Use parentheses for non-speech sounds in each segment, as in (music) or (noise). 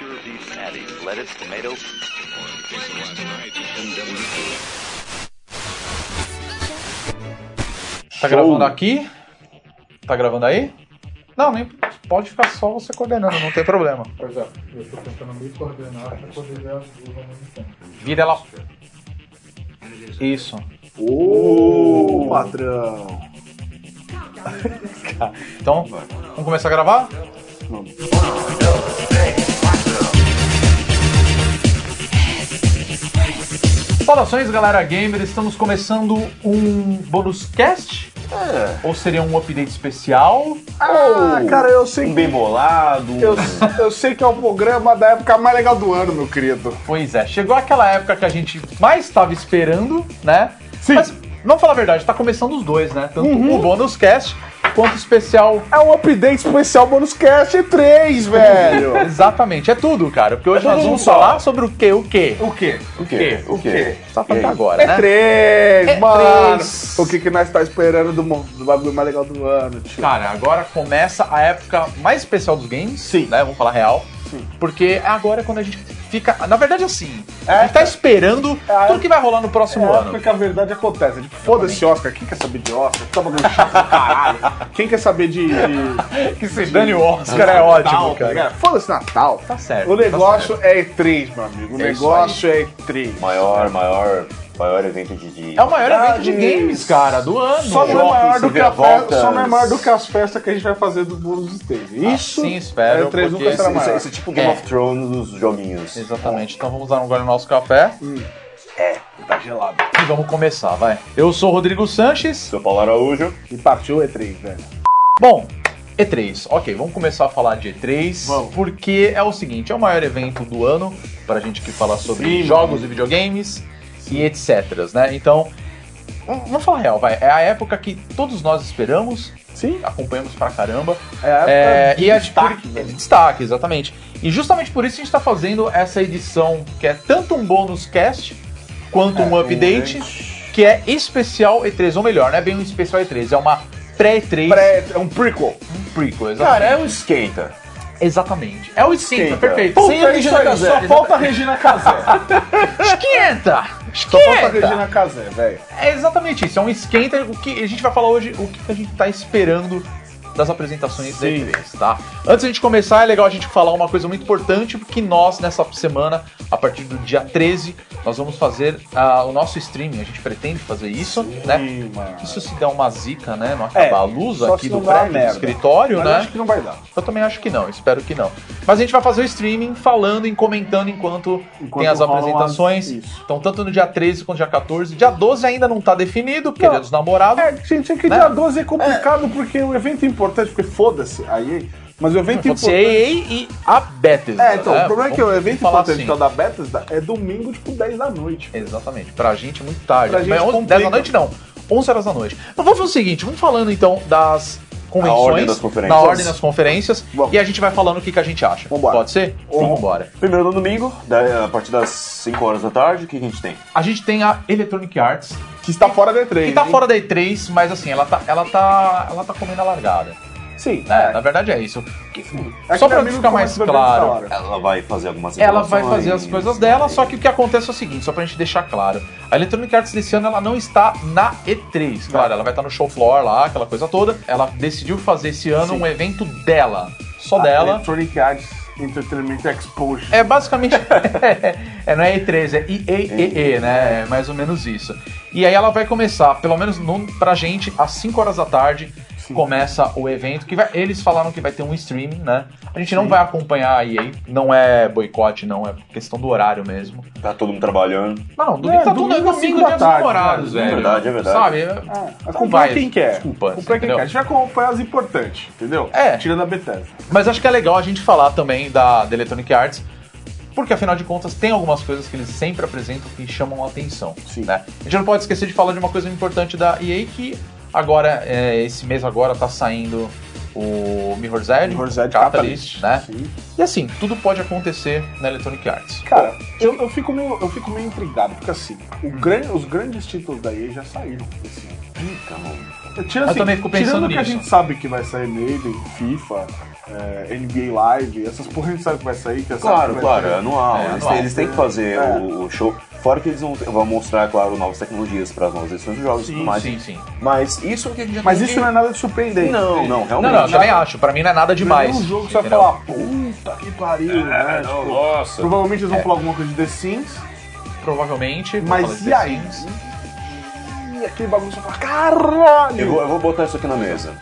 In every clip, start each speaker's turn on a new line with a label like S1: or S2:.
S1: Rusty, Natty, lettuce, tomato.
S2: Tá gravando aqui? Tá gravando aí? Não, nem pode ficar só você coordenando, não tem problema.
S3: Pois é, eu tô tentando me coordenar pra poder ver as duas ao mesmo tempo.
S2: Vira ela. Isso. Uhum.
S4: Ô, patrão!
S2: (laughs) Então, vamos começar a gravar? Saudações, galera gamer. Estamos começando um bonus cast?
S4: É.
S2: Ou seria um update especial?
S4: Ah, cara, eu sei
S5: um bem bolado.
S4: Eu, eu sei que é o programa da época mais legal do ano, meu querido.
S2: Pois é, chegou aquela época que a gente mais estava esperando, né? Sim. Mas vamos falar a verdade, tá começando os dois, né? Tanto
S4: Uhum.
S2: o bonus cast quanto o especial.
S4: É um update especial Bonus Cast 3, velho.
S2: (laughs) Exatamente, é tudo, cara. Porque hoje
S4: É tudo
S2: nós vamos
S4: num só. É
S2: falar sobre o quê? O quê?
S4: O quê?
S5: O quê?
S4: O quê?
S2: Só
S5: E
S2: falta
S5: aí?
S2: agora,
S4: É
S2: né?
S4: três,
S2: É
S4: mano.
S2: três.
S4: O que, que nós tá esperando do, mo- do bagulho mais legal do ano, tio?
S2: Cara, agora começa a época mais especial dos games.
S4: Sim.
S2: Né? Vamos falar real.
S4: Sim.
S2: Porque agora é quando a gente fica. Na verdade, assim. a gente tá esperando
S4: É.
S2: tudo que vai rolar no próximo
S4: É a época
S2: ano.
S4: que a verdade acontece. Tipo, foda-se Oscar, quem quer saber de Oscar? Tá bagulho chato pra caralho. Quem quer saber de. de...
S2: Que se dane o Oscar, é ótimo, cara.
S4: cara. Foda-se Natal.
S2: Tá certo.
S4: O
S2: tá
S4: negócio é E3, meu amigo. O
S5: É isso
S4: negócio é E3.
S5: Maior, maior, maior evento de. de...
S2: É o maior evento de
S4: Verdade.
S2: games, cara, do ano.
S4: Só não, é
S5: Jogos,
S4: maior do que a fe...
S5: reviravoltas.
S4: Só não é maior do que as festas que a gente vai fazer do Bônus Stage. Isso.
S2: Ah, sim, espero,
S4: é E3
S2: porque
S4: nunca será
S5: Isso-
S4: maior.
S5: Isso, é tipo Game
S2: É.
S5: of Thrones dos joguinhos.
S2: Exatamente. Então vamos dar agora o nosso café
S4: Tá gelado.
S2: e vamos começar, vai. Eu sou o Rodrigo Sanches.
S5: Sou Paulo Araújo.
S4: E partiu
S2: é
S4: o E3, velho.
S2: Bom, E3. Ok, vamos começar a falar de E3.
S4: Vamos.
S2: Porque é o seguinte, é o maior evento do ano pra gente que fala sobre
S4: Sim,
S2: jogos e videogames e etc, né? Então, vamos vamos falar a real, vai. É a época que todos nós esperamos,
S4: Sim.
S2: acompanhamos pra caramba.
S4: É a época
S2: É,
S4: de
S2: e a
S4: destaque,
S2: destaque,
S4: velho.
S2: destaque, exatamente. E justamente por isso a gente está fazendo essa edição que é tanto um bônus cast
S4: É,
S2: quanto um update, que é especial E3, ou melhor, não é bem um especial E3, é uma pré-E3
S4: Pré- É um prequel.
S2: prequel, exatamente.
S5: Cara, é um skater.
S2: exatamente. É o esquenta,
S5: Esquenta.
S2: perfeito.
S4: Puta,
S2: Sem a
S4: é isso
S2: Regina
S4: aí,
S2: Casé.
S4: Só falta a Regina Casé.
S2: (laughs) Esquenta!
S4: Só falta a
S2: Esquenta!
S4: Regina Casé, velho.
S2: É exatamente isso, é um esquenta. O que a gente vai falar hoje, o que a gente tá esperando das apresentações da
S4: Sim.
S2: E3, tá? Antes da gente começar, é legal a gente falar uma coisa muito importante, porque nós, nessa semana, a partir do dia 13, nós vamos fazer ah, o nosso streaming. A gente pretende fazer isso, né?
S4: Ih, mano. É,
S2: Isso se der uma zica, né? Não acabar a luz
S4: só
S2: aqui
S4: se
S2: do
S4: não dá uma
S2: prédio, do
S4: merda.
S2: escritório,
S4: Mas
S2: né?
S4: acho que não vai dar.
S2: Eu também acho que não, espero que não. Mas a gente vai fazer o streaming falando e comentando enquanto,
S4: Enquanto
S2: tem as
S4: rolam
S2: apresentações.
S4: as- isso.
S2: Então, tanto no dia 13 quanto no dia 14. Dia 12 ainda não tá definido, porque
S4: Não.
S2: ele é dos namorados.
S4: É, gente, é que
S2: Né?
S4: dia 12 é complicado porque o evento é importante, porque foda-se. Aí, mas o evento é
S2: Pode ser
S4: importante.
S2: EA e a Bethesda.
S4: tipo, É, então, o problema é que o
S2: Vamos
S4: evento
S2: falar assim.
S4: importante que é o da Bethesda é domingo, tipo, 10 da noite.
S2: Exatamente, pra gente é muito tarde.
S4: Pra gente
S2: Mas 11,
S4: complica.
S2: 10 da noite não, 11 horas da noite. Mas vamos fazer o seguinte, vamos falando então das convenções.
S5: Na ordem das conferências.
S2: na ordem das conferências,
S4: Vamos.
S2: E a gente vai falando o que, que a gente acha.
S4: Vambora.
S2: Pode ser? Então vambora.
S5: Primeiro no domingo, da- a partir das 5 horas da tarde, o que a gente tem?
S2: A gente tem a Electronic Arts,
S4: Que está fora da E3.
S2: É. que tá
S4: hein?
S2: fora da E3, mas assim, ela tá, ela tá, ela tá comendo a largada.
S4: Sim.
S2: né? Na verdade é isso. Que-
S4: É
S2: Só pra
S4: que meu amigo
S2: ficar mais
S4: começa bebendo
S2: claro,
S4: essa hora.
S5: Ela vai fazer algumas
S2: Ela vai
S5: revelações,
S2: fazer as coisas dela, só que o que acontece é o seguinte, só pra gente deixar claro. A Electronic Arts desse ano, ela não está na E3, claro, ela vai estar no show floor lá, aquela coisa toda. Ela decidiu fazer esse ano um evento dela, só
S4: A
S2: dela.
S4: Ah, Electronic Arts Entertainment Exposure.
S2: É basicamente. (laughs) é, não é E3, é IEEE, né? É mais ou menos isso. E aí ela vai começar, pelo menos no, pra gente, às 5 horas da tarde, começa o evento. que vai- Eles falaram que vai ter um streaming, né? A gente não vai acompanhar a EA, não é boicote, não, é questão do horário mesmo.
S5: Tá todo mundo trabalhando.
S2: Mas não, domingo
S4: É,
S2: tá tudo
S4: domingo
S2: é
S4: às cinco
S2: domingo
S4: da
S2: dia dos
S4: tarde,
S2: namorados,
S5: né?
S2: velho.
S5: Verdade, é verdade.
S2: Sabe?
S4: É,
S2: Não
S4: acompanha
S2: Então vai.
S4: quem quer.
S2: Desculpa.
S4: Acompanha quem
S2: entendeu?
S4: quer. A gente vai acompanhar as importantes, entendeu?
S2: É.
S4: Tirando a Bethesda.
S2: Mas acho que é legal a gente falar também da, da Electronic Arts, porque afinal de contas tem algumas coisas que eles sempre apresentam que chamam a atenção.
S4: Sim.
S2: né? A gente não pode esquecer de falar de uma coisa importante da EA que agora, é, esse mês agora, tá saindo o Mirror's Edge,
S4: Mirror's Edge
S2: Catalyst, né?
S4: Sim.
S2: E assim, tudo pode acontecer na Electronic Arts.
S4: Cara, eu, eu fico meio, eu fico meio intrigado, porque assim,
S5: Hum.
S4: o gran- os grandes títulos da EA já saíram. Assim.
S5: Então,
S4: Tira, assim,
S2: também fico pensando
S4: tirando o que a
S2: nisso.
S4: gente sabe que vai sair nele, FIFA, é, NBA Live, essas porra a gente sabe que vai sair. Que é
S5: Claro,
S4: sabe que vai
S5: claro, é anual.
S2: É,
S5: eles,
S2: anual.
S5: têm, eles têm que fazer
S4: É.
S5: o, o show. Fora que eles vão, vão mostrar, claro, novas tecnologias para as novas edições de jogos e tudo mais.
S2: sim, sim.
S5: Mas isso que a gente já tá
S4: Mas
S5: tem
S4: isso
S5: que-
S4: não é nada de surpreendente.
S5: Não, não,
S2: Não,
S5: realmente.
S2: não, eu também acho. Pra mim não é nada demais.
S4: Um jogo que você vai
S2: entendeu?
S4: falar, puta que pariu, né?
S5: É,
S4: Tipo,
S5: não, nossa. É.
S4: Provavelmente eles vão falar alguma coisa de The Sims,
S2: Provavelmente. vou falar
S4: mas
S2: de
S4: e
S2: The
S4: aí?
S2: Sims.
S4: E aquele bagulho você fala, caralho!
S5: Eu vou, eu vou botar isso aqui na mesa.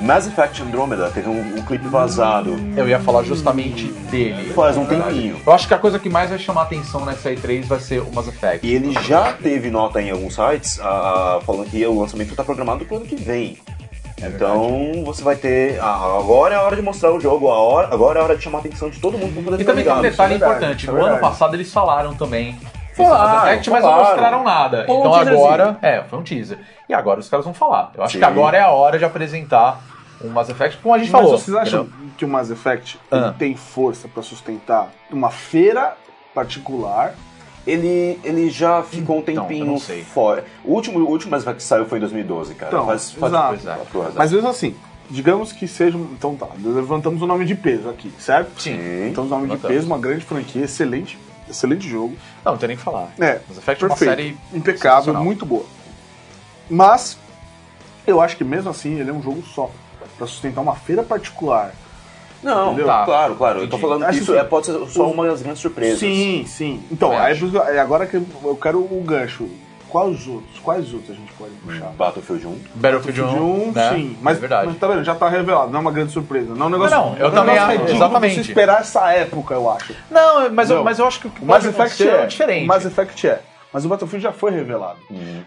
S5: Mass Effect Andromeda teve um, um clipe vazado
S2: Eu ia falar justamente dele.
S5: faz um tempinho.
S2: Eu acho que a coisa que mais vai chamar atenção nessa E3 vai ser o Mass Effect.
S5: E ele já teve nota em alguns sites ah, falando que o lançamento está programado para o ano que vem.
S2: É
S5: Então você vai ter. ah, agora é a hora de mostrar o jogo, a hora- agora é a hora de chamar a atenção de todo mundo para poder né?
S2: E também tem um
S5: ligado.
S2: detalhe
S4: é verdade,
S2: importante.
S4: isso é
S2: No ano
S4: verdade.
S2: passado eles falaram também. desse
S5: Falaram,
S2: Mass Effect, mas não
S5: falaram.
S2: mostraram nada.
S5: Foi um
S2: então
S5: teaserzinho.
S2: agora. É, foi um teaser. E agora os caras vão falar. Eu acho
S5: Sim.
S2: que agora é a hora de apresentar o Mass Effect, como a gente falou.
S4: Mas vocês acham que o Mass Effect ele
S2: Ah.
S4: tem força pra sustentar uma feira particular?
S5: Ele, ele já ficou um
S2: Então, eu
S5: tempinho
S2: não sei.
S5: fora. O último, o último Mass Effect que saiu foi em 2012, cara.
S4: Então,
S5: faz faz
S4: exato.
S5: coisa, quatro anos. né?
S4: Mas mesmo assim, digamos que seja. um- Então tá, levantamos o nome de peso aqui, certo?
S5: Sim.
S4: Então, o nome de
S2: levantamos.
S4: peso, uma grande franquia, excelente, excelente jogo.
S2: Não, não tem nem o que falar.
S4: É,
S2: Mass Effect é uma série
S4: impecável,
S2: sensacional.
S4: muito boa. Mas eu acho que mesmo assim ele é um jogo só pra sustentar uma feira particular.
S5: Não,
S4: Entendeu?
S5: tá. claro, claro. Eu tô
S2: Entendi.
S5: falando que
S4: Acho
S5: isso
S4: que-
S5: é, pode ser só uma das grandes surpresas.
S4: Sim, sim. Então,
S2: Eu
S4: aí
S2: acho.
S4: por isso que eu- é agora que eu quero o gancho. Quais outros? Quais outros a gente pode puxar?
S5: Battlefield 1.
S2: Battlefield
S4: De um,
S2: 1, né?
S4: sim. Mas,
S2: é verdade.
S4: mas tá vendo, já tá revelado, não é uma grande surpresa. Não, é um negócio,
S2: Não, eu
S4: é um
S2: também
S4: negócio
S2: acho,
S4: ridículo
S2: exatamente.
S4: pra Se esperar essa época, eu acho.
S2: Não, é, mas,
S4: Não.
S2: Eu, mas eu acho que o que
S4: O Mass
S2: pode
S4: Effect
S2: acontecer
S4: é,
S2: é diferente.
S4: O Mass Effect é. Mas o Battlefield já foi revelado.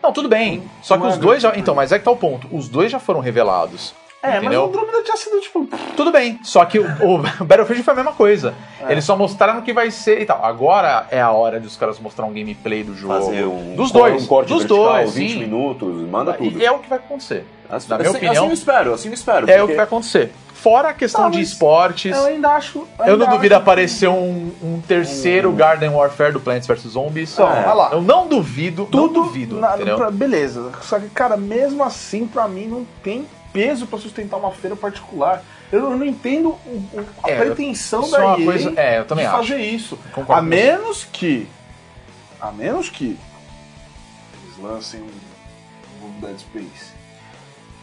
S2: Não, tudo bem. Só que
S4: Não é
S2: os dois já.
S4: grande
S2: Então, mas é que tá o ponto. Os dois já foram revelados.
S4: É, mas o
S2: entendeu?
S4: Andromeda tinha sido, tipo,
S2: Tudo bem. Só que o, o (laughs) Battlefield foi a mesma coisa.
S5: É.
S2: Eles só mostraram que vai ser e tal. Agora é a hora dos caras mostrar um gameplay do jogo.
S5: Fazer um,
S2: dos
S5: cor-
S2: dois.
S5: um corte
S2: dos
S5: vertical,
S2: dois.
S5: 20
S2: sim.
S5: minutos, manda tudo.
S2: E é o que vai acontecer.
S5: assim,
S2: na minha
S5: assim-
S2: opinião-
S5: assim eu espero, assim eu espero.
S2: É o
S5: porque
S2: que vai acontecer. Fora a questão
S4: Não,
S2: de
S4: mas é
S2: esportes.
S4: eu ainda acho. ainda
S2: Eu não duvido
S4: acho-
S2: aparecer um, um
S5: Hum.
S2: terceiro Garden Warfare do Plants vs Zombies. É.
S4: Então, vai lá.
S2: Eu não duvido,
S4: tudo.
S2: não duvido,
S4: na-
S2: entendeu?
S4: pra- beleza. Só que, cara, mesmo assim, pra mim, não tem peso pra sustentar uma feira particular. Eu não, eu não entendo o- o- a
S2: É,
S4: pretensão
S2: Isso
S4: da
S2: é uma
S4: EA
S2: coisa. É, eu também
S4: de
S2: acho.
S4: fazer isso.
S2: Concordo com
S4: A menos que. A menos que. Eles lancem um novo Dead Space.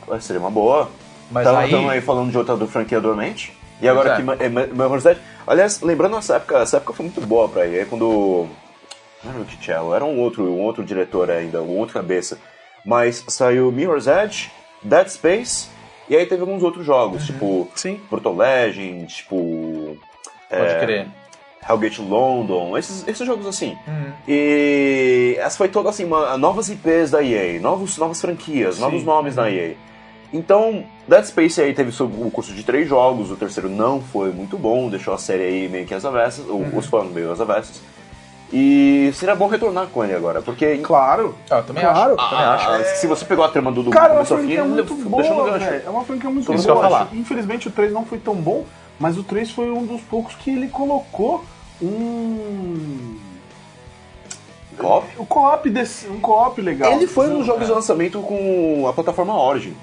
S5: vai ser uma boa.
S2: Mas
S5: Tava-
S2: aí-
S5: tamo aí falando de outra do franquia dormente. E agora
S2: Pois é.
S5: que Ma- é Ma- Mario Bros. Dead- Aliás, lembrando essa época, essa época foi muito boa pra ele. é Quando. Não era o Tichello, era um outro, um outro diretor ainda, um outro cabeça. Mas saiu Mirror's Edge, Dead Space, e aí teve alguns outros jogos,
S2: Uhum.
S5: tipo
S4: Sim.
S5: Portal Legend, tipo
S2: Pode crer.
S5: Hellgate London, esses, esses jogos assim. E essa foi toda assim, uma, novas IPs da EA, novos, novas franquias, novos nomes da EA. Então, Dead Space aí teve sob- o curso de três jogos, o terceiro não foi muito bom, deixou a série aí meio que às avessas, ou os fãs meio às avessas. E seria bom retornar com ele agora, porque
S4: Claro.
S2: Ah, eu também
S4: Claro.
S2: acho. Também acho.
S5: ah, se você pegou a trama do do
S4: Cara, é uma
S5: começo ao
S4: franquia
S5: fim,
S4: muito
S5: deixa no
S4: boa,
S5: gancho.
S4: velho. É uma franquia muito
S2: Isso que eu
S4: boa.
S2: ia falar.
S4: Infelizmente o 3 não foi tão bom, mas o 3 foi um dos poucos que ele colocou um.
S5: Cop.
S4: O co-op desse- um co-op legal.
S5: Ele foi um
S4: Não,
S5: dos jogos de lançamento com a plataforma Origin.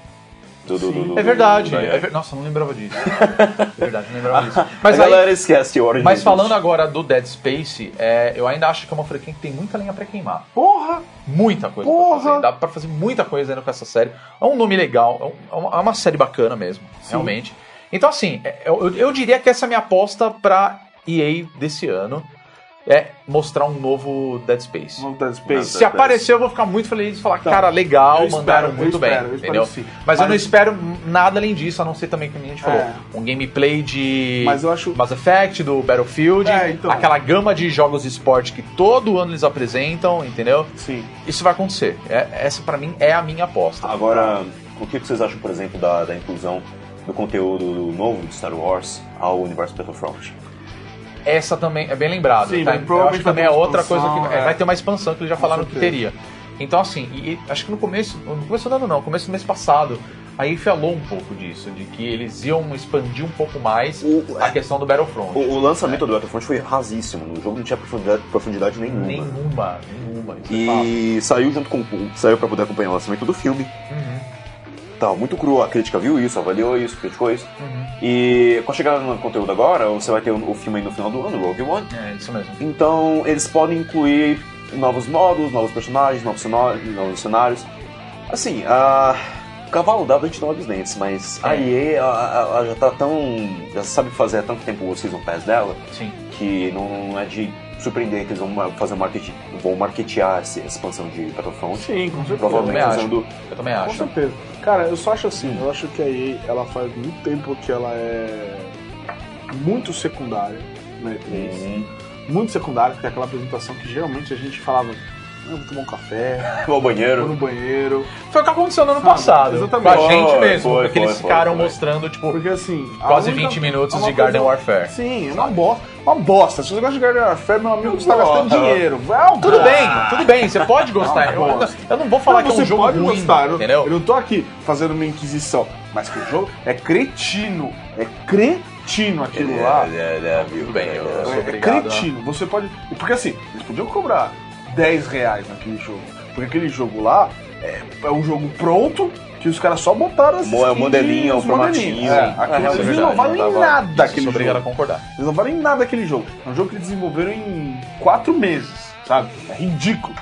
S5: Do- do- do- do-
S2: É verdade.
S5: da EA.
S2: é ver- Nossa, eu não lembrava
S5: (laughs)
S2: disso. É verdade, não lembrava disso.
S5: Mas
S2: Mas
S5: a
S2: aí,
S5: galera esquece Origin.
S2: Mas falando agora do Dead Space, é, eu ainda acho que é uma franquia que tem muita lenha pra queimar.
S4: Porra!
S2: Muita coisa
S4: Porra!
S2: pra fazer. Dá pra fazer muita coisa ainda com essa série. É um nome legal, é um- é uma, é uma série bacana mesmo, realmente. Então, assim, é- eu, eu- eu diria que essa é a minha aposta pra EA desse ano. É mostrar um novo Dead Space.
S4: Não tá Space.
S2: Se aparecer, eu vou ficar muito feliz e falar,
S4: Tá.
S2: cara, legal,
S4: Eu espero,
S2: mandaram
S4: eu
S2: muito
S4: espero, eu
S2: bem,
S4: espero
S2: entendeu?
S4: que sim.
S2: Mas,
S4: Mas-
S2: eu não espero nada além disso, a não ser também que a gente falou,
S4: É.
S2: um gameplay de
S4: Mas eu acho-
S2: Mass Effect, do Battlefield,
S4: É, então.
S2: aquela gama de jogos de esporte que todo ano eles apresentam, entendeu?
S4: Sim.
S2: Isso vai acontecer. É- essa pra mim é a minha aposta.
S5: Agora, o que que vocês acham, por exemplo, da, da inclusão do conteúdo novo de Star Wars ao universo Battlefront?
S2: Essa também é bem lembrado. tá?
S4: Sim, mas
S2: Eu acho
S4: provavelmente
S2: que também é
S4: vai ter uma
S2: outra coisa que
S4: expansão,
S2: é,
S4: é.
S2: vai ter uma expansão que eles já
S4: Com
S2: falaram que
S4: certeza.
S2: teria. Então assim, e- e acho que no começo, no começo do ano não, no começo do mês passado, aí falou um pouco disso, de que eles iam expandir um pouco mais
S5: O-
S2: a questão do Battlefront.
S5: O, o lançamento do Battlefront foi rasíssimo, o jogo não tinha profundidade, profundidade nenhuma.
S2: Nenhuma, nenhuma. isso é fato. Uhum.
S5: E saiu junto com saiu para poder acompanhar o lançamento do filme. tal, Tá muito crua. A crítica viu isso, avaliou isso, criticou isso.
S2: Uhum.
S5: E quando chegar no conteúdo agora, você vai ter o, o filme aí no final do ano, Rogue One.
S2: É, isso mesmo.
S5: Então eles podem incluir novos modos, novos personagens, novos, cenó- novos cenários. Assim, a Cavalo dado a gente não olha os dentes, mas a
S2: É.
S5: EA a- a- a já tá tão. já sabe fazer há tanto tempo o Season Pass dela
S2: Sim.
S5: que não é de surpreender que eles vão ma- fazer um marketing. vão marketear essa expansão de Battlefront.
S4: Sim, com certeza.
S5: Provavelmente
S2: Eu também
S5: usando.
S2: Eu também
S4: Com
S2: acho.
S4: certeza. Cara, eu só acho assim, eu acho que a EA, ela faz muito tempo que ela é muito secundária na E3.
S5: Uhum.
S4: Muito secundária, porque é aquela apresentação que geralmente a gente falava, "Ah, eu vou tomar um café,
S5: Vou ao
S4: vou
S5: banheiro.
S4: no banheiro.
S2: Foi o que aconteceu no ano passado.
S4: exatamente.
S2: Com a gente
S5: Foi,
S2: mesmo.
S5: foi,
S2: porque eles
S5: foi,
S2: ficaram
S5: foi.
S2: mostrando, tipo,
S4: Porque assim. a
S2: quase
S4: única-
S2: 20 minutos
S4: é uma
S2: de Garden
S4: coisa-
S2: Warfare.
S4: Sim, é uma bosta. Uma bosta. Se você gosta de Garden Warfare, meu amigo, você tá
S5: gosto.
S4: gastando dinheiro. Vai ao
S2: Tudo
S5: Ah.
S4: gra-
S2: bem, tudo bem, você pode gostar.
S4: Ah,
S2: Eu,
S4: bosta.
S2: eu não vou falar
S4: Não,
S2: que é
S4: você
S2: um jogo
S4: pode
S2: ruim,
S4: gostar, eu-
S2: entendeu?
S4: Eu não tô aqui fazendo uma inquisição, mas que o jogo é cretino. É cretino
S5: É,
S4: aquilo lá.
S5: Tudo
S2: bem, é, eu-
S4: É,
S2: sou
S4: é
S2: obrigado, né?
S4: cretino. Você pode. Porque assim, eles podiam cobrar 10 reais naquele jogo. Porque aquele jogo lá é, é um jogo pronto que os caras só botaram
S2: um
S4: as
S5: Mo- é o
S4: skins,
S5: modelinho,
S4: os
S5: o formatinho.
S4: modelinhos. É,
S2: Ah,
S4: aquilo-
S5: É, realmente
S4: eles
S5: verdade,
S4: não valem
S5: não dava-
S4: nada
S2: Sou
S4: aquele
S2: obrigado a
S4: jogo.
S2: concordar.
S4: Eles não valem nada aquele jogo. É um jogo que eles desenvolveram em 4 meses, sabe? É ridículo.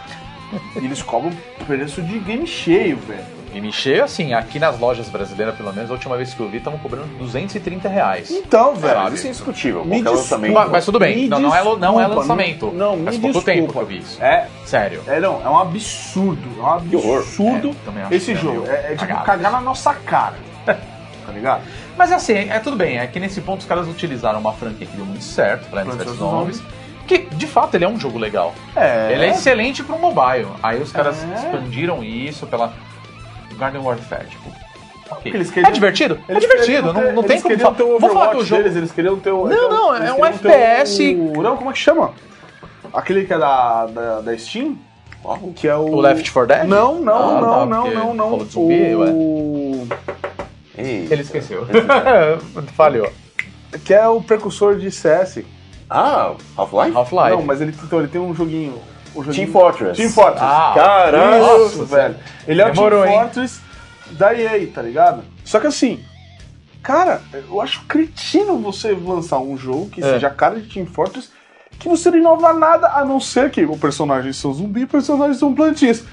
S4: E eles cobram preço de game cheio, velho.
S2: E me cheio assim, aqui nas lojas brasileiras, pelo menos, a última vez que eu vi, estavam cobrando 230 reais.
S4: Então, velho.
S5: Velho, isso é discutível.
S4: Me
S5: Qualquer lançamento.
S2: Mas, mas tudo bem,
S4: Me
S2: não, não, é, lo- não é
S4: desculpa,
S2: lançamento.
S4: não- não, me
S2: Faz pouco
S4: desculpa.
S2: tempo que eu vi isso.
S4: É,
S2: Sério.
S4: É, não, é um absurdo. É um
S5: Que horror.
S4: absurdo
S2: É, também acho
S4: esse
S2: que é
S4: jogo.
S2: meio
S4: É, é tipo
S2: cagado.
S4: cagar na nossa cara. tá ligado?
S2: Mas assim, é tudo bem, é que nesse ponto os caras utilizaram uma franquia que deu muito certo, Plants vs
S4: Plants vs
S2: Zombies, que de fato ele é um jogo legal.
S4: É.
S2: Ele é excelente para um mobile. Aí os caras
S4: É.
S2: expandiram isso pela Garden Warfare, tipo. ok.
S4: eles queriam-
S2: É divertido? É
S4: Eles
S2: divertido,
S4: queriam
S2: não,
S4: ter-
S2: não tem
S4: eles
S2: como
S4: queriam
S2: falar.
S4: ter o
S2: Vou falar que o
S4: Overwatch
S2: jogo.
S4: deles, eles queriam ter o.
S2: Não,
S4: então,
S2: não,
S4: eles
S2: é um
S4: queriam ter
S2: FPS.
S4: o- não, como é que chama? Aquele que é da, da, da Steam? Que é o.
S2: O Left 4 Dead?
S4: Não, não,
S2: Ah,
S4: não,
S2: tá,
S4: não,
S2: porque
S4: não, não.
S2: falou de zumbi, ué.
S4: o...
S5: Ei.
S2: Ele esqueceu. (laughs) Falhou.
S4: Que é o precursor de CS.
S5: Ah, Half-Life?
S2: Half-Life.
S4: Não, mas ele, então, ele tem um joguinho. um joguinho-
S5: Team Fortress.
S4: Team Fortress.
S2: Ah,
S5: Caramba!
S4: Isso,
S2: Nossa,
S4: velho. Ele é o
S2: Demorou,
S4: Team
S2: hein?
S4: Fortress da EA, tá ligado? Só que assim, cara, eu acho cretino você lançar um jogo que
S2: É.
S4: seja a cara de Team Fortress que você não inova nada, a não ser que o personagem são zumbi e o personagem são plantinhas.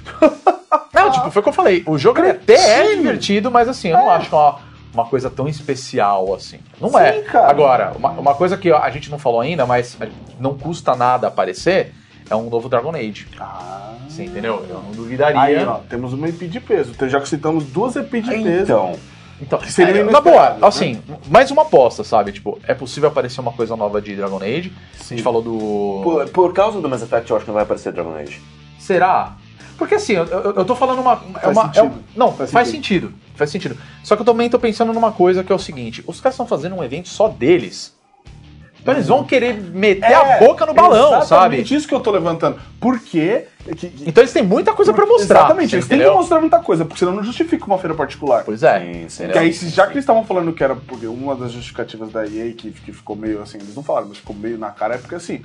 S2: Não, tipo, foi o que eu falei. O jogo ele até é divertido, mas assim, eu não
S4: É.
S2: acho uma, uma coisa tão especial assim. Não
S4: Sim,
S2: é.
S4: cara.
S2: Agora, uma, uma coisa que a gente não falou ainda, mas não custa nada aparecer, é um novo Dragon Age.
S4: Ah.
S2: Você entendeu? Eu não duvidaria.
S4: Aí, ó, temos uma EP de peso. Então, já que citamos duas EP de peso.
S5: Então,
S2: Então,
S4: Que seria
S2: é, na
S4: inesperado,
S2: boa,
S4: né?
S2: assim, mais uma aposta, sabe? Tipo, é possível aparecer uma coisa nova de Dragon Age. A gente falou do.
S5: por, por causa do Mass Effect, eu acho que não vai aparecer Dragon Age.
S2: Será? Porque assim, eu, eu, eu tô falando uma. é
S4: Faz
S2: uma- é
S4: sentido.
S2: um- não,
S4: Faz
S2: faz, sentido. Faz sentido. Só que eu também tô pensando numa coisa que é o seguinte: os caras estão fazendo um evento só deles. Então eles vão querer meter a boca no balão,
S4: É, exatamente
S2: sabe?
S4: isso que eu tô levantando. Por quê? É Que- que-
S2: Então eles têm muita coisa pra mostrar.
S4: Exatamente,
S2: você
S4: eles têm que
S2: entendeu?
S4: mostrar muita coisa, porque senão não justifica uma feira particular.
S2: Pois é.
S5: Sim, sim.
S4: Que aí, se- já que eles estavam falando que era porque uma das justificativas da EA que, que ficou meio assim, eles não falaram, mas ficou meio na cara, é porque assim,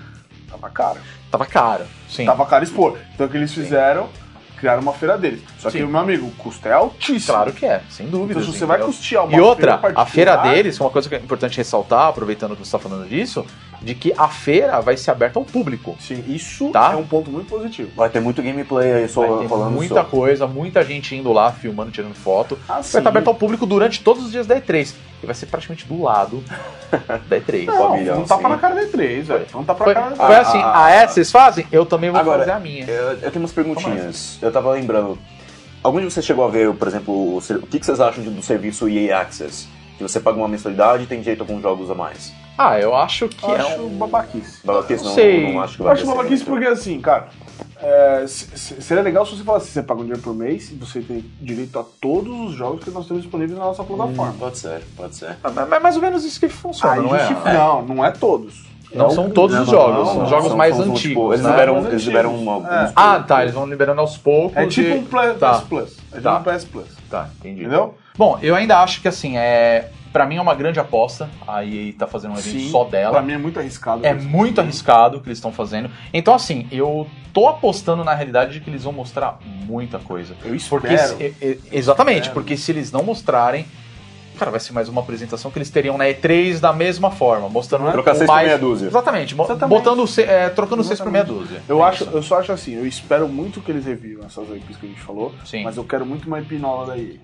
S4: tava caro.
S2: Tava caro. Sim.
S4: Tava caro expor. Então o que eles fizeram? Criaram uma feira deles. Só que,
S2: Sim.
S4: meu amigo, o custo é altíssimo.
S2: Claro que é, sem dúvida.
S4: Então, se você vai custear uma
S2: E outra, a feira
S4: particular-
S2: deles, uma coisa que é importante ressaltar, aproveitando que você tá falando disso, de que a feira vai ser aberta ao público.
S4: Sim, isso
S2: Tá.
S4: é um ponto muito positivo.
S5: Vai ter muito gameplay aí, só
S2: Vai ter
S5: falando
S2: muita
S5: sobre.
S2: coisa, muita gente indo lá, filmando, tirando foto.
S4: Ah,
S2: Vai estar tá aberto ao público durante todos os dias da E3. E vai ser praticamente do lado da E3.
S4: Não,
S5: pavilhão,
S4: não tá
S5: sim.
S4: pra na cara da E3, velho. Não tá pra
S2: Foi,
S4: cara da
S2: foi
S5: Ah,
S2: assim,
S5: ah,
S2: a essa vocês fazem? Eu também vou
S5: Agora,
S2: fazer a minha.
S5: Eu, eu tenho umas perguntinhas.
S2: assim?
S5: Eu tava lembrando. Algum de vocês chegou a ver, por exemplo, o, ser- o que, que vocês acham de- do serviço EA Access? Que você paga uma mensalidade e tem direito a alguns jogos a mais.
S2: Ah, eu acho que
S4: Eu
S2: é
S4: acho
S2: um...
S4: babaquice.
S5: Babaquice,
S2: Não
S5: não,
S2: sei.
S5: não acho que
S4: Eu
S5: vai
S4: acho
S5: ter
S4: babaquice
S5: esse
S4: porque assim, cara, é, se- se- seria legal se você falasse, você paga um dinheiro por mês e você tem direito a todos os jogos que nós temos disponíveis na nossa
S5: Hum,
S4: plataforma.
S5: Pode ser, pode ser.
S2: Ah, Mas é mais ou menos isso que funciona,
S4: Aí
S2: não é?
S4: justifica- não, não é todos.
S2: Não
S4: É
S2: são
S4: o-
S5: um
S2: todos os
S4: não,
S2: jogos,
S4: não,
S2: são
S4: não,
S2: jogos
S4: são-
S2: mais
S5: são- são, tipo,
S2: antigos,
S5: eles
S2: né?
S5: liberam,
S4: Mais
S5: eles
S4: antigos.
S5: liberam uma-
S4: É.
S5: alguns.
S2: Ah, tá, eles vão liberando aos poucos.
S4: É tipo
S2: e-
S4: um Play-
S2: Tá.
S4: PS Plus. É tipo
S2: Tá.
S4: um PS Plus.
S2: Tá, entendi.
S4: Entendeu?
S2: Bom, eu ainda acho que assim, é. Pra mim é uma grande aposta. A EA tá fazendo um evento
S4: Sim,
S2: só dela.
S4: Pra mim é muito arriscado.
S2: É
S4: isso.
S2: muito arriscado o que eles estão fazendo. Então, assim, eu tô apostando na realidade de que eles vão mostrar muita coisa.
S4: Eu espero.
S2: Porque se- e- e- exatamente,
S4: Espero.
S2: porque se eles não mostrarem, cara, vai ser mais uma apresentação que eles teriam na E3 da mesma forma, mostrando
S5: Trocar
S2: o
S5: seis por
S2: mais...
S5: meia dúzia.
S2: Exatamente, mo-
S4: Exatamente.
S2: botando se- é, trocando seis por meia dúzia.
S4: Eu,
S2: É
S4: acho,
S2: isso.
S4: eu só acho assim, eu espero muito que eles revivam essas equipes que a gente falou,
S2: Sim.
S4: mas eu quero muito uma hipnola daí.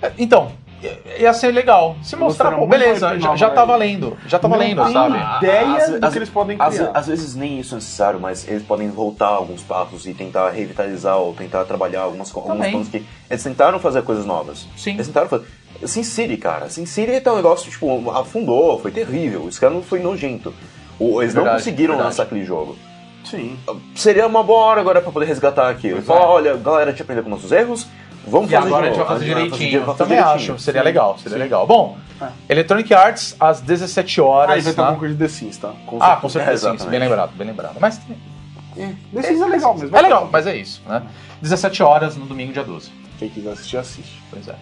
S2: É, Então, i- ia ser legal. Se mostrar,
S4: Mostraram
S2: pô,
S4: muito
S2: beleza,
S4: hype
S2: já,
S4: nova
S2: já tá
S4: aí.
S2: valendo. Já tá valendo,
S4: Não tem
S2: sabe?
S4: ideia
S5: Às-
S4: do
S5: às-
S4: que eles podem
S5: Às,
S4: criar.
S5: às vezes nem isso é necessário, mas eles podem voltar alguns passos e tentar revitalizar ou tentar trabalhar algumas, co- alguns
S2: Também.
S5: pontos que eles tentaram fazer coisas novas.
S2: Sim.
S5: Eles tentaram fazer. Sin City, cara. Sin City tá um negócio, tipo, afundou, foi terrível. Esse cara não foi nojento. O- Eles não
S2: Verdade,
S5: conseguiram
S2: verdade.
S5: lançar aquele jogo.
S4: Sim.
S5: Seria uma boa hora agora pra poder resgatar aquilo.
S2: Pois
S5: Falar,
S2: é.
S5: olha, galera, a gente aprendeu com nossos erros, vamos
S2: E
S5: fazer
S2: agora a
S5: de
S2: gente vai
S5: novo.
S2: fazer direitinho.
S5: vai fazer
S2: Também
S5: direitinho. É.
S2: acho, seria legal, seria legal. Bom, Electronic Arts às 17
S4: Aí
S2: horas.
S4: vai ter
S2: na-
S4: alguma coisa de The Sims, tá? Com É,
S2: Ah, com certeza, sim,
S5: É, exatamente.
S2: bem lembrado, bem lembrado. Mas
S4: The Sims é legal mesmo.
S2: é legal, mas é isso, né? 17 horas no domingo, dia 12.
S4: Quem quiser assistir, assiste.
S2: Pois é.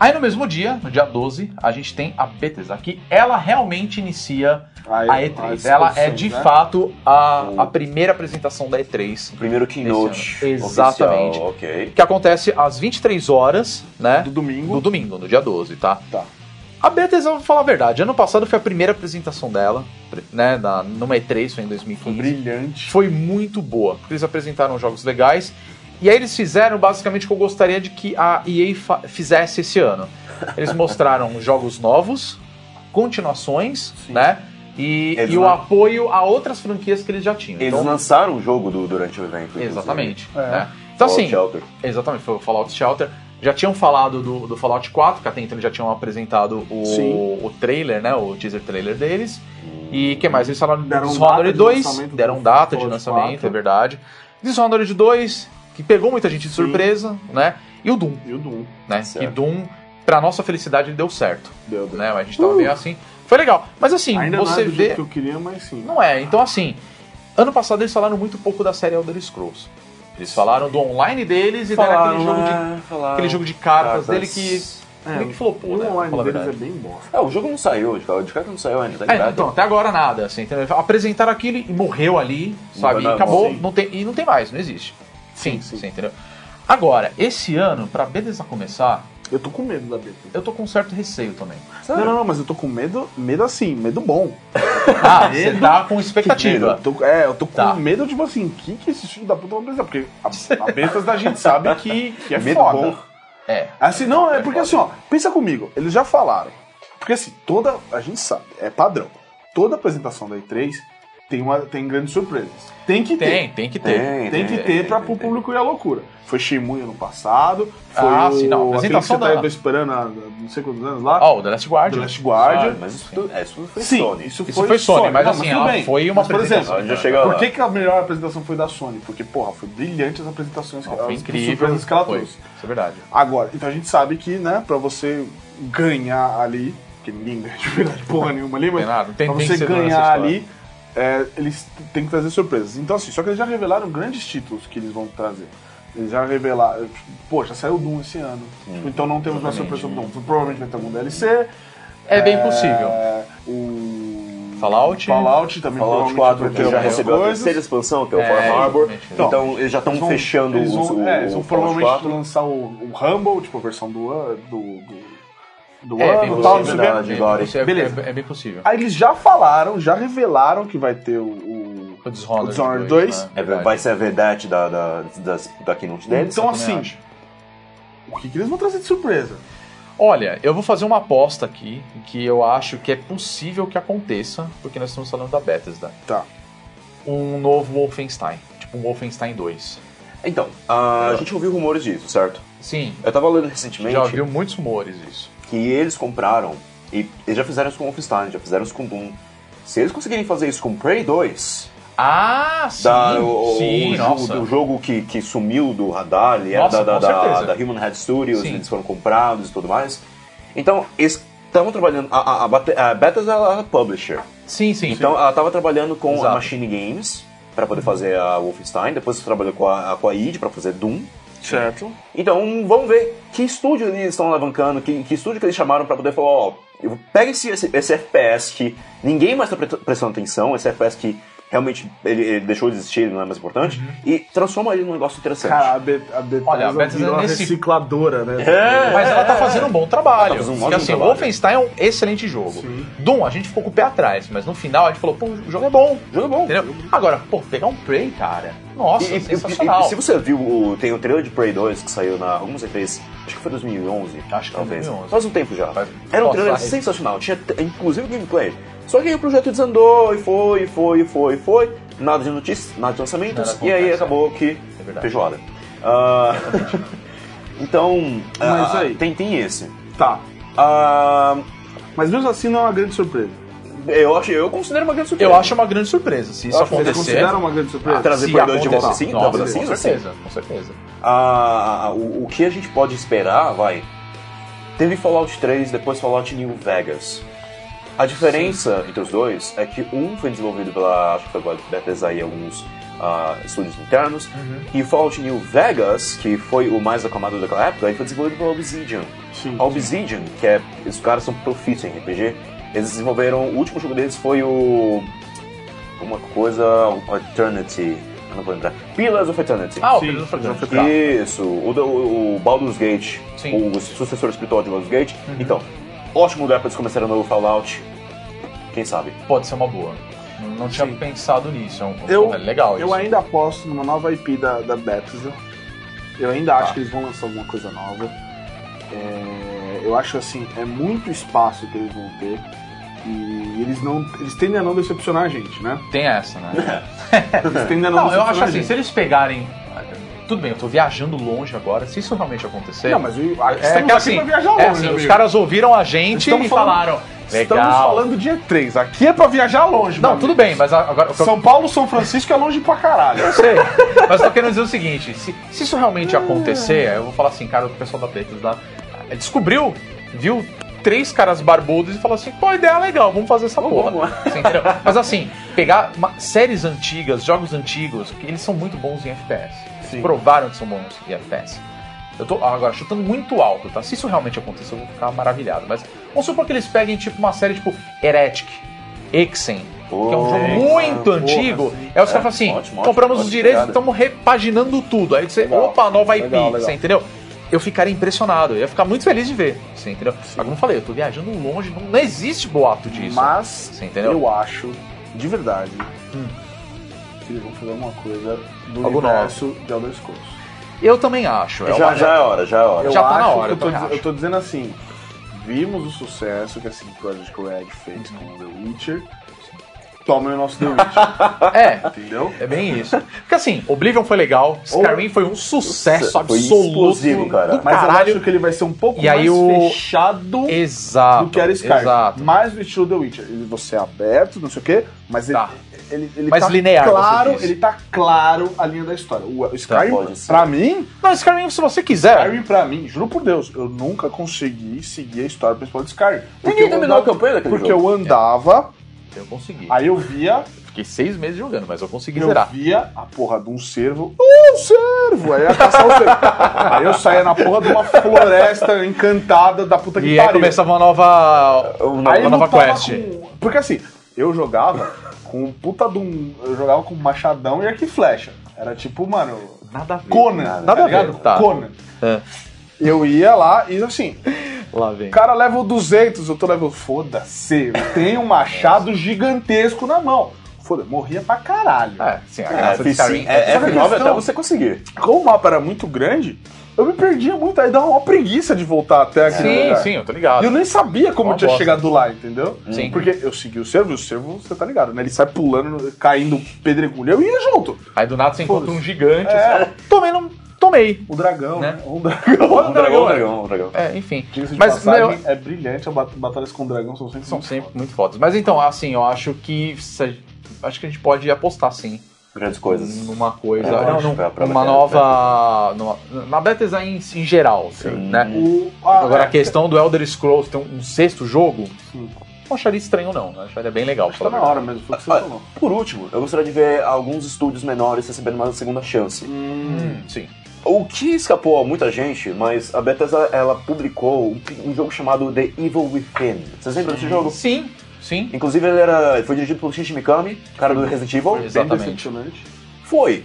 S2: Aí no mesmo dia, no dia 12, a gente tem a Bethesda, que ela realmente inicia
S4: Aí,
S2: a E3.
S4: as
S2: Ela é
S4: discussões,
S2: de
S4: né?
S2: fato a, a primeira apresentação da E3.
S5: Primeiro keynote.
S2: Esse ano. Exatamente.
S5: oficial, ok.
S2: Que acontece às 23 horas, né?
S4: Do
S2: No
S4: domingo.
S2: domingo, no dia 12, tá?
S4: Tá.
S2: A Bethesda, vou falar a verdade, ano passado foi a primeira apresentação dela, né? Na, numa E3, foi em 2015.
S4: Brilhante.
S2: foi muito boa, porque eles apresentaram jogos legais. E aí eles fizeram basicamente o que eu gostaria de que a EA fa- fizesse esse ano. Eles mostraram (laughs) jogos novos, continuações,
S4: Sim.
S2: né? E,
S5: Eles
S2: e o
S5: lan-
S2: apoio a outras franquias que eles já tinham.
S5: Eles
S2: então,
S5: lançaram o jogo do- durante o evento. inclusive.
S2: exatamente.
S4: É.
S2: né? Então
S5: Fallout
S2: assim,
S5: Shelter.
S2: exatamente, foi o Fallout Shelter. Já tinham falado do, do Fallout 4, que até então eles já tinham apresentado
S4: Sim.
S2: o, o trailer, né? O teaser trailer deles. E que mais? Eles falaram
S4: Deram
S2: do
S4: data
S2: Dishonored
S4: de
S2: 2,
S4: lançamento do
S2: deram data de
S4: Fallout
S2: lançamento,
S4: 4.
S2: é verdade. Dishonored 2, que pegou muita gente de
S4: Sim.
S2: surpresa, né? E o Doom,
S4: E o Doom.
S2: né?
S5: Certo.
S2: E Doom, pra nossa felicidade, ele deu certo,
S4: Deu, deu.
S2: né? A gente tava meio assim. Foi legal. Mas assim,
S4: Uh. Ainda não
S2: você
S4: é do
S2: vê...
S4: jeito que eu queria, mas sim.
S2: Não é, então assim, ano passado eles falaram muito pouco da série Elder Scrolls. Eles falaram do online deles e deram aquele jogo de aquele jogo de cartas, dele que.
S4: É,
S2: Ele que falou, pô,
S4: o
S2: né?
S4: online
S2: Fala a
S4: deles é
S2: verdade.
S4: bem bosta.
S5: É, o jogo não saiu, de cara de cara que não saiu ainda, tá
S2: É,
S5: ligado?
S2: então, até agora nada, assim, entendeu? Apresentaram aquilo e morreu ali, sabe? E
S5: Não, não,
S2: acabou,
S4: sim.
S2: não tem, e não tem mais, não existe. Sim,
S4: sim.
S2: sim, entendeu? Agora, esse ano, pra Bethesda começar,
S4: Eu tô com medo da BT.
S2: eu tô com um certo receio
S4: (laughs)
S2: também.
S4: Não, não, não, mas eu tô com medo, medo assim, medo bom.
S2: Ah, você tá com
S4: Medo.
S2: expectativa.
S4: Eu tô- é, eu tô com
S2: Tá.
S4: medo, tipo assim, o que, que esse filho da puta vai apresentar? Porque
S2: (laughs)
S4: a, a Bethesda a gente sabe que, que é
S5: Medo
S4: foda.
S5: bom.
S2: É.
S4: Assim, não, é
S2: foda.
S4: porque assim, ó, pensa comigo, eles já falaram. Porque assim, toda, a gente sabe, é padrão. Toda apresentação da E3 tem, uma, tem grandes surpresas. Tem que ter.
S2: Tem, tem que ter.
S4: Tem que ter pra o público ir à loucura. Foi Shimuya no passado, foi
S2: Ah,
S4: o,
S2: sim, não,
S4: aquele que
S2: apresentação
S4: você tá
S2: da-
S4: esperando há não sei quantos anos lá,
S2: Ó, o The Last Guardian.
S4: The Last Guardian.
S5: Mas isso, tudo- é, isso foi
S4: Sim,
S5: Sony.
S4: isso foi,
S2: Isso foi Sony, mas
S4: Não,
S2: assim,
S4: tudo
S2: ela
S4: bem.
S2: foi uma
S4: Mas, por
S2: apresentação.
S4: exemplo,
S5: A gente já chega lá.
S4: por que, que a melhor apresentação foi da Sony? Porque, porra, foi brilhante as apresentações,
S2: Não,
S4: que-
S2: foi
S4: as
S2: incrível.
S4: surpresas que ela
S2: Foi,
S4: trouxe.
S2: isso é verdade.
S4: Agora, então a gente sabe que, né, pra você ganhar ali, que ninguém ganha de verdade (laughs) porra nenhuma ali, mas
S2: Tem nada, não tem-
S4: pra
S2: tem
S4: você
S2: que ser dono
S4: ganhar
S2: nessa história.
S4: ali, é, eles t- têm que trazer surpresas. Então, assim, só que eles já revelaram grandes títulos que eles vão trazer. Eles já revelaram, pô, já saiu Doom esse ano. Tipo, então não temos mais
S2: exatamente.
S4: surpresa do Doom. Então, Provavelmente vai ter algum DLC.
S2: É bem possível.
S4: é, o
S2: Fallout.
S4: Fallout também
S5: Fallout
S4: provavelmente
S5: 4
S4: vai ter
S5: que já
S4: algumas
S5: recebeu a
S4: coisas.
S5: terceira expansão, que é o
S2: É,
S5: Far Harbor.
S2: exatamente.
S5: Então, eles já
S4: Eles
S5: estão
S4: vão-
S5: fechando
S4: eles
S5: os-
S4: vão,
S5: o,
S4: é, eles vão
S5: o Fallout
S4: provavelmente
S5: 4.
S4: lançar o, o Rumble, tipo, a versão do ano, do, do, do
S2: É, bem
S4: ano, tal, não
S2: possível.
S4: sei o quê.
S5: verdade,
S2: É bem
S5: Gori.
S2: possível,
S4: Beleza.
S2: é- é bem possível.
S4: Aí eles já falaram, já revelaram que vai ter o... o-
S2: O Dishonored,
S4: O Dishonored 2,
S2: né?
S5: É,
S2: Verdade.
S5: vai ser a verdade da, da, das, da keynote deles.
S4: então,
S2: também
S4: assim,
S2: acho.
S4: o que, que eles vão trazer de surpresa?
S2: Olha, eu vou fazer uma aposta aqui que eu acho que é possível que aconteça, porque nós estamos falando da Bethesda.
S4: Tá.
S2: Um novo Wolfenstein, tipo um Wolfenstein 2.
S5: Então, a gente ouviu rumores disso, certo?
S2: Sim,
S5: Eu tava lendo recentemente
S2: já ouviu muitos rumores isso.
S5: que eles compraram, e eles já fizeram isso com Wolfenstein, já fizeram isso com Doom. Se eles conseguirem fazer isso com Prey 2,
S2: Ah, sim,
S5: da, o,
S2: sim,
S5: o jogo,
S2: nossa.
S5: do jogo que, que sumiu do radar, ele
S2: Nossa,
S5: era da,
S2: com
S5: da, da,
S2: certeza.
S5: da Human Head Studios,
S2: Sim.
S5: eles foram comprados e tudo mais. Então, eles estavam trabalhando. A, a, a Bate- a Bethesda ela era publisher.
S2: Sim, sim.
S5: Então, ela estava trabalhando com a
S2: Exato.
S5: Machine Games para poder fazer a Wolfenstein, depois trabalhou com a, com a id para fazer Doom.
S4: Certo.
S5: Então, vamos ver que estúdio eles estão alavancando, que, que estúdio que eles chamaram pra poder falar, ó, eu- pega esse, esse, esse FPS que ninguém mais tá pre- prestando atenção, esse FPS que realmente ele, ele deixou de existir, ele não é mais importante, e transforma ele num negócio interessante.
S4: Cara, a, Be a Bethesda
S2: Olha, a Bethesda
S4: virou uma
S2: nesse-
S4: recicladora, né?
S5: É.
S2: Mas ela tá fazendo um bom trabalho.
S5: Ela tá fazendo um
S2: Porque
S5: ótimo
S2: assim, o
S5: trabalho.
S2: Wolfenstein é um excelente jogo. Doom, a gente ficou com o pé atrás, mas no final a gente falou, pô, o jogo é bom.
S5: O jogo é bom.
S2: Entendeu? Agora, pô, pegar um Prey, cara. Nossa,
S5: E- e-
S2: sensacional.
S5: e- e se você viu, o, tem o trailer de Prey 2 que saiu na. Como você fez? Acho que foi 2011.
S2: Acho que foi
S5: talvez.
S2: 2011.
S5: Faz um tempo já.
S2: Faz-
S5: Era um
S2: Nossa, é.
S5: trailer
S2: aí-
S5: sensacional. Tinha t- inclusive gameplay. Só que aí o projeto desandou e foi, e foi, e foi, e foi. Nada de notícias, nada de lançamentos.
S2: Nada
S5: e aí
S2: acontece,
S5: acabou que.
S2: É verdade.
S5: Feijoada. Ah, (laughs) então.
S4: Mas
S5: ah,
S4: aí-
S5: Tem, tem esse.
S4: Tá.
S5: Ah,
S4: Mas mesmo assim não é uma grande surpresa.
S5: eu, acho, eu considero uma grande surpresa.
S2: Eu acho uma grande surpresa. Se isso
S5: Eu acho que
S4: Vocês
S2: acontecer.
S4: consideram uma grande surpresa?
S5: Ah, trazer
S2: se
S5: Prey 2 de
S2: acontecer-
S5: volta assim,
S2: Nossa,
S5: talvez assim,
S2: com
S5: assim.
S2: certeza, com certeza.
S5: a, o, o que a gente pode esperar, vai. Teve Fallout 3, depois Fallout New Vegas. A diferença entre os dois é que um foi desenvolvido pela, acho que foi pela Bethesda e alguns ah, estúdios internos, e Fallout New Vegas, que foi o mais aclamado daquela época, ele foi desenvolvido pela Obsidian.
S4: Sim.
S5: A Obsidian, que é, os caras são profícios em RPG, eles desenvolveram, o último jogo deles foi o... alguma coisa, Eternity, eu não vou lembrar. Pillars of Eternity.
S2: Ah, o
S4: Sim,
S2: Pedro Fernandes.
S4: já foi
S2: Tá.
S5: Isso, o, da- o, o Baldur's Gate,
S2: Sim.
S5: o sucessor espiritual de Baldur's Gate. Então, ótimo lugar pra eles começarem um novo Fallout. Quem sabe?
S2: Pode ser uma boa. Não tinha pensado nisso. É um-
S4: Eu,
S2: é legal isso.
S4: eu ainda aposto numa nova IP da, da Bethesda. Eu ainda acho
S2: Tá.
S4: que eles vão lançar alguma coisa nova. É, eu acho assim, é muito espaço que eles vão ter. E eles não. Eles tendem a não decepcionar a
S2: (laughs)
S4: gente, né?
S2: Tem essa, né?
S4: Eles tendem a (laughs) não,
S2: Não, eu
S4: tá decepcionar
S2: acho
S4: a
S2: assim,
S4: gente.
S2: se eles pegarem. Tudo bem, eu tô viajando longe agora. Se isso realmente acontecer.
S4: Não, mas o- a-
S2: É
S4: estamos
S2: que
S4: aqui
S2: assim,
S4: pra viajar
S2: é
S4: longe,
S2: assim, os
S4: amigo.
S2: caras ouviram a gente
S4: Estamos
S2: e
S4: falando-
S2: falaram. Legal.
S4: Estamos falando de E3. Aqui é pra viajar longe,
S2: Não,
S4: meu
S2: tudo
S4: amigo.
S2: bem, mas a- agora. o que eu-
S4: São Paulo, São Francisco é longe pra caralho.
S2: Eu sei. Mas tô querendo dizer o seguinte: se, se isso realmente acontecer, eu vou falar assim, cara, o pessoal da Bethesda lá eh, descobriu, viu três caras barbudos e falou assim: pô, ideia legal, vamos fazer essa porra. Você entendeu? Mas assim, pegar uma- séries antigas, jogos antigos, que eles são muito bons em FPS.
S4: Sim.
S2: Provaram que são bons em FPS. Eu tô agora chutando muito alto, tá? Se isso realmente acontecer, eu vou ficar maravilhado. Mas vamos supor que eles peguem tipo uma série tipo Heretic, Exen, que é um jogo
S5: Pô,
S2: muito
S5: porra,
S2: antigo.
S5: sim.
S2: Aí os caras
S5: É,
S2: falam assim:
S5: ótimo, ótimo,
S2: compramos os
S5: ótimo,
S2: direitos,
S5: obrigado.
S2: estamos repaginando tudo. Aí você,
S5: Legal.
S2: opa, nova IP,
S5: Legal, legal.
S2: você entendeu? Eu ficaria impressionado, eu ia ficar muito feliz de ver, você entendeu? Mas como eu falei, eu tô viajando longe, não, não existe boato disso. né?
S4: Mas
S2: Você entendeu? Hum.
S4: eu acho, de verdade, que eles vão fazer alguma coisa do
S2: Algo
S4: universo de Elder Scrolls.
S2: Eu também acho. é
S5: já,
S2: uma-
S5: já é hora, já é hora.
S4: Eu
S2: Já tá na
S4: acho
S2: hora,
S4: que
S2: eu
S4: eu tô,
S2: também
S4: diz-
S2: acho.
S4: eu tô dizendo assim, vimos o sucesso que a CD Projekt Red fez
S2: Uhum.
S4: com The Witcher, tomem o nosso
S2: (laughs)
S4: The Witcher,
S2: É,
S4: entendeu?
S2: é bem isso. Porque assim, Oblivion foi
S4: (laughs)
S2: legal, Skyrim foi um sucesso
S5: Foi
S2: absoluto.
S5: explosivo, cara.
S2: Do
S4: Mas
S2: caralho.
S4: eu acho que ele vai ser um pouco
S2: E
S4: mais
S2: aí o-
S4: fechado
S2: Exato.
S4: do que era Skyrim.
S2: Exato.
S4: Mais no estilo The Witcher. Ele- Você é aberto, não sei o quê, mas ele,
S2: Tá.
S4: ele, ele
S2: Mais
S4: tá
S2: linear, você
S4: claro,
S2: disse. Tá,
S4: ele tá claro a linha da história. O o Skyrim,
S5: pode ser.
S4: pra mim,
S2: Não, Skyrim, se você quiser.
S4: Skyrim pra mim, juro por Deus, eu nunca consegui seguir a história principal de Skyrim. Porque eu
S5: Ninguém terminou a
S4: andava-
S5: campanha daquele
S4: Porque
S5: jogo.
S4: eu andava,
S2: Eu consegui.
S4: aí eu via,
S2: Fiquei seis meses jogando, mas eu consegui
S4: eu
S2: zerar.
S4: via a porra de um cervo. Uh, cervo! Aí eu ia caçar o cervo.
S2: (laughs)
S4: aí eu saía na porra de uma floresta encantada da puta que
S2: E aí
S4: pariu.
S2: começava uma nova. Uma
S4: Aí eu
S2: nova
S4: lutava
S2: quest.
S4: com- Porque assim, eu jogava com um puta de um. Eu jogava com machadão e arco e flecha. Era tipo, mano.
S2: Nada a ver.
S4: Conan,
S2: Nada
S4: tá
S2: a ver,
S4: ligado?
S2: tá.
S4: Conan.
S2: É.
S4: Eu ia lá e assim,
S2: Lá vem.
S4: O cara level 200, eu tô level. Foda-se, eu tenho um machado gigantesco na mão. Foda-se, morria pra caralho.
S2: É, sim, a
S5: É,
S2: graça de Skyrim.
S5: F5, é,
S4: Só que a
S5: F9 até
S4: questão-
S5: você conseguir.
S4: Como o mapa era muito grande, eu me perdia muito, aí dava uma preguiça de voltar até aqui.
S2: Sim, né? sim, eu tô ligado.
S4: E eu nem sabia como
S2: Uma
S4: eu tinha
S2: bosta.
S4: chegado lá, entendeu?
S2: Sim.
S4: Porque eu segui o servo, e o servo, você tá ligado, né? Ele sai pulando, caindo pedregulho, eu ia junto.
S2: Aí do nada você encontra um gigante.
S4: É.
S2: assim, Tomei, não. Tomei.
S4: O dragão,
S2: Né?
S4: né? O dragão. né?
S5: Um dragão, um dragão, um dragão.
S2: É, enfim.
S4: (laughs) Diga-se de
S2: Mas meu,
S4: passagem, é brilhante, as bat- batalhas com o dragão são sempre
S2: são
S4: muito
S2: sempre muito fodas. Mas então, assim, eu acho que. se a- Acho que a gente pode apostar sim
S5: Grandes coisas.
S2: numa coisa.
S5: É, eu acho,
S2: não,
S5: pra- pra
S2: uma
S5: Bethesda.
S2: nova. numa- na Bethesda em, em geral, né?
S4: O- ah,
S2: Agora a
S4: é.
S2: questão do Elder Scrolls tem um, um sexto jogo. não acharia estranho, não. Eu acharia bem legal.
S4: Ah,
S2: pelo
S4: Tá na hora mesmo, foi o que você
S5: Ah,
S4: falou.
S5: Por último, eu gostaria de ver alguns estúdios menores recebendo uma segunda chance.
S2: hum, Sim.
S5: O que escapou a muita gente, mas a Bethesda ela publicou um, pi- um jogo chamado The Evil Within. Vocês lembram
S2: Uhum.
S5: desse jogo?
S2: Sim, sim.
S5: Inclusive ele era, ele foi dirigido pelo Shinji Mikami, cara do Resident Evil.
S4: Bem
S2: Exatamente.
S4: decepcionante.
S5: Foi,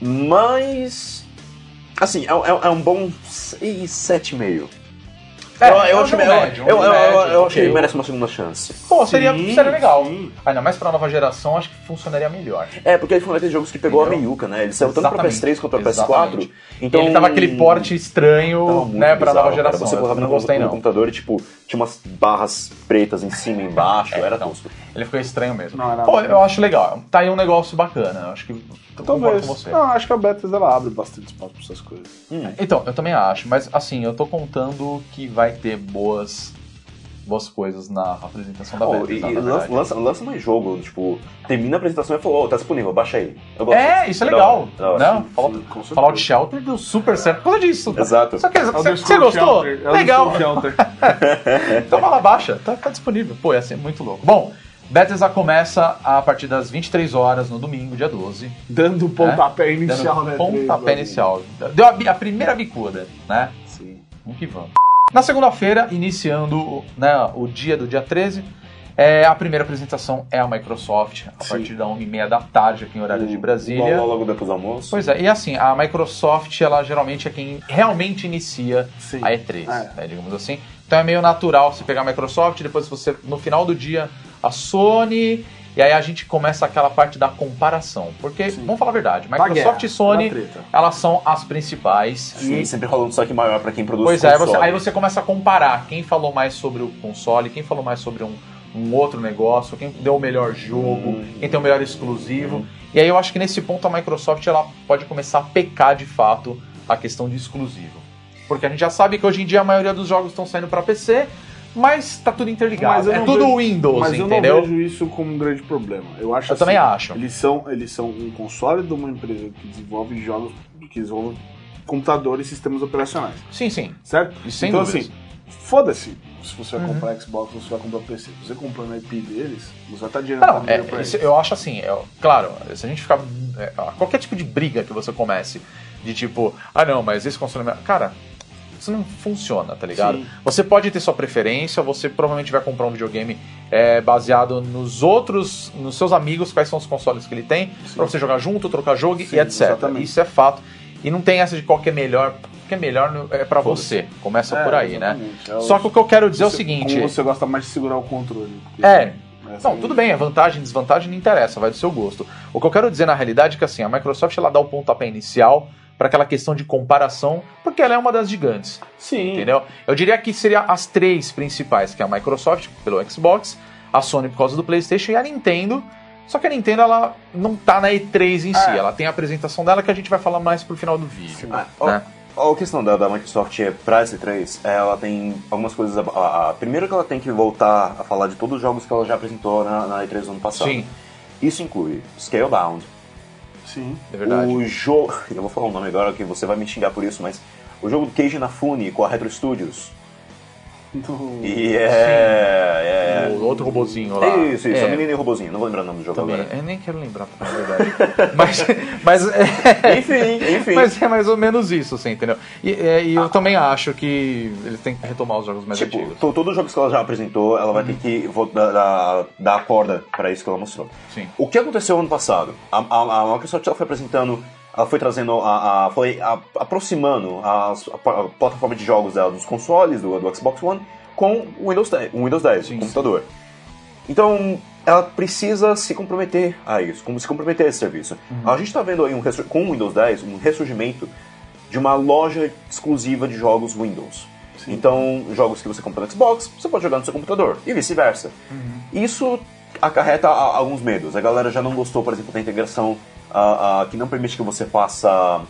S5: mas assim é, é- é um bom 6, 7,5.
S2: É,
S5: eu, eu
S2: é um
S5: acho
S2: jogo
S5: eu,
S2: médio, um
S5: eu, eu,
S2: jogo
S5: eu-
S2: médio,
S5: eu acho que
S2: ok.
S5: ele merece uma segunda chance.
S2: Pô, seria,
S4: Sim,
S2: seria legal.
S4: sim.
S2: Ainda mais pra nova geração, acho que funcionaria melhor.
S5: É, porque ele foi um daqueles jogos que pegou a
S2: Entendeu?
S5: meiuca, né? Ele saiu tanto pra
S2: Exatamente.
S5: PS3 quanto pra
S2: Exatamente.
S5: PS4. Então,
S2: Ele tava aquele porte
S5: Tava
S2: estranho,
S5: muito
S2: né, pra
S5: bizarro,
S2: nova
S5: cara.
S2: geração.
S5: Você
S2: eu
S5: colocava
S2: não
S5: no,
S2: gostei,
S5: no
S2: não.
S5: computador e, tipo, tinha umas barras pretas em cima e embaixo. era
S2: então.
S5: tosco.
S2: Ele ficou estranho mesmo.
S4: Não, era-
S2: Pô, eu acho legal. Tá aí um negócio bacana. eu Acho que eu concordo com
S4: Talvez.
S2: você.
S4: Não, acho que a Bethesda ela abre bastante espaço pra essas coisas.
S2: Então, eu também acho, mas assim, eu tô contando que vai ter boas boas coisas na apresentação da
S5: Pô,
S2: Bethesda,
S5: e,
S2: na
S5: e
S2: tá
S5: lança,
S2: verdade.
S5: lança, lança mais jogo, tipo, termina a apresentação e falou, ô, tá disponível, baixa aí. Eu gosto
S2: É,
S5: disso.
S2: isso é
S5: Da
S2: legal.
S5: hora, da hora.
S2: Não,
S4: sim,
S2: Fallout,
S4: sim, com certeza.
S2: Fallout Shelter deu super certo por causa disso.
S5: Exato.
S2: Só que
S4: Elder
S2: você
S4: Scrolls
S2: gostou?
S4: É Shelter, é Elder
S2: Legal.
S4: Scrolls Shelter.
S2: (laughs) Então vai lá, baixa, tá, tá disponível. Pô, ia ser muito louco. Bom, Bethesda começa a partir das 23 horas no domingo, dia 12.
S4: Dando o pontapé inicial,
S2: É? dando um
S4: né?
S2: pontapé
S4: Três,
S2: inicial. Deu a, bi- a primeira bicuda, né?
S4: Sim.
S2: Vamos que vamos. Na segunda-feira, iniciando né, o dia do dia 13, é, a primeira apresentação é a Microsoft, a
S4: Sim.
S2: partir da 1h30 da tarde aqui em horário
S5: Hum,
S2: de Brasília.
S5: Logo, logo depois do almoço.
S2: Pois é, e assim, a Microsoft, ela geralmente é quem realmente inicia
S4: Sim.
S2: a E3,
S4: Ah,
S2: né, digamos assim. Então é meio natural você pegar a Microsoft, depois você, no final do dia, a Sony, e aí a gente começa aquela parte da comparação. Porque,
S4: Sim.
S2: vamos falar a verdade,
S4: Da
S2: Microsoft
S4: guerra,
S2: e Sony,
S4: da treta.
S2: elas são as principais.
S5: E sempre rola um destaque maior pra quem produz
S2: Pois é, aí você,
S5: console.
S2: aí você começa a comparar quem falou mais sobre o console, quem falou mais sobre um, um outro negócio, quem deu o melhor jogo, quem tem o melhor exclusivo. E aí eu acho que nesse ponto a Microsoft ela pode começar a pecar de fato a questão de exclusivo. Porque a gente já sabe que hoje em dia a maioria dos jogos estão saindo para PC, mas tá tudo
S4: Mas
S2: interligado.
S4: eu
S2: É
S4: não
S2: tudo
S4: vejo-
S2: Windows,
S4: Mas eu
S2: assim, entendeu?
S4: não vejo isso como um grande problema. Eu acho assim,
S2: Eu também acho.
S4: Eles são, eles são um console de uma empresa que desenvolve jogos, que desenvolve computadores e sistemas operacionais,
S2: Sim, sim.
S4: certo?
S2: E sem
S4: então
S2: dúvidas. Uhum.
S4: assim, foda-se se você vai comprar Xbox ou se vai comprar PC. Se você comprar na IP deles, você vai estar
S2: Ah,
S4: adiantando
S2: Não,
S4: dinheiro
S2: é,
S4: pra
S2: isso
S4: eles.
S2: eu acho assim, é, claro, se a gente ficar. é, qualquer tipo de briga que você comece, de tipo, ah não, mas esse console. é melhor." Cara, isso não funciona, tá ligado?
S4: Sim.
S2: Você pode ter sua preferência, você provavelmente vai comprar um videogame é, baseado nos outros, nos seus amigos, quais são os consoles que ele tem, pra você jogar junto, trocar jogo
S4: Sim,
S2: e etc.
S4: exatamente.
S2: Isso é fato. E não tem essa de qual que é melhor, porque melhor no- é pra você. Começa
S4: É,
S2: por aí,
S4: exatamente.
S2: né?
S4: É o-
S2: Só que o que eu quero dizer é o
S4: Você-
S2: seguinte.
S4: Como você gosta mais de segurar o controle. porque- assim.
S2: É.
S4: Essa
S2: Não, tudo bem, a vantagem, desvantagem não interessa, vai do seu gosto. O que eu quero dizer na realidade é que assim, a Microsoft ela dá o pontapé inicial para aquela questão de comparação, porque ela é uma das gigantes,
S4: Sim.
S2: entendeu? Eu diria que seria as três principais, que é a Microsoft pelo Xbox, a Sony por causa do PlayStation e a Nintendo. Só que a Nintendo ela não tá na E3 em si,
S4: É.
S2: ela tem a apresentação dela que a gente vai falar mais pro final do vídeo. né?
S5: Ah,
S4: tá.
S5: ó, ó, A questão da, da Microsoft é, pra S3, ela tem algumas coisas. A, a, a- primeiro que ela tem que voltar a falar de todos os jogos que ela já apresentou na, na E3 do ano passado.
S2: Sim,
S5: Isso inclui Scalebound,
S4: Sim.
S2: é verdade.
S5: o jogo. (laughs) Eu vou falar um nome agora que você vai me xingar por isso, mas. O jogo do Keiji Nafune com a Retro Studios.
S4: Então,
S5: E é. é-
S2: O outro robozinho lá.
S5: É isso, isso.
S2: É,
S5: A menina e o robozinho. Não vou lembrar o nome do jogo
S2: também.
S5: agora.
S2: Eu nem quero lembrar, pra falar a verdade. (laughs) mas, mas é
S5: Enfim,
S2: (laughs)
S5: enfim.
S2: Mas é mais ou menos isso, assim, entendeu? E, é,
S4: Ah.
S2: e eu também acho que eles têm que retomar os jogos mais
S5: Tipo,
S2: antigos.
S5: to- todos os jogos que ela já apresentou, ela vai
S2: Uhum.
S5: ter que vo- dar, dar, dar a corda pra isso que ela mostrou.
S2: Sim.
S5: O que aconteceu ano passado? A, a- a Microsoft ela foi apresentando, ela foi trazendo, a, a- foi a- aproximando as- a, pa- a plataforma de jogos dela dos consoles, do, do Xbox One, com o Windows 10, o Windows 10
S2: Sim,
S5: o computador. Então, ela precisa se comprometer a isso, como se comprometer a esse serviço.
S2: Uhum.
S5: A gente está vendo aí um ressur- com o Windows 10 um ressurgimento de uma loja exclusiva de jogos Windows. Então, jogos que você compra no Xbox, você pode jogar no seu computador, e vice-versa.
S2: Uhum.
S5: Isso acarreta a- alguns medos. A galera já não gostou, por exemplo, da integração ah, ah, que não permite que você faça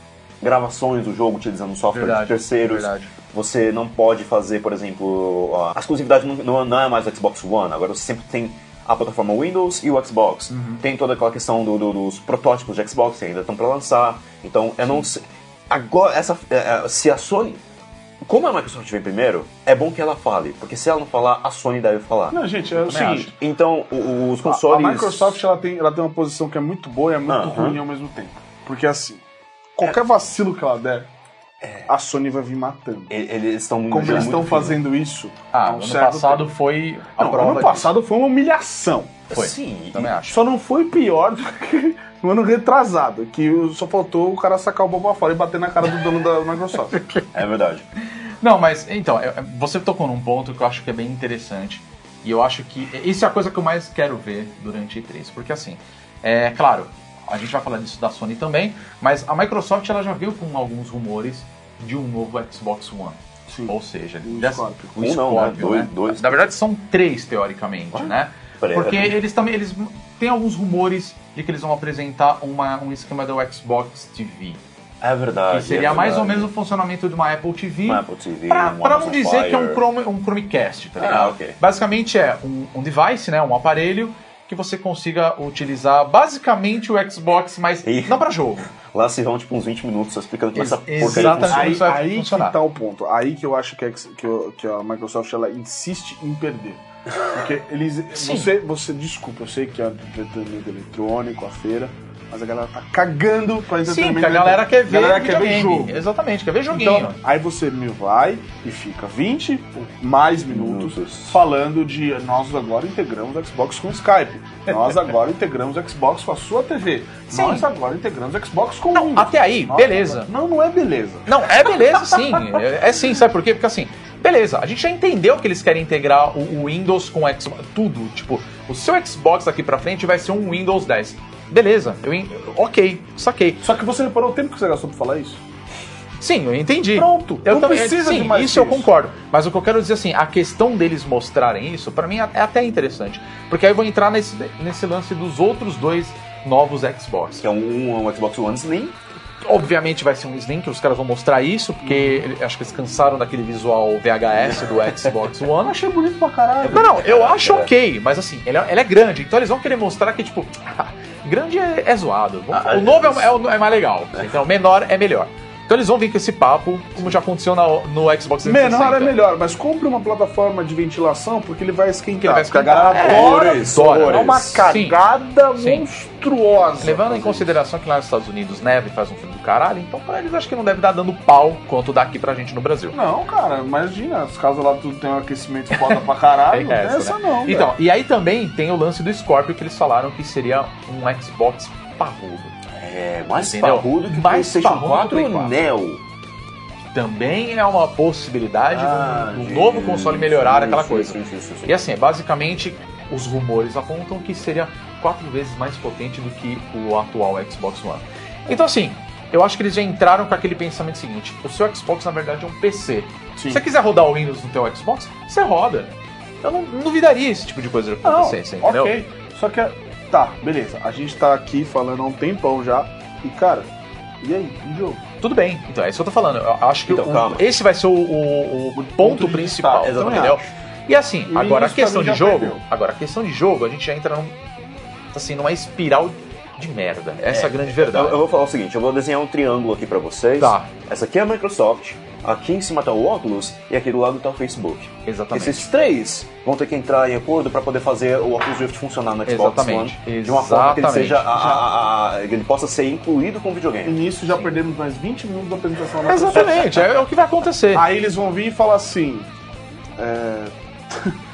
S5: gravações do jogo utilizando software de
S2: Verdade,
S5: terceiros.
S2: verdade.
S5: Você não pode fazer, por exemplo, a a exclusividade não- não, não é mais o Xbox One, agora você sempre tem a plataforma Windows e o Xbox.
S4: Uhum.
S5: Tem toda aquela questão do- do- dos protótipos de Xbox que ainda estão para lançar. Então, eu não sei. Agora, essa, é, é, se a Sony Como a Microsoft vem primeiro, é bom que ela fale, porque se ela não falar, a Sony deve falar.
S4: Não, gente, é o
S2: também
S4: seguinte.
S5: Então, o- os
S4: a-
S5: consoles.
S4: A Microsoft ela tem, ela tem uma posição que é muito boa e é muito
S5: Aham.
S4: ruim ao mesmo tempo. Porque assim, qualquer vacilo que ela der,
S2: É.
S4: a Sony vai vir matando.
S5: e- eles estão
S4: Como
S5: já
S4: eles
S5: muito
S4: estão
S5: fino.
S4: fazendo isso.
S2: Ah,
S4: há um
S2: ano
S4: certo
S2: passado
S4: tempo.
S2: foi a
S4: Não,
S2: prova.
S4: ano passado foi uma humilhação.
S2: Foi.
S5: Sim, é
S2: disso. Também acho.
S4: Só não foi pior do que no ano retrasado, que o- só faltou o cara sacar o bobo fora e bater na cara do dono da Microsoft.
S2: (laughs)
S5: é verdade.
S2: Não, mas então, eu- você tocou num ponto que eu acho que é bem interessante. E eu acho que isso é a coisa que eu mais quero ver durante a E3. Porque assim, é claro, a gente vai falar disso da Sony também, mas a Microsoft ela já veio com alguns rumores de um novo Xbox One.
S4: Sim.
S2: Ou seja,
S4: O
S2: dessa-
S4: Scorpio.
S2: o
S5: Um não, né?
S2: Scorpio,
S5: Dois-
S2: né?
S5: dois.
S2: Na verdade são três, teoricamente, né?
S5: Peraí,
S2: Porque
S5: peraí.
S2: eles também eles têm alguns rumores de que eles vão apresentar uma- um esquema do Xbox TV.
S5: É verdade.
S2: Que seria
S5: é
S2: mais ou
S5: verdade.
S2: menos o funcionamento de uma Apple TV.
S5: Uma Apple TV,
S2: Pra, pra
S5: um
S2: não
S5: Amazon
S2: dizer
S5: Fire.
S2: que é um, Chrome- um Chromecast, tá
S5: Ah,
S2: ligado?
S5: ok.
S2: Basicamente é um, um device, né, um aparelho que você consiga utilizar basicamente o Xbox, mas
S5: Ih.
S2: não pra
S4: (laughs)
S2: jogo.
S5: Lá se vão tipo uns 20 minutos explicando como
S2: Ex-
S5: essa porcaria
S2: exatamente.
S5: funciona.
S4: Aí,
S2: Isso vai
S4: aí que
S2: funcionar.
S4: tá o ponto. Aí que eu acho que a, Ex- que o- que a Microsoft ela insiste em perder. Porque eles.
S2: (laughs) Sim.
S4: Você, você, desculpa, eu sei que é entretenimento eletrônico, a feira, mas a galera tá cagando pra
S2: Sim,
S4: entretenimento.
S2: porque a galera quer ver
S4: galera quer ver
S2: videogame.
S4: jogo.
S2: Exatamente, quer ver joguinho.
S4: Então, aí você me vai e fica 20 ou mais minutos falando de nós agora integramos o Xbox com o Skype.
S2: (laughs)
S4: Nós agora integramos o Xbox com a sua TV.
S2: Sim.
S4: Nós agora integramos o Xbox com o
S2: Não,
S4: Windows.
S2: até aí,
S4: Nós
S2: beleza.
S4: agora- Não, não é beleza.
S2: Não, é beleza (laughs) sim. É, é sim, sabe por quê? Porque assim, beleza, a gente já entendeu que eles querem integrar o, o Windows com o Xbox, tudo. Tipo, o seu Xbox daqui pra frente vai ser um Windows 10. Beleza, eu, en- ok, saquei.
S4: Só que você reparou o tempo que você gastou pra falar isso?
S2: Sim, eu entendi.
S4: Pronto,
S2: Eu
S4: não
S2: também-
S4: precisa
S2: sim,
S4: de mais
S2: isso eu
S4: que isso.
S2: concordo. Mas o que eu quero dizer assim, a questão deles mostrarem isso, pra mim é até interessante. Porque aí eu vou entrar nesse, nesse lance dos outros dois novos Xbox.
S5: Que é um, um Xbox One Slim.
S2: Obviamente vai ser um Slim, que os caras vão mostrar isso, porque ele- acho que eles cansaram daquele visual VHS do Xbox
S4: (laughs)
S2: One.
S4: Achei bonito pra caralho.
S2: Não, não, eu acho ok, mas assim, ele é, ele é grande, então eles vão querer mostrar que, tipo, (laughs) grande é, é zoado. Vamos-
S5: Ah,
S2: o novo é, o- é o- é mais legal, então o menor é melhor. Então eles vão vir com esse papo, como já aconteceu na- no Xbox 360.
S4: Menor é melhor, mas compre uma plataforma de ventilação porque ele vai esquentar.
S2: Ele vai
S4: Porque
S2: esquentar.
S4: a galera
S2: É,
S4: adora
S5: horrores,
S4: fora.
S5: horrores.
S4: É uma
S5: Sim.
S4: cagada
S2: Sim.
S4: monstruosa.
S2: Levando em consideração que lá nos Estados Unidos neve faz um frio do caralho, então pra eles acho que não deve dar dando pau quanto dá aqui pra gente no Brasil.
S4: Não, cara, imagina. As casas lá tudo tem um aquecimento foda pra
S2: (laughs)
S4: caralho.
S2: Tem essa,
S4: essa
S2: né?
S4: não.
S2: Então, e aí também tem o lance do Scorpio que eles falaram que seria um Xbox parrudo.
S5: É mais
S2: Entendeu?
S5: parrudo que o
S2: Mais
S5: PlayStation
S2: parrudo que o
S5: 4
S2: Play
S5: e
S2: 4.
S5: Neo.
S2: Também é uma possibilidade
S5: Ah,
S2: do um,
S5: gente.
S2: novo console melhorar
S5: Sim,
S2: aquela
S5: sim,
S2: coisa.
S5: sim, sim, sim, sim.
S2: E assim, basicamente, os rumores apontam que seria quatro vezes mais potente do que o atual Xbox One. Então assim, eu acho que eles já entraram com aquele pensamento seguinte, o seu Xbox na verdade é um PC.
S4: Sim.
S2: Se você quiser rodar o Windows no teu Xbox, você roda. Eu não não duvidaria esse tipo de coisa
S4: Não,
S2: acontecer, você entendeu?
S4: ok. Só que, tá, beleza. A gente tá aqui falando há um tempão já. E, cara, e aí? E jogo?
S2: Tudo bem, então é isso que eu tô falando. Eu acho que
S5: Então,
S2: o-
S5: calma. tá,
S2: esse vai ser o, o- o ponto
S4: de
S2: principal,
S4: vista,
S5: exatamente.
S2: entendeu? E assim,
S4: E
S2: agora a
S4: isso
S2: questão
S4: também
S2: de
S4: já
S2: jogo,
S4: perdeu.
S2: agora a questão de jogo, a gente já entra num, assim, numa espiral de merda. Essa é a grande
S5: Eu,
S2: verdade.
S5: eu vou falar o seguinte, eu vou desenhar um triângulo aqui pra vocês.
S2: Tá.
S5: Essa aqui é a Microsoft, aqui em cima tá o Oculus e aqui do lado tá o Facebook.
S2: Exatamente.
S5: Esses três vão ter que entrar em acordo pra poder fazer o Oculus Rift funcionar no Xbox
S2: Exatamente.
S5: One de uma forma que ele
S2: Exatamente.
S5: seja a- a- a- a- que ele possa ser incluído com o
S4: E
S5: videogame.
S4: nisso já perdemos mais 20 minutos da apresentação da Microsoft.
S2: (laughs) Exatamente, é o que vai acontecer.
S5: Ah,
S4: Aí eles vão vir e falar assim: é,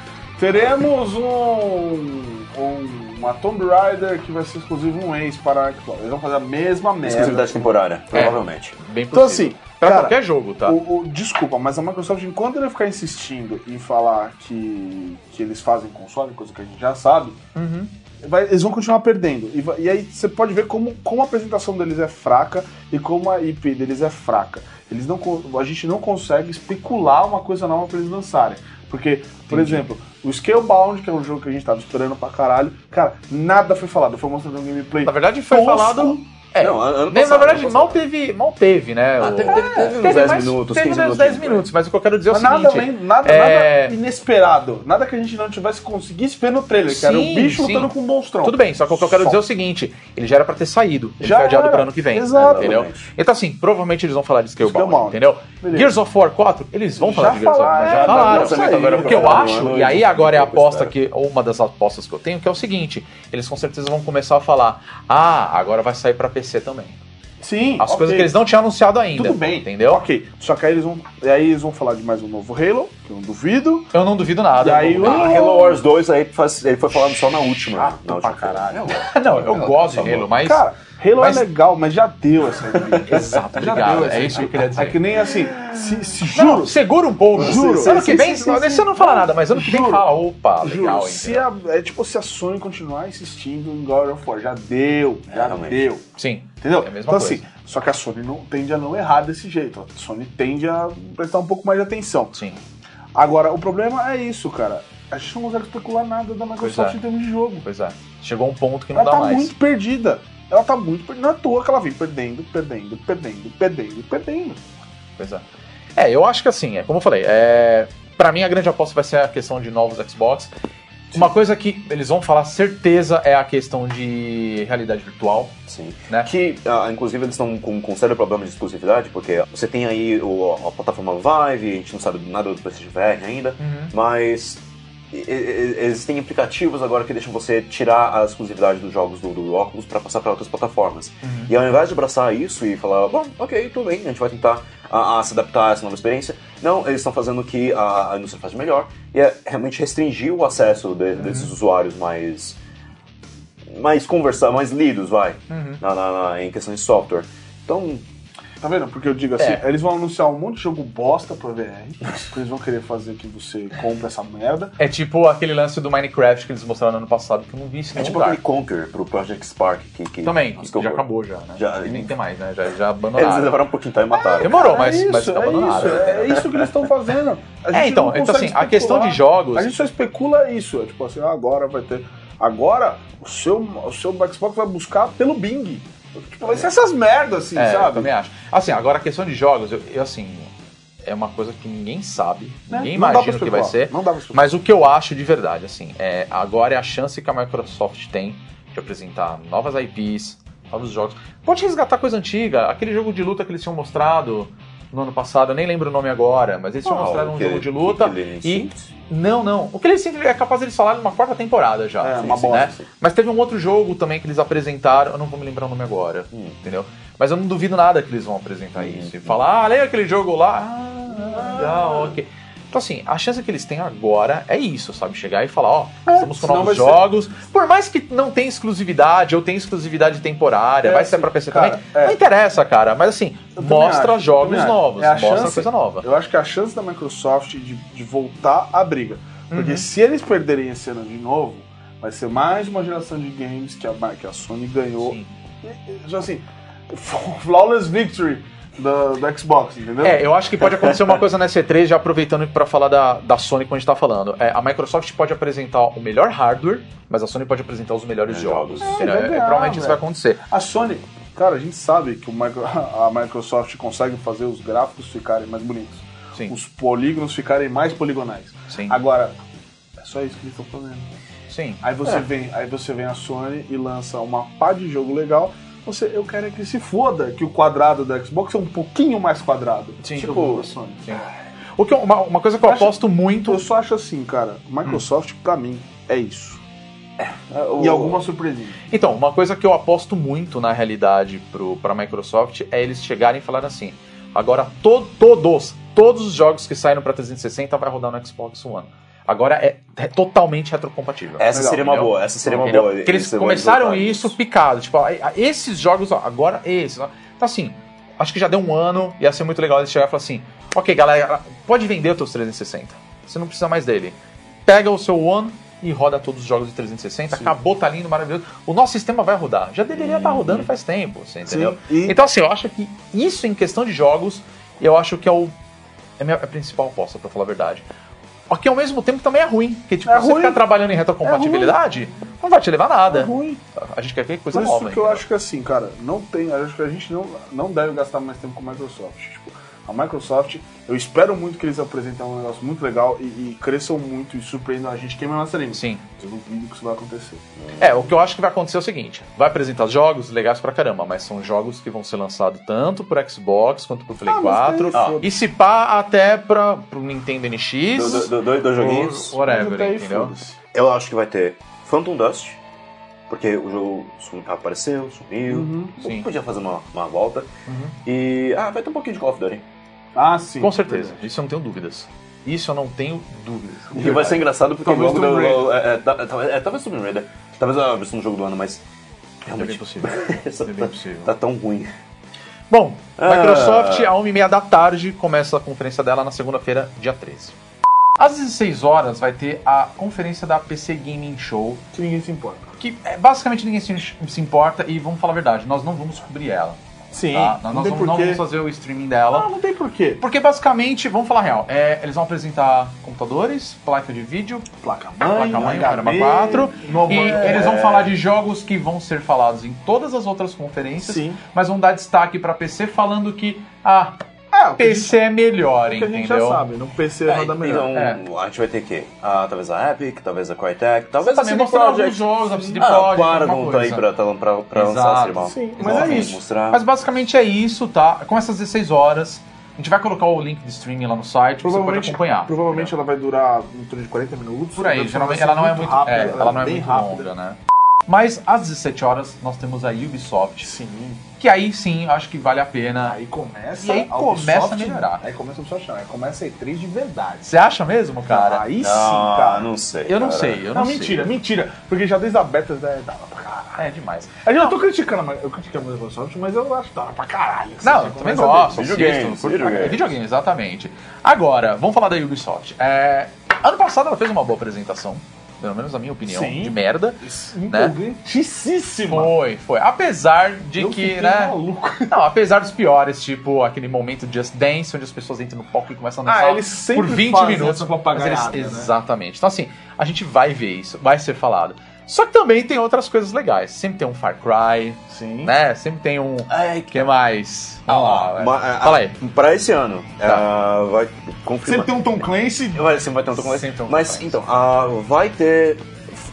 S4: (laughs) teremos um, um- uma Tomb Raider que vai ser exclusivo um ex para Xbox. Eles vão fazer a mesma
S2: É.
S4: merda.
S5: Exclusividade temporária, provavelmente.
S2: Bem
S4: Então
S2: possível.
S4: assim,
S2: pra
S4: cara,
S2: qualquer jogo, tá?
S4: o- o- desculpa, mas a Microsoft, enquanto ela ficar insistindo em falar que, que eles fazem console, coisa que a gente já sabe,
S2: Uhum.
S4: vai- eles vão continuar perdendo. E, vai- e aí você pode ver como, como a apresentação deles é fraca e como a IP deles é fraca. Eles não, con- a gente não consegue especular uma coisa nova pra eles lançarem. Porque, por exemplo, o Scalebound, que é um jogo que a gente tava esperando pra caralho, cara, nada foi falado. Foi mostrando um gameplay.
S2: Na verdade, foi
S4: tosco,
S2: falado É,
S5: Não, ano
S2: nem- na
S5: passado,
S2: verdade,
S5: ano
S2: mal teve, mal teve, né?
S5: Ah,
S2: o-
S5: teve- teve- teve uns
S2: teve
S5: 10
S2: mais-
S5: minutos, né?
S2: teve
S5: 15
S2: mais 10
S5: minutos,
S2: minutos, mas o que eu quero dizer é o
S4: Mas
S2: seguinte.
S4: nada, além, nada,
S2: é,
S4: nada inesperado. Nada que a gente não tivesse conseguido ver no trailer, que era
S2: Sim,
S4: o bicho
S2: sim.
S4: lutando com um monstrão.
S2: Tudo bem, só que o que eu quero
S4: Só.
S2: dizer é o seguinte: ele já era pra ter saído. Ele
S4: Já
S2: foi adiado
S4: era.
S2: pra ano que vem.
S4: Exato.
S2: Entendeu? Então, assim, provavelmente eles vão falar de Scalebound,
S4: Scalebound.
S2: entendeu?
S4: Beleza.
S2: Gears of War 4, eles vão falar
S4: Já
S2: de Gears of War.
S4: falaram, é,
S2: Já
S4: já
S2: falaram.
S4: lançamento agora
S2: O que eu
S5: pra final do
S2: acho,
S5: ano,
S2: e aí
S5: eles
S2: agora é a
S5: vão ter
S2: aposta
S5: que
S2: que, ou uma das apostas que eu tenho, que é o seguinte: eles com certeza vão começar a falar, ah, agora vai sair pra PC também.
S4: Sim.
S2: As
S4: ok.
S2: coisas que eles não tinham anunciado ainda.
S4: Tudo bem.
S2: Entendeu?
S4: Ok. Só que aí eles vão. E aí eles vão falar de mais um novo Halo, que eu não duvido.
S2: Eu não duvido nada.
S4: E aí
S2: Eu-
S4: o-
S5: Ah, Halo Wars 2 aí faz- ele foi falando só na última.
S4: Chato
S5: na última
S4: pra caralho.
S2: (laughs) Não, eu gosto de
S5: favor.
S2: Halo, mas.
S4: tá Cara, Halo
S2: mas-
S4: é legal, mas já
S2: (laughs)
S4: deu essa briga.
S2: Exato, obrigado. É isso que eu queria dizer.
S4: É que nem assim, se, se
S2: Não,
S4: juro,
S2: segura um pouco.
S4: Juro.
S2: Ano que
S4: Sim,
S2: vem,
S4: sim, sim,
S2: esse
S4: sim.
S2: eu não fala nada, mas ano que vem
S4: Juro.
S2: fala, opa, tá legal,
S4: juro, se
S2: entendeu?
S4: a, é tipo se a Sony continuar insistindo em God of War, já deu, já
S5: realmente.
S4: deu.
S2: Sim.
S4: Entendeu?
S2: É a mesma
S4: então
S2: coisa.
S4: assim, só que a Sony não tende a não errar desse jeito. A Sony tende a prestar um pouco mais de atenção.
S2: Sim.
S4: Agora, o problema é isso, cara. A gente não consegue especular nada da Microsoft
S2: Pois é.
S4: em termos de jogo.
S2: Pois é. Chegou um ponto que não
S4: Ela
S2: dá
S4: tá
S2: mais.
S4: muito perdida. Ela tá muito perdida. Não é à toa que ela vem perdendo, perdendo, perdendo, perdendo, perdendo.
S2: Pois é. É, eu acho que assim, é como eu falei, é... pra mim a grande aposta vai ser a questão de novos Xbox. Uma coisa que eles vão falar certeza é a questão de realidade virtual.
S5: Sim.
S2: Né?
S5: Que, ah, inclusive, eles estão com, com um sério problema de exclusividade, porque você tem aí o, a plataforma Vive, a gente não sabe nada do PlayStation VR ainda,
S4: Uhum.
S5: mas e- e- e- existem aplicativos agora que deixam você tirar a exclusividade dos jogos do, do óculos para passar para outras plataformas.
S2: Uhum.
S5: E ao invés de abraçar isso e falar, bom, ok, tudo bem, a gente vai tentar a, a se adaptar a essa nova experiência, não, eles estão fazendo o que a, a indústria faz de melhor, e é realmente restringir o acesso de-
S2: Uhum.
S5: desses usuários mais mais conversar, mais lidos, vai,
S2: Uhum.
S5: na, na- na- em questão de software. Então,
S4: Tá vendo? Porque eu digo assim,
S2: É.
S4: eles vão anunciar um monte de jogo bosta pra VR, porque eles vão querer fazer que você compre essa merda.
S2: É tipo aquele lance do Minecraft que eles mostraram no ano passado, que eu não vi isso em
S5: é
S2: nenhum
S5: tipo
S2: lugar.
S5: aquele Conquer pro Project Spark que, que
S2: Também,
S5: que
S2: já acabou já, né?
S5: Já-
S2: E nem tem mais, né? Já, já
S5: Eles
S2: abandonaram.
S5: levaram um pouquinho de time e mataram.
S2: Demorou,
S4: É
S2: mas,
S4: isso,
S2: mas né?
S4: é
S2: abandonaram.
S4: isso, é isso que eles estão fazendo. A
S2: É,
S4: gente
S2: então,
S4: não
S2: então,
S4: consegue
S2: assim, a questão de
S4: especular.
S2: jogos-
S4: A gente só especula isso. É tipo assim, ah, agora vai ter. Agora o seu, o seu Xbox vai buscar pelo Bing. Tipo, vai ser essas merdas, assim,
S2: É, eu
S4: sabe?
S2: também acho. Assim, agora a questão de jogos, eu, eu, assim, é uma coisa que ninguém sabe,
S4: Né?
S2: ninguém
S4: Não dá pra
S2: imagina o que vai
S4: especular,
S2: ser.
S4: Não dá pra especular.
S2: Mas o que eu acho de verdade, assim, é agora é a chance que a Microsoft tem de apresentar novas IPs, novos jogos. Pode resgatar coisa antiga, aquele jogo de luta que eles tinham mostrado no ano passado, eu nem lembro o nome agora, mas eles tinham
S5: Ah,
S2: mostrado um
S5: aquele-
S2: jogo de luta
S5: aquele
S2: e
S5: Sims.
S2: não, não. O que eles sempre é capaz eles falarem numa quarta temporada já.
S4: É,
S2: assim,
S4: uma bosta,
S2: né?
S5: sim.
S2: Mas teve um outro jogo também que eles apresentaram, eu não vou me lembrar o nome agora,
S5: Hum.
S2: entendeu? Mas eu não duvido nada que eles vão apresentar
S4: Hum,
S2: isso. E falar, ah, lembra aquele jogo lá? Ah, legal, ok. Então assim, a chance que eles têm agora é isso, sabe? Chegar e falar, ó, estamos com
S4: É, senão
S2: novos
S4: vai ser-
S2: jogos. Por mais que não tenha exclusividade, ou tenha exclusividade temporária,
S4: É,
S2: vai ser
S4: sim,
S2: pra PC
S4: cara,
S2: também.
S4: é.
S2: Não interessa, cara. Mas assim,
S4: Eu também
S2: mostra
S4: acho,
S2: jogos
S4: também acho.
S2: novos,
S4: É a
S2: mostra
S4: chance-
S2: coisa nova.
S4: Eu acho que é a chance da Microsoft de, de voltar à briga.
S2: Uhum.
S4: Porque se eles perderem esse ano de novo, vai ser mais uma geração de games que a, Ma- que a Sony ganhou.
S2: Sim.
S4: E- e- já assim, (laughs) flawless victory do, do Xbox, entendeu?
S2: É, eu acho que pode acontecer uma coisa na E3, já aproveitando pra falar da, da Sony quando a gente tá falando. É, a Microsoft pode apresentar o melhor hardware, mas a Sony pode apresentar os melhores jogos.
S5: jogos.
S2: entendeu?
S4: É,
S2: É,
S4: legal,
S2: provavelmente isso vai
S4: velho.
S2: acontecer.
S4: A Sony, cara, a gente sabe que o micro- (laughs) a Microsoft consegue fazer os gráficos ficarem mais bonitos.
S2: Sim.
S4: Os polígonos ficarem mais poligonais.
S2: Sim.
S4: Agora, é só isso que eles estão fazendo.
S2: Sim.
S4: Aí você vem, aí você vem a Sony e lança uma pá de jogo legal. Você, eu quero é que se foda que o quadrado da Xbox é um pouquinho mais quadrado.
S2: Sim.
S4: tipo, a Sony.
S2: Sim. O que, eu- uma, uma coisa que eu
S4: Acho-
S2: aposto muito.
S4: Eu só acho assim, cara, Microsoft pra mim é isso.
S2: É.
S5: Ah, o-
S4: E alguma surpresinha.
S2: Então, uma coisa que eu aposto muito na realidade pro, pra Microsoft é eles chegarem e falarem assim: agora to- todos, todos os jogos que saíram pra 360 vai rodar no Xbox One. Agora é, é totalmente retrocompatível.
S5: Essa
S4: Legal,
S5: seria uma
S2: entendeu?
S5: boa, essa seria um uma
S2: Entendeu?
S5: boa.
S2: Porque eles
S5: Isso eu vou
S2: começaram
S5: exaltar.
S2: isso picado. Tipo, ó, a- esses jogos, ó, agora esses. ó. Então, assim, acho que já deu um ano, ia ser muito legal eles chegarem e falar assim: ok, galera, pode vender os teus 360. Você não precisa mais dele. Pega o seu One e roda todos os jogos de 360. Acabou, tá lindo, maravilhoso. O nosso sistema vai rodar. Já deveria estar rodando faz tempo, você entendeu?
S4: e-
S2: Então, assim, eu acho que isso em questão de jogos, eu acho que é o. É a minha principal aposta, pra falar a verdade. Aqui ao mesmo tempo também é ruim. Porque, tipo,
S4: É
S2: você
S4: ruim.
S2: ficar trabalhando em retrocompatibilidade, não vai te levar a nada.
S4: ruim.
S2: A gente quer ver coisa
S4: Por Uhum. isso
S2: nova.
S4: que eu
S2: entendeu?
S4: acho que assim, cara, não tem. eu Acho que a gente não, não deve gastar mais tempo com a Microsoft. Tipo, a Microsoft, eu espero muito que eles apresentem um negócio muito legal e, e cresçam muito e surpreendam a gente é queima nós teremos.
S2: Sim.
S4: Eu duvido que isso vai acontecer.
S2: É, o que eu acho que vai acontecer é o seguinte: vai apresentar jogos legais pra caramba, mas são jogos que vão ser lançados tanto pro Xbox quanto pro Play
S4: Ah, mas
S2: 4.
S4: daí
S5: Ah.
S4: foda-se.
S2: E se pá até pra, pro Nintendo NX.
S5: Do- do- do- Dois dois joguinhos.
S2: ou- Whatever,
S4: Mas até aí,
S2: entendeu?
S4: foda-se.
S5: Eu acho que vai ter Phantom Dust, porque o jogo sum- apareceu, sumiu. Ou
S2: Uhum, sim. Uhum.
S5: Podia fazer uma, uma volta. E. Ah, vai ter um pouquinho de Call of Duty.
S4: Ah, sim.
S2: Com certeza, isso eu não tenho dúvidas. Isso eu não tenho dúvidas.
S5: E vai ser engraçado porque
S4: Talvez
S5: logo
S4: Tomb
S5: do-
S4: Raider.
S5: é, é, ta- ta- é, talvez Tomb Raider. Talvez a versão do jogo do ano, mas.
S2: É bem
S5: Realmente.
S2: possível.
S5: (laughs) essa
S2: é bem
S5: tá,
S2: possível.
S5: tá tão ruim.
S2: Bom,
S5: Ah.
S2: Microsoft, a 1h30 da tarde, começa a conferência dela na segunda-feira, dia 13. Às 16 horas vai ter a conferência da PC Gaming Show,
S4: Que ninguém se importa.
S2: que é, basicamente ninguém se, se importa e vamos falar a verdade, nós não vamos cobrir ela.
S4: Sim.
S2: tá? Nós,
S4: Ah, não,
S2: nós
S4: tem
S2: vamos, não
S4: porquê.
S2: vamos fazer o streaming dela.
S4: Ah, não tem porquê.
S2: Porque basicamente, vamos falar a real, é, eles vão apresentar computadores, placa de vídeo,
S4: Placa
S2: placa mãe,
S4: HD,
S2: Caramba 4,
S4: no-
S2: e
S4: é,
S2: eles vão falar de jogos que vão ser falados em todas as outras conferências,
S4: Sim.
S2: mas vão dar destaque pra PC falando que ah,
S4: É, o que a gente-
S2: PC é melhor,
S4: o que a gente já
S2: entendeu?
S4: sabe, no PC é
S5: É,
S4: nada melhor.
S5: então, a gente vai ter que. Ah, talvez a Epic, talvez a Crytek, talvez a
S2: Também
S5: CD
S2: mostraram Tá alguns
S5: Projekt.
S2: jogos, a CD
S5: Ah,
S2: Projekt,
S5: para,
S2: alguma
S5: não tá aí
S2: coisa.
S5: pra, pra, pra, pra lançar esse
S2: Exato,
S5: irmão.
S4: sim,
S5: Eles
S4: mas
S5: vão
S4: é isso.
S5: Mostrar.
S2: Mas basicamente é isso, tá? Com essas 16 horas, a gente vai colocar o link de streaming lá no site, você pode acompanhar.
S4: Provavelmente ela vai durar em torno de 40 minutos.
S2: Por aí,
S4: Deve ser
S2: geralmente
S4: uma
S2: ela não é
S4: versão
S2: muito, rápida,
S4: rápida,
S2: ela não é
S4: bem
S2: muito
S4: rápida.
S2: longa, né? Mas às 17 horas nós temos a Ubisoft,
S4: Sim.
S2: que aí sim acho que vale a pena.
S4: Aí começa.
S2: Ah. E aí
S4: a
S2: começa
S4: Ubisoft-
S2: a melhorar.
S4: Aí começa a Ubisoft não, aí começa a E3 de verdade.
S2: Você acha mesmo, cara?
S4: aí
S5: Ah,
S4: sim, cara.
S5: não sei.
S2: Eu não
S5: cara.
S2: sei, eu
S4: Não,
S2: não, sei.
S4: mentira, mentira. Porque já desde a beta já dava pra caralho.
S2: É demais.
S4: Eu não tô criticando, mas eu critiquei a Microsoft, mas eu acho que dava pra caralho. assim, tipo,
S2: Não,
S4: Você
S2: eu também
S4: começa a
S2: gosto.
S5: Videogames,
S2: assisto, curto pra
S5: videogames.
S2: caralho. Videogame, exatamente. Agora, vamos falar da Ubisoft. É, ano passado ela fez uma boa apresentação, pelo menos na minha opinião,
S4: Sim.
S2: de merda.
S4: ver-
S2: né?
S4: Empolgantíssima.
S2: Foi, foi. Apesar de
S4: Eu
S2: que,
S4: fiquei
S2: né?
S4: maluco.
S2: Não, apesar dos piores, tipo aquele momento de Just Dance, onde as pessoas entram no palco e começam a dançar
S4: Ah, eles sempre
S2: por 20
S4: fazem
S2: minutos.
S4: essa propagandaiada,
S2: Mas eles-
S4: né?
S2: Exatamente. Então, assim, a gente vai ver isso, vai ser falado. Só que também tem outras coisas legais. Sempre tem um Far Cry,
S4: Sim.
S2: né? Sempre tem um.
S5: Ai,
S2: O que mais? Vamos lá, vai.
S5: Ma-
S2: Fala aí.
S5: ah, Pra esse ano.
S2: Tá.
S5: ah, vai
S4: Sempre
S5: confirmar.
S4: tem um Tom Clancy.
S5: Vai, sempre vai ter um Tom Clancy.
S2: Sempre tem um Tom
S5: Mas
S2: Clancy.
S5: então, ah, vai ter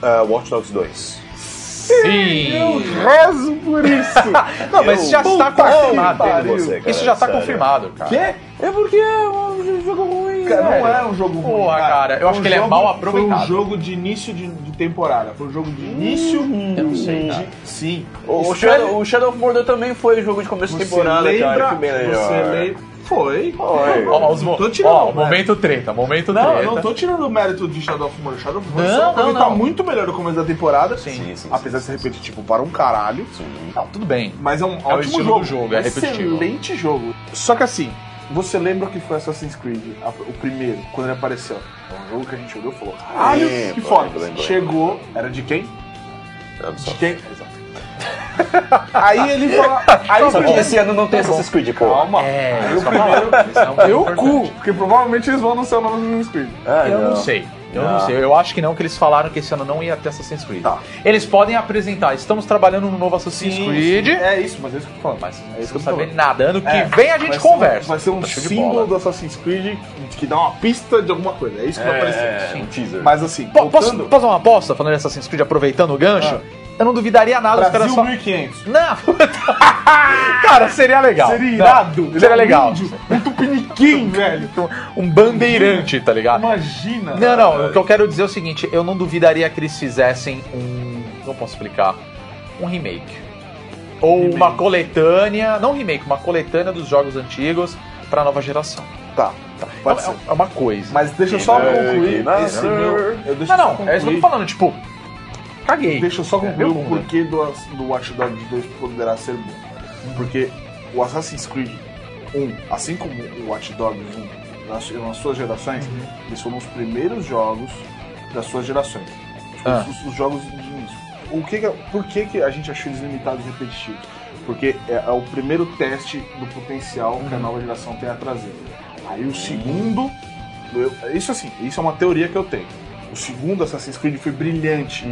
S5: ah, Watch Dogs 2.
S2: Sim!
S4: Rezo por (laughs) isso.
S2: Não, mas já
S5: Eu-
S2: está
S5: Puta que
S2: confirmado.
S5: pariu, você, cara,
S2: Isso já está
S5: sério.
S2: confirmado, cara.
S4: Quê?
S5: É porque é um jogo ruim.
S4: Cara,
S5: velho.
S4: não é um jogo ruim.
S2: Porra, cara, eu
S4: Foi
S2: acho
S4: um
S2: que ele é
S4: jogo-
S2: mal aproveitado.
S4: Foi um jogo de início de, de temporada. Foi um jogo de início.
S2: Hum, Eu não sei, cara.
S4: de, sim. é-
S5: O, o
S4: Espere-
S5: Shadow, o Shadow of Mordor também foi jogo de começo de temporada, cara. Foi bem legal.
S4: Você lembra? Foi.
S5: Foi.
S2: Ó, os mo-
S4: Tô tirando,
S2: ó,
S4: né?
S2: momento treta, momento
S4: Não,
S2: treta.
S4: eu não tô tirando o mérito de Shadow of Mordor. Shadow of
S2: Não,
S4: Mordor
S2: não,
S4: não, tá
S2: não.
S4: muito melhor no começo da temporada.
S5: Sim, sim,
S4: Apesar de ser repetitivo para um caralho.
S2: Não, tudo bem.
S4: Mas é um
S2: o
S4: ótimo
S2: estilo
S4: jogo.
S2: do jogo, é repetitivo.
S4: Excelente jogo. Só que assim, você lembra o que foi Assassin's Creed, a- o primeiro, quando ele apareceu? É um jogo que a gente olhou e falou, caralho,
S5: Lembro,
S4: que foda.
S5: lembro, lembro.
S4: Chegou, era de quem? De
S5: Ubisoft.
S4: quem? (laughs) aí ele fala, aí
S5: Só que
S4: primeiro-
S5: esse ano não tem Assassin's Creed, pô.
S4: Calma.
S2: É,
S4: aí o
S2: só
S4: primeiro,
S2: falar, isso é um ponto
S4: eu
S2: importante.
S4: cu, porque provavelmente eles vão anunciar o nome do Assassin's Creed.
S5: Ah,
S2: Eu não sei. Eu não
S5: Ah.
S2: sei. Eu acho que não, que eles falaram que esse ano não ia ter Assassin's Creed.
S4: Tá.
S2: Eles podem apresentar. Estamos trabalhando no novo Assassin's Creed.
S4: É isso, mas é isso que eu tô falando.
S2: Mas não
S4: é isso que eu
S2: vamos
S4: tô
S2: saber
S4: falando.
S2: nada. Ano que
S4: É,
S2: vem a gente
S4: vai ser um-
S2: conversa.
S4: vai ser um
S2: Tá show de
S4: símbolo
S2: bola.
S4: do Assassin's Creed que- que dá uma pista de alguma coisa. É isso que vai aparecer.
S5: É, um teaser.
S4: Mas assim,
S2: Po- posso,
S4: voltando,
S2: posso dar uma aposta falando de Assassin's Creed, aproveitando o gancho?
S4: Ah.
S2: Eu não duvidaria nada os caras
S4: Brasil
S2: só.
S4: 1500.
S2: Não! (laughs) Cara, seria legal.
S4: Seria Então,
S2: Não,
S4: irado.
S2: Seria
S4: um
S2: legal.
S4: índio, Um (laughs) tupiniquim, velho.
S2: Um bandeirante, tá
S4: ah,
S2: ligado?
S4: Imagina.
S2: Não, não, o que eu quero dizer é o seguinte, eu não duvidaria que eles fizessem um. Não posso explicar. Um remake. Ou
S4: Um Remake.
S2: uma coletânea. Não um remake, uma coletânea dos jogos antigos pra nova geração.
S4: Tá, tá. Pode
S2: é,
S4: ser.
S2: é uma coisa.
S4: Mas deixa eu só
S5: Que
S4: concluir
S5: nada.
S4: esse meu. Eu deixo
S2: né? não,
S4: só
S2: não, é isso que eu
S4: concluir.
S2: tô falando, tipo. Caguei.
S4: Deixa eu só
S2: É, meu
S4: concluir o
S2: mundo.
S4: porquê do, As- do Watch Dogs 2 poderá ser bom. Porque o Assassin's Creed 1, assim como o Watch Dogs 1, nas, nas suas gerações,
S2: Uhum.
S4: eles foram os primeiros jogos das suas gerações. Tipo,
S2: Ah.
S4: os, os jogos de início. O que que- por que, que a gente achou eles limitados e repetitivos? Porque é, é o primeiro teste do potencial que
S2: Uhum.
S4: a nova geração tem a trazer. Aí o segundo. eu- isso assim, isso é uma é teoria que eu tenho.
S6: O segundo Assassin's Creed foi brilhante,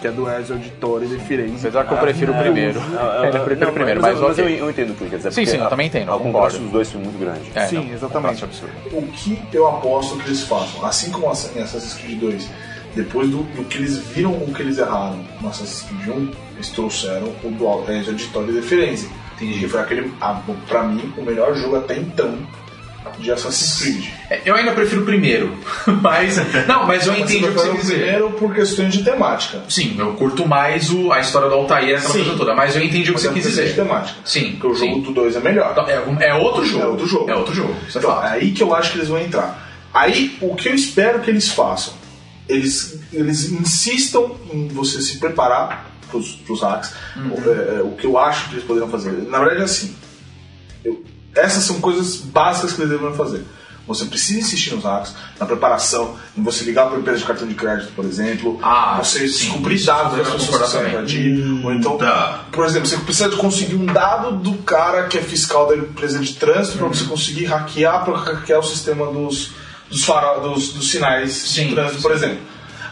S6: que é do Ezio Auditore de Firenze.
S2: Hum. Apesar que eu prefiro o primeiro.
S5: é,
S7: Ah, ah,
S2: Ele
S7: ah,
S2: prefere o
S7: não,
S2: primeiro,
S7: mas,
S2: mas,
S7: eu, mas eu,
S2: ok.
S7: eu entendo o que ele quer dizer.
S2: Sim,
S7: porque
S2: sim, eu
S7: a-
S2: também entendo,
S7: A
S2: eu
S7: contraste
S2: concordo.
S7: dos dois foi muito grande.
S2: É,
S6: Sim,
S2: não,
S6: exatamente.
S2: um abraço absurdo.
S4: O que eu aposto que eles façam, assim como em Assassin's Creed 2, depois do, do que eles viram, o que eles erraram no Assassin's Creed 1, eles trouxeram o Dual Edge Auditório de Firenze. Entendi. Que foi aquele, a, pra mim, o melhor jogo até então de Assassin's Creed.
S2: É, Eu ainda prefiro o primeiro, (laughs) mas. Não, mas eu entendi o que você
S4: prefere
S2: quer dizer.
S4: primeiro por questões de temática.
S2: Sim, eu curto mais o- a história do Altair, essa
S4: Sim.
S2: coisa toda, mas eu entendi o que
S4: Mas
S2: você
S4: é
S2: quis
S4: por questões
S2: dizer.
S4: de temática.
S2: Sim,
S4: Porque o jogo
S2: sim.
S4: do 2 é melhor.
S2: Então, É, é outro jogo.
S4: É outro jogo.
S2: É outro jogo. Isso é
S4: Então,
S2: fato.
S4: é aí que eu acho que eles vão entrar. Aí, o que eu espero que eles façam? Eles, eles insistam em você se preparar para os hacks.
S2: Uhum.
S4: O, é, é, o que eu acho que eles poderiam fazer. Na verdade, é assim. Eu- essas são coisas básicas que eles deveriam fazer. Você precisa insistir nos hacks, na preparação, em você ligar para empresa de cartão de crédito, por exemplo.
S2: Ah,
S4: você
S2: sim.
S4: descobrir dados
S2: Eu
S4: das
S2: vou
S4: pessoas que
S2: concordar
S4: são
S2: também.
S4: pra ti. Ou então,
S5: Tá.
S4: por exemplo, você precisa de conseguir um dado do cara que é fiscal da empresa de trânsito para você conseguir hackear, para hackear o sistema dos, dos, farol, dos, dos sinais
S2: Sim.
S4: de trânsito, por exemplo.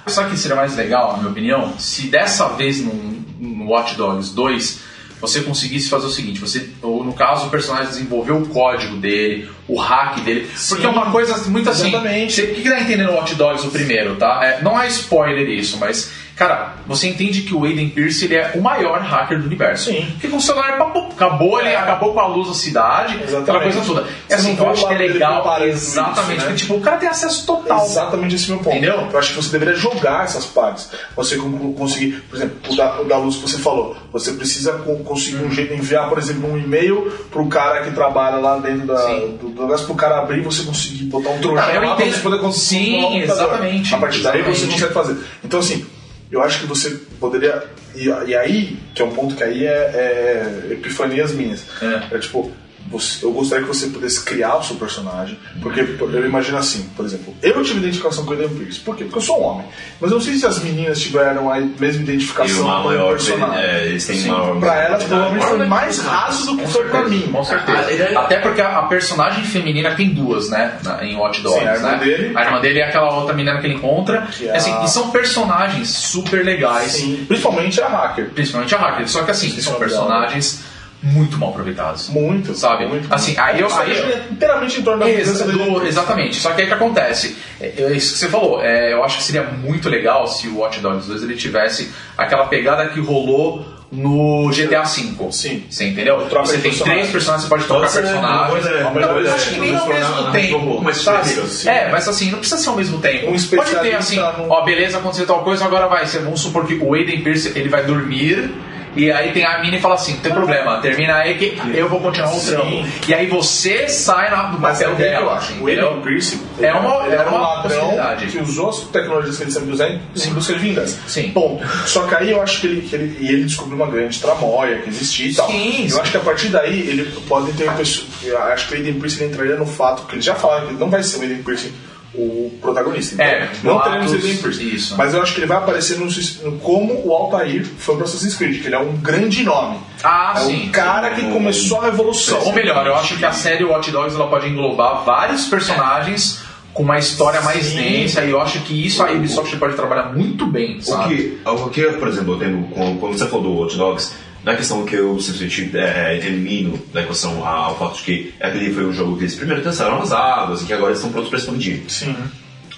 S2: Sabe o que seria mais legal, na minha opinião? Se dessa vez no, no Watch Dogs 2 você conseguisse fazer o seguinte, você, ou no caso, o personagem desenvolveu o código dele, o hack dele, porque é uma coisa muito assim.
S4: exatamente.
S2: você- O que que tá entendendo no Watch Dogs o primeiro, tá? É, não é spoiler isso, mas, cara, você entende que o Aiden Pierce ele é o maior hacker do universo.
S4: Sim. É.
S2: Porque com o celular papum, acabou, ele acabou com a luz da cidade, aquela
S4: Exatamente.
S2: coisa toda. É
S4: Você
S2: assim,
S4: não
S2: que eu
S4: vê o
S2: acho que é
S4: lado dele
S2: legal,
S4: preparando
S2: exatamente.
S4: isso, né?
S2: porque, Tipo, o cara tem acesso total.
S4: Exatamente esse meu ponto.
S2: Entendeu?
S4: Eu acho que você deveria jogar essas partes. Você con- conseguir, por exemplo, o da, o da luz que você falou. Você precisa co- conseguir um jeito de enviar, por exemplo, um e-mail pro cara que trabalha lá dentro da,
S2: Sim.
S4: do do negócio, pro cara abrir e você conseguir botar um
S2: Não,
S4: trojão
S2: eu
S4: lá pra
S2: entendo.
S4: você poder conseguir.
S2: Sim,
S4: controlar o computador.
S2: exatamente.
S4: A partir daí você
S2: Exatamente.
S4: consegue fazer. Então, assim, eu acho que você poderia. E, e aí, que é um ponto que aí é, é epifanias minhas.
S2: É.
S4: É tipo, você- eu gostaria que você pudesse criar o seu personagem, porque p- eu imagino assim, por exemplo, eu tive identificação com o William Pierce. Por quê? Porque eu sou um homem. Mas eu não sei se as meninas tiveram a mesma
S5: E
S4: identificação
S5: uma
S4: com
S5: maior.
S4: o personagem. Assim,
S5: É, eles têm maior.
S4: Pra elas, provavelmente, foi
S5: Olha,
S4: mais raso do que foi pra mim.
S2: Com
S5: Ah, ele
S2: certeza.
S5: é-
S2: Até porque a a personagem feminina tem duas, né? na- Em Hot Dogs,
S4: Sim, a irmã
S2: né?
S4: dele.
S2: A irmã dele é aquela outra menina que ele encontra.
S4: Que
S2: É assim,
S4: a-
S2: E são personagens super legais.
S4: Sim, Principalmente a hacker.
S2: Principalmente a Hacker. Só que assim, são
S4: Sim, é
S2: personagens muito mal aproveitados.
S4: Muito.
S2: Sabe?
S4: Muito.
S2: Assim, aí eu-
S4: A história
S2: aí eu-
S4: gira inteiramente em torno da
S2: Exa-
S4: mudança do
S2: do- exatamente. Só que aí o que acontece? É, é isso que você falou. É, eu acho que seria muito legal se o Watch Dogs 2 ele tivesse aquela pegada que rolou no GTA V.
S4: Sim.
S2: Você entendeu?
S4: troca
S2: Você
S4: de
S2: tem
S4: personagem.
S2: três personagens, você pode trocar
S5: Nossa, né?
S2: personagens.
S5: Uma coisa é-
S2: Não,
S5: uma
S2: eu
S4: coisa
S2: acho
S4: é
S2: que nem ao mesmo
S5: transformar um pouco
S2: tempo.
S5: mais
S2: sabe?
S5: específico, assim,
S2: É, mas assim, não precisa ser ao mesmo tempo.
S4: Um
S2: pode ter
S4: especialista
S2: assim,
S4: num-
S2: ó, beleza, aconteceu tal coisa, agora vai. Você, vamos supor que o Aiden Pierce ele vai dormir. E aí tem a mina e fala assim, não tem problema, termina aí que eu vou continuar o
S4: Sim.
S2: trampo. E aí você sai na, do
S4: Mas é
S2: papel
S4: o que
S2: dela.
S4: eu acho. O
S2: entendeu?
S4: William Pierce
S2: É uma-
S4: ele
S2: é
S4: era um
S2: uma
S4: ladrão
S2: possibilidade.
S4: que usou as tecnologias que ele sabia usar em em busca de vingança.
S2: Sim.
S4: Ponto. Só que aí eu acho que ele, que ele- e ele descobriu uma grande tramóia que existia e tal.
S2: Sim,
S4: eu
S2: sim.
S4: acho que a partir daí ele pode ter. pessoa- eu Acho que o Aiden Pierce ele entraria no fato, porque eles já falaram que ele não vai ser o Aiden Pierce o protagonista. Então,
S2: É,
S4: não
S2: boatos,
S4: teremos Aiden Pierce.
S2: isso.
S4: Mas eu acho que ele vai aparecer no, sis- no- como o Altair foi para Assassin's Creed, que ele é um grande nome.
S2: Ah,
S4: é
S2: sim.
S4: o cara que começou a revolução.
S2: Ou melhor, eu acho que a série Watch Dogs ela pode englobar vários personagens com uma história mais
S4: Sim.
S2: densa e eu acho que isso a Ubisoft pode trabalhar muito bem,
S5: O
S2: sabe?
S5: que, algo que, por exemplo, eu tenho, com- quando você falou do Watch Dogs, não é questão que eu simplesmente é, elimino da equação a- ao fato de que aquele foi um jogo que eles primeiro testaram as águas e que agora eles estão prontos para expandir.
S4: Sim.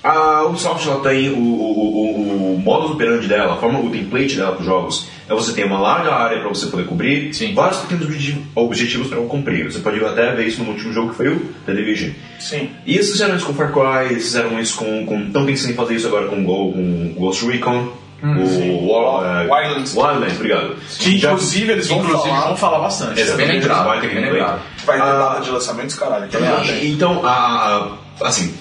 S5: A Ubisoft ela tem o, o, o, o- o modus operandi dela, a forma, o template dela para os jogos. É você tem uma larga área para você poder cobrir,
S2: Sim.
S5: vários pequenos obje- objetivos para cumprir. Você pode até ver isso no último jogo que foi o The Division.
S4: Sim.
S5: E eles fizeram isso com Far Cry, eles fizeram isso com. com estão pensando em fazer isso agora com, Go, com Ghost Recon. o War, eh,
S4: Wildlands.
S5: Hum, Wildlands, obrigado.
S4: Que inclusive eles vão
S2: Inclusive,
S4: falar.
S2: vão falar bastante.
S5: Essa
S2: É bem
S5: também
S2: lembrado.
S5: vai ter
S2: bem
S5: gameplay.
S2: lembrado.
S4: Vai ter
S5: Ah.
S4: data de lançamento, caralho. Que
S2: é.
S4: ela tem.
S5: Então, a, a- assim.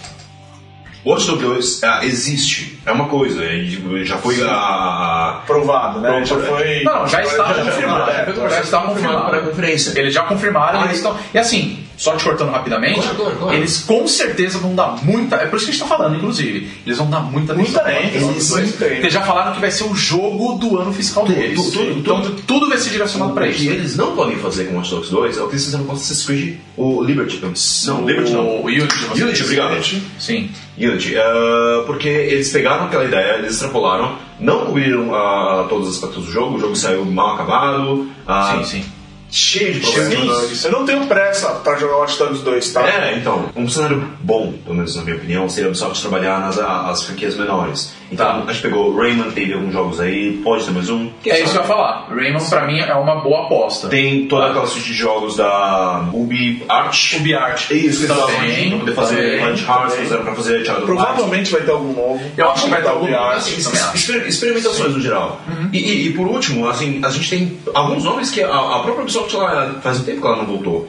S5: Watch Dogs 2 ah, existe, é uma coisa, e, tipo, já foi a- a.
S4: Provado, né? Já foi.
S2: é. Não, não, já está confirmado.
S4: é,
S2: já, está confirmado
S5: Tá para a conferência.
S2: Eles já confirmaram,
S5: Aí-
S2: eles estão. E assim, só te cortando rapidamente,
S5: Claro, claro, claro.
S2: eles com certeza vão dar muita. É por isso que a gente tá falando, inclusive. Eles vão dar muita atenção.
S4: Muita
S2: pra Watch Dogs
S4: atenção,
S2: 2.
S4: muita atenção.
S2: Eles já falaram que vai ser o jogo do ano fiscal deles.
S5: tudo, tudo,
S2: então tudo vai ser direcionado pra
S5: O que
S2: isso.
S5: eles não podem fazer com Watch Dogs 2 é o que eles fizeram com Assassin's Creed, o Liberty. Não, Liberty não.
S2: O Unity, você
S5: Unity,
S2: disse. né?
S5: obrigado.
S2: Sim.
S5: Unity, ah, porque eles pegaram aquela ideia, eles extrapolaram, não cobriram ah, todos os aspectos do jogo, o jogo saiu mal acabado, ah,
S2: Sim, sim.
S5: cheio de problemas.
S4: Eu não tenho pressa pra jogar Watch Dogs 2, tá?
S5: É, então, um cenário bom, pelo menos na minha opinião, seria a Ubisoft trabalhar nas a- as franquias menores. Então, a gente pegou Rayman, teve alguns jogos aí, pode ter mais um. quem
S2: É isso que eu
S5: sabe?
S2: ia falar. Rayman pra mim é uma boa aposta.
S5: Tem toda aquela suite de jogos da Ubi Art. Ubi Art. É isso, que eles estavam
S2: Também,
S5: pra poder fazer
S2: também,
S5: Planet Hearts, fizeram pra fazer Child of Light.
S4: Provavelmente vai ter algum novo.
S2: Eu acho que vai ter algum novo,
S4: Viagem,
S2: assim,
S4: isso
S2: também.
S4: mesmo.
S5: Exper- experimentações no geral.
S2: Uhum.
S5: E, e- e por último, assim, a gente tem alguns nomes que a, a própria Ubisoft ela, faz um tempo que ela não voltou.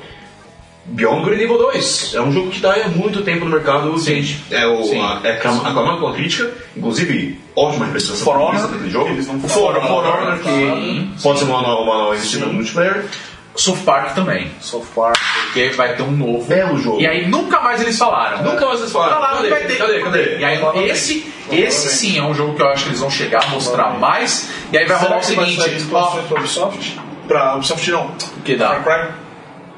S5: Beyond Green Evil 2 é um jogo que está há muito tempo no mercado. que a gente é, o,
S2: Sim.
S5: a- é aclam- aclamado pela crítica, inclusive ótima representação
S4: For
S5: feminista
S4: Honor,
S5: daquele jogo.
S4: eles não
S5: For,
S4: falam.
S5: For Honor,
S2: tá?
S5: que
S2: Sim.
S5: pode ser uma nova, uma nova investida no multiplayer.
S2: South Park também.
S4: tá. So far.
S2: Porque vai ter um novo.
S5: Belo jogo.
S2: E aí nunca mais eles falaram.
S5: Nunca mais eles
S2: Tá
S5: falaram.
S2: lá, não vai ter.
S5: cadê, cadê?
S2: E aí esse, esse sim é um jogo que eu acho que eles vão chegar, mostrar mais. E aí vai rolar o
S4: Será que vai sair
S2: seguinte. ó,
S4: expansões pra Ubisoft? Pra Ubisoft não.
S2: Que dá.
S4: Pra Prime.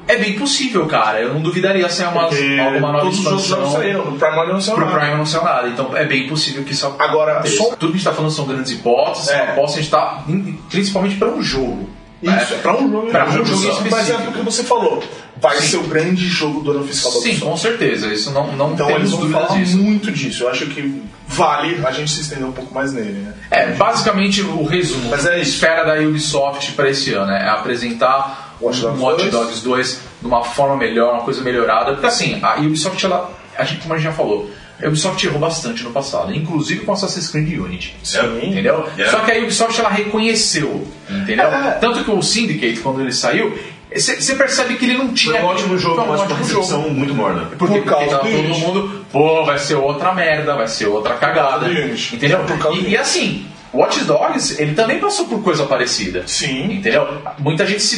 S2: É bem possível, cara. Eu não duvidaria se é uma,
S4: Porque
S2: alguma nova
S4: todos os jogos já não
S2: expansão.
S4: saíram. No Prime One não saiu
S2: Pro
S4: nada.
S2: Prime não saiu nada, então é bem possível que isso
S4: Agora,
S2: aconteça.
S4: só- um
S2: Tudo que a gente tá falando são grandes hipóteses,
S4: É.
S2: é. aposta a gente tá in- principalmente para um jogo.
S4: Isso,
S2: né?
S4: pra um jogo,
S2: Pra
S4: um
S2: um
S4: jogo
S2: jogo
S4: só. Mas é
S2: específico.
S4: o que você falou. Vai ser o grande jogo do ano fiscal da
S2: Sim,
S4: Ubisoft.
S2: com certeza. Isso não, não
S4: Então eles
S2: temos
S4: vão
S2: dúvidas
S4: falar
S2: disso.
S4: muito disso. Eu acho que vale a gente se estender um pouco mais nele, né?
S2: É, basicamente o resumo
S4: Mas é isso.
S2: esfera da Ubisoft para esse ano é apresentar
S4: Watch Dogs
S2: um Watch
S4: 2.
S2: Dogs 2 de uma forma melhor, uma coisa melhorada. Porque assim, a Ubisoft, ela, a gente, como a gente já falou, a Ubisoft errou bastante no passado, inclusive com Assassin's Creed Unity.
S4: Sim.
S2: É, Entendeu?
S5: Yeah.
S2: Só que a Ubisoft ela reconheceu, entendeu?
S4: É.
S2: Tanto que o Syndicate, quando ele saiu, você percebe que ele não tinha.
S4: É
S5: Foi um ótimo jogo,
S2: Foi um
S5: mas com
S2: ótimo
S5: uma recepção muito morna.
S2: Por quê?
S4: né? Por
S2: Porque
S4: causa
S2: tava
S4: do
S2: todo
S4: Unity.
S2: mundo, pô, vai ser outra merda, vai ser outra cagada.
S4: Do Unity.
S2: Entendeu?
S4: Por causa do
S2: E, e assim, Watch Dogs, ele também passou por coisa parecida.
S4: Sim.
S2: Entendeu? Muita gente se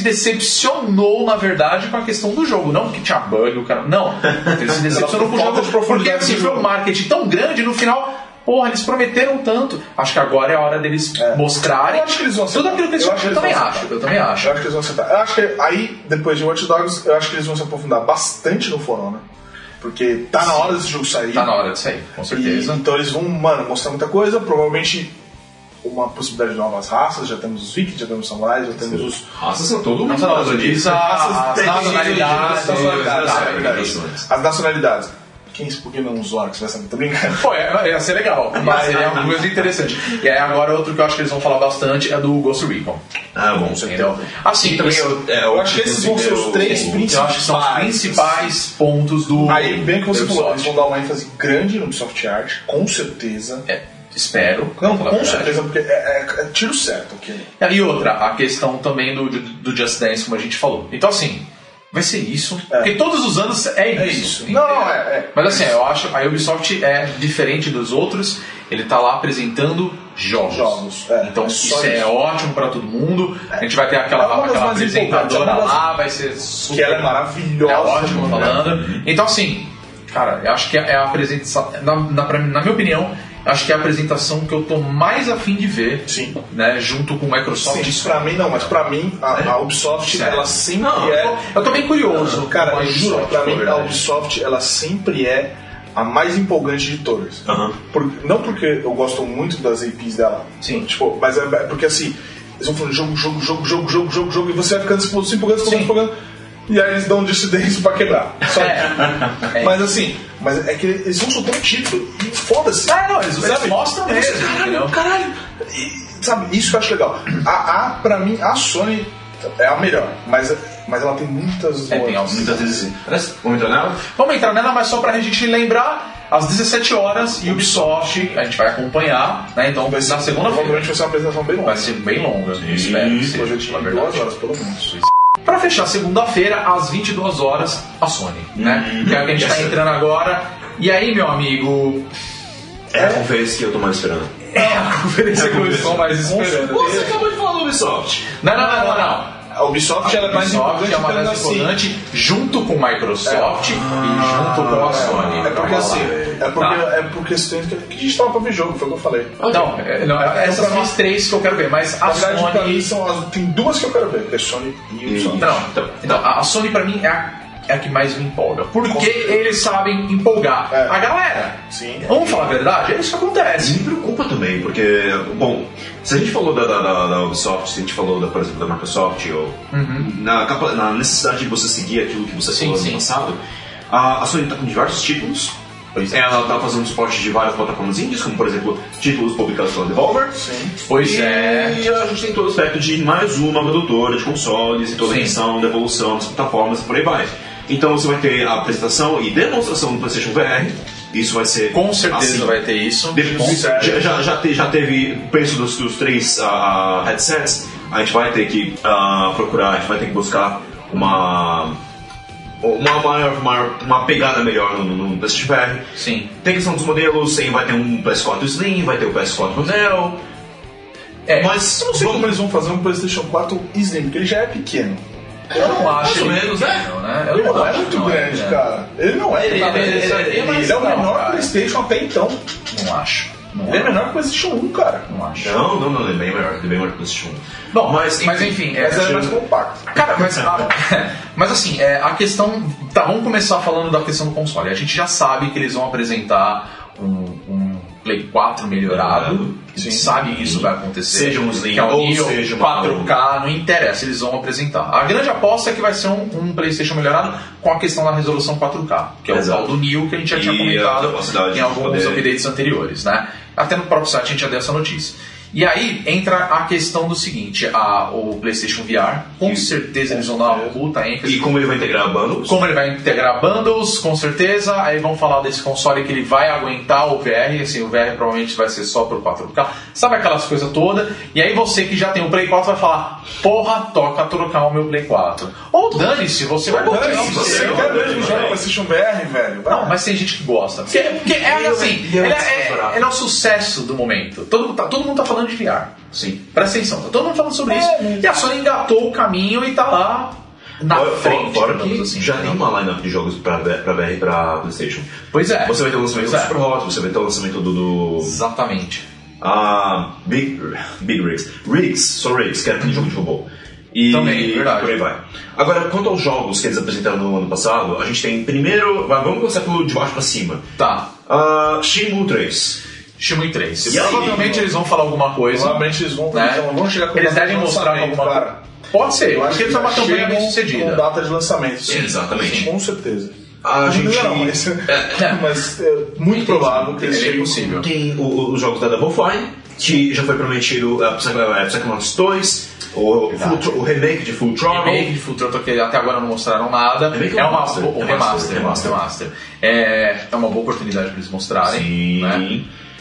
S2: decepcionou, na verdade, com a questão do jogo. Não que tinha bug, o cara. Não. Ele se
S4: (laughs)
S2: decepcionou com o
S4: Falta
S2: jogo.
S4: de
S2: Porque
S4: profundidade
S2: assim,
S4: do
S2: foi um
S4: jogo.
S2: marketing tão grande no final. Porra, eles prometeram tanto. Acho que agora é a hora deles mostrarem.
S4: Eu acho que eles vão
S2: Tudo
S4: acertar.
S2: aquilo que eles
S4: Eu acho que
S2: eu
S4: eles
S2: também
S4: vão
S2: acho. Eu também acho.
S4: Eu acho que eles vão acertar. Eu acho que aí, depois de Watch Dogs, eu acho que eles vão se aprofundar bastante no For Honor. Porque tá na hora desse jogo sair.
S2: Tá na hora disso aí, com
S4: E,
S2: certeza.
S4: então eles vão, mano, mostrar muita coisa, provavelmente uma possibilidade de novas raças, já temos os Vikings, já temos os Samurais, já temos os.
S5: Nossa, são todo mundo
S2: Nossa,
S4: (laughs)
S5: falando disso.
S2: as
S4: tem-
S2: nacionalidades,
S4: as nacionalidades,
S2: as
S4: é verdade.
S5: nacionalidades.
S4: As nacionalidades. Quem por que não os orcs? Vai saber, tô brincando.
S2: Pô, é- ia ser legal, mas ele é uma coisa interessante. E aí agora outro que eu acho que eles vão falar bastante é do Ghost Recon.
S5: Ah, bom.
S2: Entendeu? Assim,
S5: Então,
S2: esse-
S5: eu, é,
S4: eu acho que esses vão ser os
S5: eu-
S4: três
S5: eu-
S4: principais.
S2: eu acho que são os principais pontos do.
S4: Aí, bem que você
S2: do
S4: falou, eles
S2: Ubisoft.
S4: vão dar uma ênfase grande no Ubisoft Art, com certeza.
S2: É, espero.
S4: Não,
S2: pra falar a
S4: com
S2: verdade.
S4: certeza, porque é, é- é tiro certo aqui.
S2: É, E outra, a questão também do, do, do Just Dance, como a gente falou. Então, assim, vai ser isso. Porque todos os anos é isso.
S4: É isso. Não, não, é- é.
S2: Mas assim, eu acho a Ubisoft é diferente dos outros. Ele tá lá apresentando jogos.
S4: Jogos, é.
S2: Então
S4: É
S2: isso,
S4: só
S2: é
S4: isso.
S2: ótimo pra todo mundo. A gente vai ter aquela,
S4: É uma das
S2: aquela
S4: mais
S2: apresentadora
S4: importantes, é uma das-
S2: lá, vai ser super.
S4: Que ela é maravilhosa.
S2: É ótimo
S4: né?
S2: falando. Então, assim, cara, eu acho que é a apresentação. Na, na, pra mim- na minha opinião, acho que é a apresentação que eu tô mais afim de ver.
S4: Sim.
S2: Né, junto com o Microsoft.
S4: Sim, isso pra mim não, mas pra mim a, a Ubisoft
S2: Sério.
S4: ela sempre
S2: É. Não,
S4: é. Ah,
S2: eu, tô, eu tô bem curioso.
S4: Cara,
S2: com a
S4: eu juro,
S2: Ubisoft,
S4: pra
S2: na
S4: mim a
S2: verdade.
S4: Ubisoft ela sempre é a mais empolgante de todas.
S5: Aham.
S4: Por- não porque eu gosto muito das APs dela.
S2: Sim.
S4: Tipo, mas é é porque assim, eles vão falando jogo, jogo, jogo, jogo, jogo, jogo, jogo, e você vai ficando se empolgando, se empolgando, se
S2: Sim.
S4: empolgando. E aí eles dão um dissidência pra quebrar. Só isso. (laughs)
S2: É.
S4: Mas assim, mas é que eles vão soltar um título e foda-se.
S2: Ah, não, eles, eles
S4: Sabe?
S2: mostram
S4: Eles-
S2: mesmo. entendeu?
S4: Caralho! E, sabe, isso que eu acho legal. A, a pra mim, a Sony é a melhor, mas, mas ela tem muitas.
S2: É, tem
S4: boas.
S2: algumas.
S5: Muitas vezes. Aliás, vamos entrar nela?
S2: Vamos entrar nela, mas só pra gente lembrar, às 17 horas, Ubisoft, a gente vai acompanhar, né? Então,
S4: Vai ser-
S2: na segunda-feira.
S4: Provavelmente vai ser uma apresentação bem longa.
S2: Vai ser bem longa, espero que
S4: Um
S2: seja,
S4: projetinho
S2: na
S4: de
S2: é verdade.
S4: duas horas, pelo menos.
S2: Pra fechar, segunda-feira, às 22 horas, a Sony,
S5: Uhum.
S2: né? Que é a que a gente tá entrando agora. E aí, meu amigo,
S5: É a conferência que eu tô mais esperando.
S2: é a conferência que eu estou mais esperando.
S5: Você acabou de falar do Ubisoft.
S2: Não, não, não, não, não.
S4: A Ubisoft ela é mais
S2: Ubisoft
S4: importante
S2: é uma
S4: mas,
S2: das
S4: assim,
S2: importantes junto com Microsoft
S5: Ah,
S2: e junto com a Sony.
S4: É porque
S2: Vamos
S4: assim,
S2: lá.
S4: é porque, é porque questões que que a gente tava pra ver jogo, foi o que eu falei.
S2: Tá. Não, é- não, é- essas são as três que eu quero ver, mas a
S4: Na verdade, pra mim,
S2: Sony. então,
S4: são as- tem duas que eu quero ver, que é Sony e Ubisoft.
S2: Não, então, a Sony pra mim é a é a que mais me empolga. Porque eles sabem empolgar
S4: É.
S2: a galera.
S4: Sim.
S2: Vamos falar a verdade? É isso que
S5: Isso
S2: acontece.
S5: me preocupa também, porque, bom, se a gente falou da, da, da, da Ubisoft, se a gente falou, da, por exemplo, da Microsoft, ou na, capa- na necessidade de você seguir aquilo que você
S2: Uhum. Sim,
S5: falou
S2: sim.
S5: no passado, a, a Sony tá com diversos títulos. Ela tá fazendo suporte de várias plataformas indies, como por exemplo títulos publicados pela Devolver.
S2: Pois
S5: e
S2: é.
S5: a gente tem todo o aspecto de mais uma produtora de consoles, e toda a
S2: Sim.
S5: edição, devolução das plataformas e por aí vai. Então você vai ter a apresentação e demonstração do PlayStation VR. Isso vai ser
S2: Com certeza
S5: assim,
S2: vai ter isso. Com
S5: depois, já,
S2: certeza.
S5: já, já, te- já teve o preço dos, dos três ah, ah, headsets. A gente vai ter que ah, procurar, a gente vai ter que buscar uma. Uma, maior- maior- uma pegada melhor no, no, no PlayStation VR.
S2: Sim.
S5: Tem questão dos modelos, tem, vai ter um PS4 Slim, vai ter o PS4 Neo.
S2: É.
S5: Mas
S4: Eu não sei como eles vão fazer um PlayStation 4 Slim, porque ele já é pequeno.
S2: Eu não acho.
S5: ou
S2: ele
S5: menos,
S2: pequeno, né? Eu
S4: Ele
S2: não
S4: não é
S2: acho,
S4: muito
S2: não,
S4: grande,
S2: né?
S4: cara. Ele não é.
S2: Ele-
S4: tá vendo?
S2: ele- ele- ele-
S4: Ele é o
S2: não,
S4: menor
S2: cara.
S4: PlayStation até então.
S2: Não acho. Não
S4: Ele é
S2: acho.
S4: menor que o PlayStation 1, cara.
S2: Não acho.
S5: Não, não, não, ele é bem melhor, ele é bem melhor que o PlayStation 1.
S2: Bom, mas enfim, é,
S4: Mas ele é mais compacto.
S2: Cara, mas, a- (laughs) mas assim, é, a questão. Tá, vamos começar falando da questão do console. A gente já sabe que eles vão apresentar um, um Play 4 melhorado. A gente sabe que isso vai acontecer.
S5: Seja um Slim
S2: que é o
S5: ou
S2: Neo,
S5: seja uma-
S2: 4K, não interessa, eles vão apresentar. A grande aposta é que vai ser um, um PlayStation melhorado com a questão da resolução 4K, que é o
S5: Exato.
S2: tal do Neo que a gente já tinha
S5: E a capacidade
S2: comentado em
S5: de
S2: alguns
S5: poder-
S2: updates anteriores, né? Até no próprio site a gente já deu essa notícia. E aí entra a questão do seguinte: a- o PlayStation VR, com certeza eles vão dar uma puta ênfase.
S5: E como ele vai integrar bundles?
S2: Como ele vai integrar bundles, com certeza. Aí vão falar desse console que ele vai aguentar o VR. Assim, o VR provavelmente vai ser só pro 4K. Sabe aquelas coisas todas? E aí você que já tem o Play 4 vai falar: Porra, toca trocar o meu Play 4. Ou dane-se, você vai
S4: Cara,
S2: continuar
S4: se
S2: o
S4: você
S2: seu.
S4: quer mesmo jogar PlayStation VR, velho. vai.
S2: é Não, mas tem gente que gosta. Porque, porque é assim, ele é, é- ele é o sucesso do momento. Todo, mundo tá- todo mundo tá falando de VR. Sim. Presta atenção, tá todo mundo falando sobre isso. E a Sony engatou o caminho e tá lá na
S5: Fora- fora-
S2: frente.
S5: fora
S2: digamos
S5: que
S2: assim,
S5: já
S2: né?
S5: tem uma lineup de jogos pra, pra VR e pra PlayStation.
S2: Pois é.
S5: Você vai ter o lançamento do
S2: Pois é.
S5: Super Hot, você vai ter o lançamento do. do
S2: Exatamente.
S5: ah, Big, Big Rigs. Rigs, só Rigs, que era aquele jogo de robô. E
S2: Também, verdade.
S5: por aí vai. Agora, quanto aos jogos que eles apresentaram no ano passado, a gente tem primeiro. vai, Vamos começar pelo de baixo pra cima.
S2: Tá.
S5: Ah, Shenmue 3.
S2: Shimui 3.
S5: E aí?
S2: Provavelmente eles vão falar alguma coisa.
S4: Provavelmente eles vão,
S2: né?
S4: eles vão- vão chegar com
S2: Eles
S4: data de
S2: devem mostrar
S4: lançamento,
S2: alguma coisa.
S4: cara.
S2: Pode ser,
S4: Eu acho
S2: porque eles
S4: que
S2: são uma campanha
S4: chegam
S2: bem
S4: um Com
S2: sucedida.
S4: data de lançamento. sim.
S5: Exatamente.
S4: Com certeza.
S5: A gente.
S4: Não, mas, (laughs) mas é muito provável que eles um
S2: É
S4: cheguem
S2: possível.
S5: Tem o- o- os jogos da Double Fine, que já foi prometido ah, a Psychonauts 2, o, Full Tro- o remake de Full
S2: remake
S5: Throttle.
S2: de Full Throttle que até agora não mostraram nada.
S5: Remake
S4: um
S5: ou
S2: É uma
S5: remaster?
S2: boa- o remaster,
S5: Remaster,
S4: né?
S2: remaster, remaster. É, é uma boa oportunidade para eles mostrarem.
S5: Sim.
S2: Né?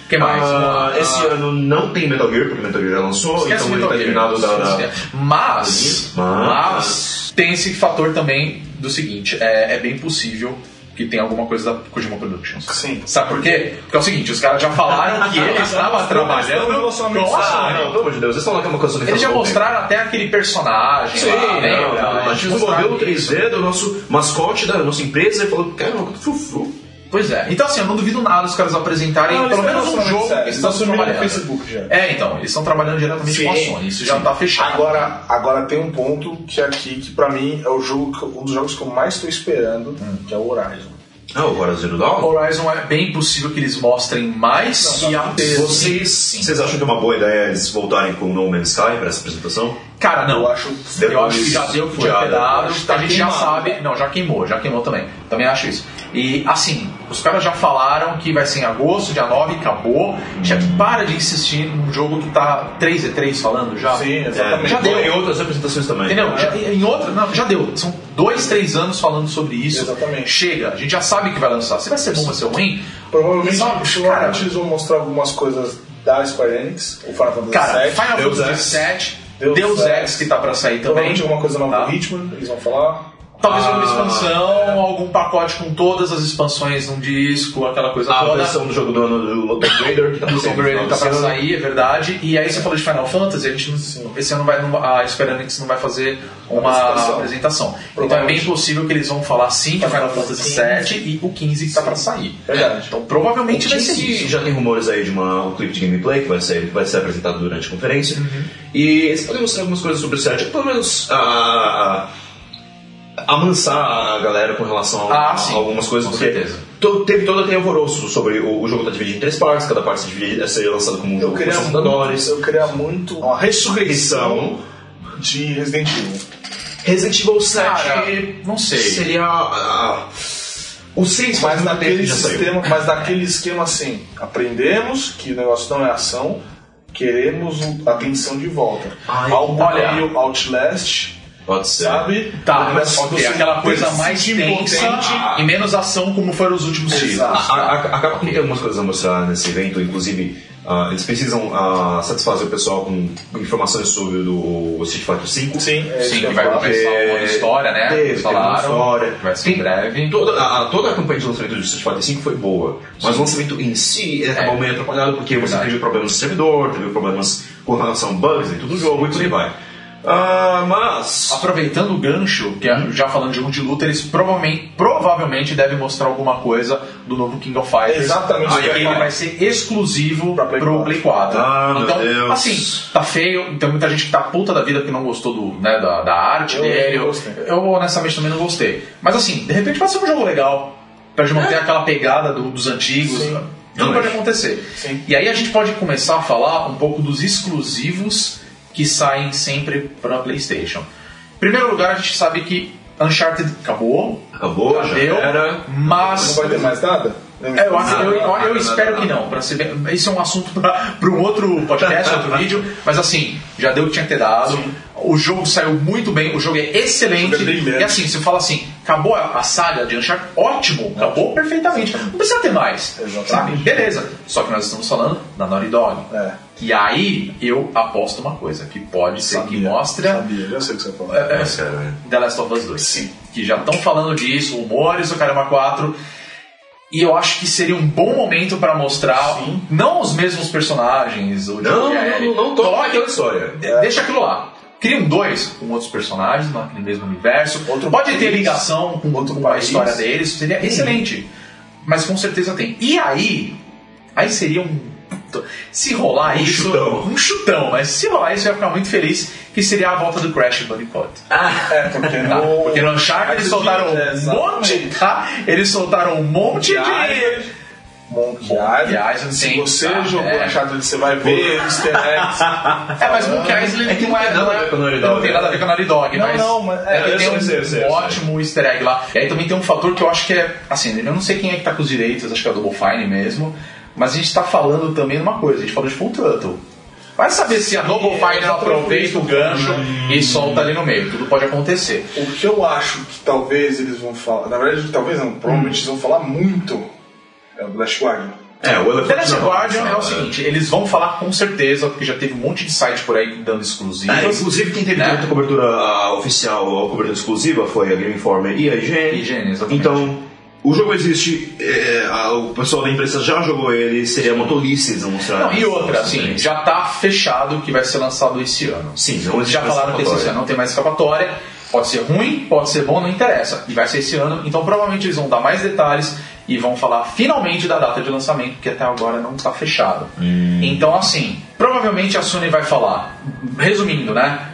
S2: que mais?
S5: Ah,
S2: Ah,
S5: esse ano não tem Metal Gear, porque Metal Gear já lançou,
S2: Esquece
S5: então
S2: o
S5: ele tá
S2: Metal
S5: eliminado
S2: Gear.
S5: da. da-
S2: Esquece. Mas,
S5: Mas-
S2: mas tem esse fator também do seguinte, é, é bem possível que tenha alguma coisa da Kojima Productions.
S4: Sim.
S2: Sabe por quê? Porque é o seguinte, os caras já falaram que
S4: (laughs)
S2: ele estava trabalhando com
S4: não,
S2: a
S4: não, não, não,
S5: Ah,
S2: Sony.
S5: não, pelo amor de Deus, eles estão lá com uma canção
S2: Eles já mostraram até aquele personagem
S5: Sim,
S2: lá, né?
S5: Ah, não, não, a
S2: Eles
S4: tipo,
S5: gente
S2: mostraram
S5: desenvolveu o
S2: isso.
S5: 3D do nosso mascote da nossa empresa e falou, cara, fufu.
S2: Pois é. Então assim, eu não duvido nada os caras apresentarem
S4: Não, eles
S2: pelo
S4: têm
S2: menos um
S4: relacionamento
S2: jogo
S4: sério,
S2: que
S4: eles
S2: estão
S4: assumiram no
S2: trabalhando.
S4: Facebook já.
S2: É, então, eles estão trabalhando diretamente com a
S4: Sim,
S2: Sony, isso já
S4: sim.
S2: está fechado.
S4: Agora, agora tem um ponto que aqui, que pra mim é o jogo, que- um dos jogos que eu mais tô esperando, que é o Horizon.
S5: Ah, o Horizon Zero Dawn?
S2: Horizon é bem possível que eles mostrem mais e a
S5: Vocês, vocês acham que é uma boa ideia eles voltarem com o No Man's Sky pra essa apresentação?
S2: Cara, não.
S4: Eu acho
S2: Eu acho que já deu o que tinha que
S5: Furada.
S2: dar,
S4: Acho que tá
S2: a gente já
S4: queimado.
S2: sabe. Não, já queimou, já queimou também. Também acho isso. E assim, os caras já falaram que vai ser em agosto, dia 9, acabou. Já para de insistir num jogo que tá 3x3 falando já.
S4: Sim, É.
S5: É,
S4: exatamente.
S5: já deu
S2: deu.
S5: em outras apresentações também.
S2: Entendeu? Já- em outra, não, já deu. São dois, três anos falando sobre isso.
S4: Exatamente.
S2: Chega, a gente já sabe que vai lançar. Se vai ser bom, vai ser ruim.
S4: Provavelmente,
S2: Sabe, cara,
S4: provavelmente eles vão mostrar algumas coisas da Square Enix, o Final Fantasy
S2: Cara,
S4: VII.
S2: Final
S5: Deus
S2: Fantasy VII,
S4: Deus
S2: Deus
S4: Ex.
S2: Ex, que tá pra sair também.
S4: provavelmente alguma coisa nova
S2: Tá.
S4: do Hitman, eles vão falar.
S2: Talvez
S5: Ah,
S2: alguma expansão, algum pacote com todas as expansões num disco, aquela coisa
S5: A
S2: toda.
S5: versão do jogo do ano do Tomb Raider que tá
S2: Ah, né? Do Tomb Raider tá pra sair, é verdade. E aí você falou de Final Fantasy, a gente não, esse ano vai, não- a Square Enix não vai fazer uma
S4: Apresentação.
S2: apresentação. Então é
S4: Provavelmente.
S2: bem possível que eles vão falar sim de Final Fantasy VII e o 15 que tá pra sair.
S4: Verdade. é
S2: Então
S8: É
S2: provavelmente vai ser isso.
S5: Já tem rumores aí de uma, um clipe de gameplay que vai ser, vai ser apresentado durante a conferência. E eles podem mostrar algumas coisas sobre o set. Pelo menos a. a-
S8: amansar a galera com relação a,
S2: Ah, sim.
S8: algumas coisas,
S2: Com
S8: porque
S2: certeza.
S8: to- teve todo aquele alvoroço sobre o, o jogo tá dividido em três partes, cada parte se divide, é ser lançado como um
S9: Eu
S8: jogo por
S9: queria,
S8: 60
S9: muito,
S8: dólares. Então,
S9: eu queria muito uma ressurreição de Resident Evil.
S8: Resident Evil 7
S2: Cara, não sei.
S8: seria ah, o 6
S9: Mas
S8: tempo
S9: naquele
S8: já saiu.
S9: sistema, mas naquele esquema assim, aprendemos que o negócio não é ação, queremos o- a atenção de volta.
S8: Ai,
S9: Algo
S2: olha.
S9: meio Outlast,
S8: Pode ser.
S9: sabe?
S2: Tá, mas
S9: Mas
S2: ok,
S9: você
S2: aquela coisa
S9: precisa
S2: mais
S9: de
S2: tensa
S9: potente.
S2: e menos ação como foram os últimos
S8: A-
S9: Exato.
S2: títulos.
S8: a- a- Acaba que tem algumas coisas a mostrar nesse evento, inclusive ah, eles precisam ah, satisfazer o pessoal com informações sobre o Street Fighter 5.
S9: Sim, é,
S2: Sim,
S9: isso
S2: que
S9: eu
S2: vai
S9: falo.
S2: começar um modo história, né?
S8: Teve,
S2: Eles
S8: teve uma história.
S2: falaram. Vai ser em
S8: Tem-
S2: breve.
S8: Toda a, a- toda a campanha de lançamento do Street Fighter 5 foi boa, mas o lançamento em si ele acabou
S2: É.
S8: meio atrapalhado porque você
S2: Verdade.
S8: teve problemas no servidor, teve problemas com relação a bugs dentro do jogo e por aí vai. Ah, mas.
S2: Aproveitando o gancho, que é, já falando de jogo de luta, eles provavelmente, provavelmente devem mostrar alguma coisa do novo King of Fighters.
S9: Exatamente.
S2: Ah, e ele vai ser exclusivo
S9: Pra Play
S2: pro
S9: 4.
S2: Play 4.
S8: Ah, meu
S2: então,
S8: Deus.
S2: assim, tá feio. Tem muita gente que tá puta da vida porque não gostou do, né, da, da arte
S9: Eu
S2: dele.
S9: não gostei.
S2: Eu, honestamente, também não gostei. Mas, assim, de repente vai ser um jogo legal. Pra gente manter aquela pegada do- dos antigos.
S9: É. Sim.
S2: Tudo
S8: Não,
S2: pode
S8: mas-
S2: acontecer.
S9: Sim.
S2: E aí a gente pode começar a falar um pouco dos exclusivos que saem sempre para PlayStation. Em primeiro lugar, a gente sabe que Uncharted acabou,
S8: Acabou, já
S2: Deu.
S8: era.
S9: Não
S2: mas
S9: vai ter mais nada?
S2: é, eu, acho-
S8: Nada,
S2: eu- eu-
S8: nada,
S2: eu
S8: nada,
S2: espero
S8: nada.
S2: que não. Pra ser bem, isso é um assunto para um outro podcast,
S9: (laughs)
S2: outro vídeo. Mas assim, já deu o que tinha que ter dado. O jogo saiu muito bem, o jogo é
S9: O
S2: excelente.
S9: jogo é brilhante.
S2: e assim, você fala assim, acabou a, a saga de Uncharted, ótimo, acabou perfeitamente. Não precisa ter mais.
S9: Exatamente.
S2: Sabe? Beleza. Só que nós estamos falando da Naughty Dog.
S9: É.
S2: E aí eu aposto uma coisa, que pode ser que
S9: Sabia,
S2: mostra
S9: Sabia, eu sei o que você falou.
S2: é,
S8: Mas, cara,
S2: The Last of Us 2. Sim. Que já estão falando disso, rumores do Caramba 4. E eu acho que seria um bom momento para mostrar
S9: Sim.
S2: não os mesmos personagens, o Joel
S8: Não,
S2: e a
S8: não,
S2: Ellie.
S8: não, não toca
S2: Coloque-
S8: aquela história.
S2: de- Deixa aquilo lá. Cria um dois com outros personagens naquele mesmo universo.
S9: Outro
S2: Pode ter
S9: país.
S2: ligação com,
S9: Outro
S2: com a
S9: país.
S2: história deles, seria excelente. Mas com certeza tem. E aí, aí seria um. puta- Se rolar
S8: Um
S2: isso.
S8: chutão.
S2: Um chutão, mas se rolar isso, eu ia ficar muito feliz, que seria a volta do Crash Bandicoot.
S9: É, porque
S2: Tá,
S9: no...
S2: Porque no Uncharted eles soltaram
S9: É,
S2: um monte,
S9: exatamente.
S2: tá? Eles soltaram um monte de.
S9: Monkey
S2: Monkey
S9: Island.
S2: Island,
S9: Se
S2: sim,
S9: você
S2: tá,
S9: jogou
S2: é.
S9: Uncharted, você vai ver easter
S2: (laughs)
S9: eggs.
S2: É, mas Monkey Island
S8: É que não tem nada a ver com a Naughty Dog,
S2: Não tem nada a ver com a Naughty Dog,
S9: né? Não,
S2: mas.
S9: não, mas- é,
S2: ele
S9: eu
S2: tem
S9: sei,
S2: um
S9: eu sei, eu sei, eu
S2: ótimo easter egg lá. E aí também tem um fator que eu acho que é. Assim, eu não sei quem é que tá com os direitos, acho que é a Double Fine mesmo. Mas a gente tá falando também de uma coisa, a gente falou de Full Throttle. Vai saber se a Double Fine não aproveita o gancho e solta ali no meio. Tudo pode acontecer.
S9: O que eu acho que talvez eles vão falar, na verdade, talvez não, provavelmente eles vão falar muito é o Last Guardian.
S8: É, o elefante.
S2: The Last
S8: na
S2: Guardian
S8: sala,
S2: é o
S8: né?
S2: seguinte, eles vão falar com certeza, porque já teve um monte de site por aí dando exclusivas.
S8: É, inclusive, quem teve
S2: Né?
S8: tanta cobertura ah, oficial, a cobertura exclusiva, foi a Game Informer e a IGN.
S2: IGN, exatamente.
S8: então, o jogo existe, é, a- o pessoal da imprensa já jogou ele, seria uma tolice eles não mostrar.
S2: Não, e outra, assim, já tá fechado que vai ser lançado esse ano.
S8: Sim, não existe
S2: Já falaram que esse
S8: escapatória.
S2: ano não tem mais escapatória. Pode ser ruim, pode ser bom, não interessa. E vai ser esse ano, então provavelmente eles vão dar mais detalhes e vão falar finalmente da data de lançamento, porque até agora não tá fechado.
S8: Hum.
S2: Então, assim, provavelmente a Sony vai falar, resumindo, né?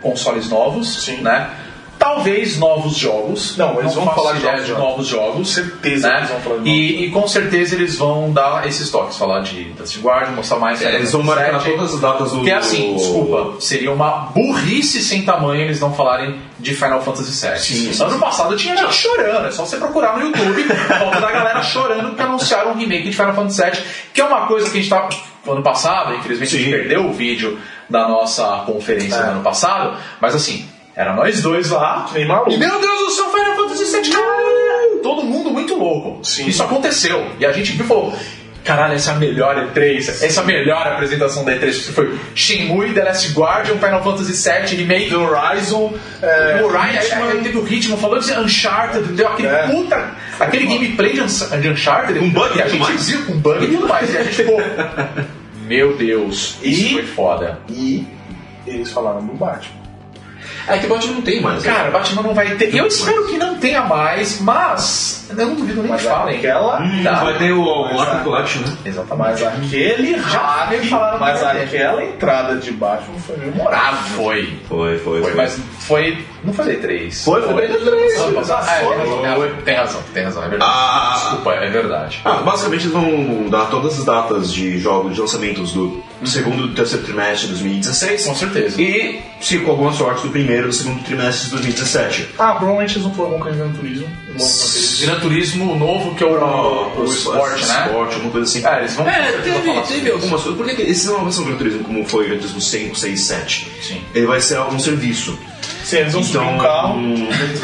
S2: Consoles novos,
S9: Sim.
S2: né? Talvez novos jogos.
S9: Não, eles vão
S2: faço
S9: falar de
S2: ideia
S9: novos
S2: de
S9: jogos.
S2: novos jogos.
S9: Certeza que
S2: né?
S9: eles vão falar de novos
S2: e, e com certeza eles vão dar esses toques, falar de Dust Guard, mostrar mais.
S8: É, eles vão marcar
S2: 7.
S8: todas as datas do.
S2: Porque assim,
S8: do-
S2: desculpa, seria uma burrice sem tamanho eles não falarem de Final Fantasy VII.
S8: Sim, sim.
S2: ano passado tinha gente chorando, é só você procurar no YouTube, (laughs) foto da galera chorando que anunciaram um remake de Final Fantasy VII, que é uma coisa que a gente tá. Ano passado, infelizmente a gente
S8: Sim. É.
S2: perdeu o vídeo da nossa conferência do ano passado, mas assim, era nós dois lá.
S9: Que nem maluco.
S2: E meu Deus do céu, Final Fantasy VII, caralho! Todo mundo muito louco.
S9: Sim.
S2: Isso aconteceu. E a gente viu e falou. Caralho, essa é a melhor E3, essa é a melhor apresentação da E3 que foi Shenmue, The Last Guardian, Final Fantasy VII, Remake,
S9: Do Horizon,
S2: é,
S9: é,
S2: Ryan, aí teve o ritmo, falou de Uncharted, deu aquele
S9: É. Um
S2: puta, aquele gameplay de, Unch- de Uncharted,
S8: Com bug
S2: que a
S8: e tudo
S2: gente
S8: mais.
S2: viu com um bug e tudo mais, e a gente ficou,
S9: (laughs)
S2: meu Deus, isso
S9: E-
S2: foi foda.
S9: e eles falaram do Batman.
S8: É que Batman não tem mais. né?
S2: Cara, Batman não vai ter. Eu espero que não tenha mais, mas eu não duvido nem que
S9: Mas
S4: é
S2: falem.
S9: aquela.
S8: Hum,
S2: Tá.
S8: Vai ter o, o Arkham Collection, né?
S9: Mas aquele
S2: Já
S9: hack,
S2: falaram que
S9: mas
S2: vai ter.
S9: aquela entrada de Batman foi memorável.
S2: Foi.
S8: Foi, foi,
S2: Foi, mas foi. Não foi D3.
S8: Foi, foi D3.
S2: Ah, é, tem razão, tem razão, tem razão, é verdade.
S8: Ah,
S2: Desculpa, é verdade.
S8: ah, basicamente eles vão dar todas as datas de jogos, de lançamentos do
S2: Uhum.
S8: segundo e do terceiro trimestre de 2016.
S2: Com certeza.
S8: E, se com alguma sorte, do primeiro e do segundo trimestre de 2017.
S9: Ah, provavelmente eles não foram com o Gran Turismo. Não vão fazer isso.
S2: Gran Turismo novo, que é
S8: Pro-
S2: o, o
S8: pro
S2: esporte, né?
S8: Esporte, alguma coisa assim.
S2: Ah, eles vão-
S8: É,
S2: eles vão
S8: teve,
S2: falar sobre
S8: teve
S2: isso.
S8: algumas coisas. Por que que esse não é uma versão do Gran Turismo como foi o Gran Turismo 5, 6, 7?
S2: Sim.
S8: Ele vai ser um serviço.
S9: Sim, eles vão subir
S8: Então,
S9: um carro.
S2: (laughs)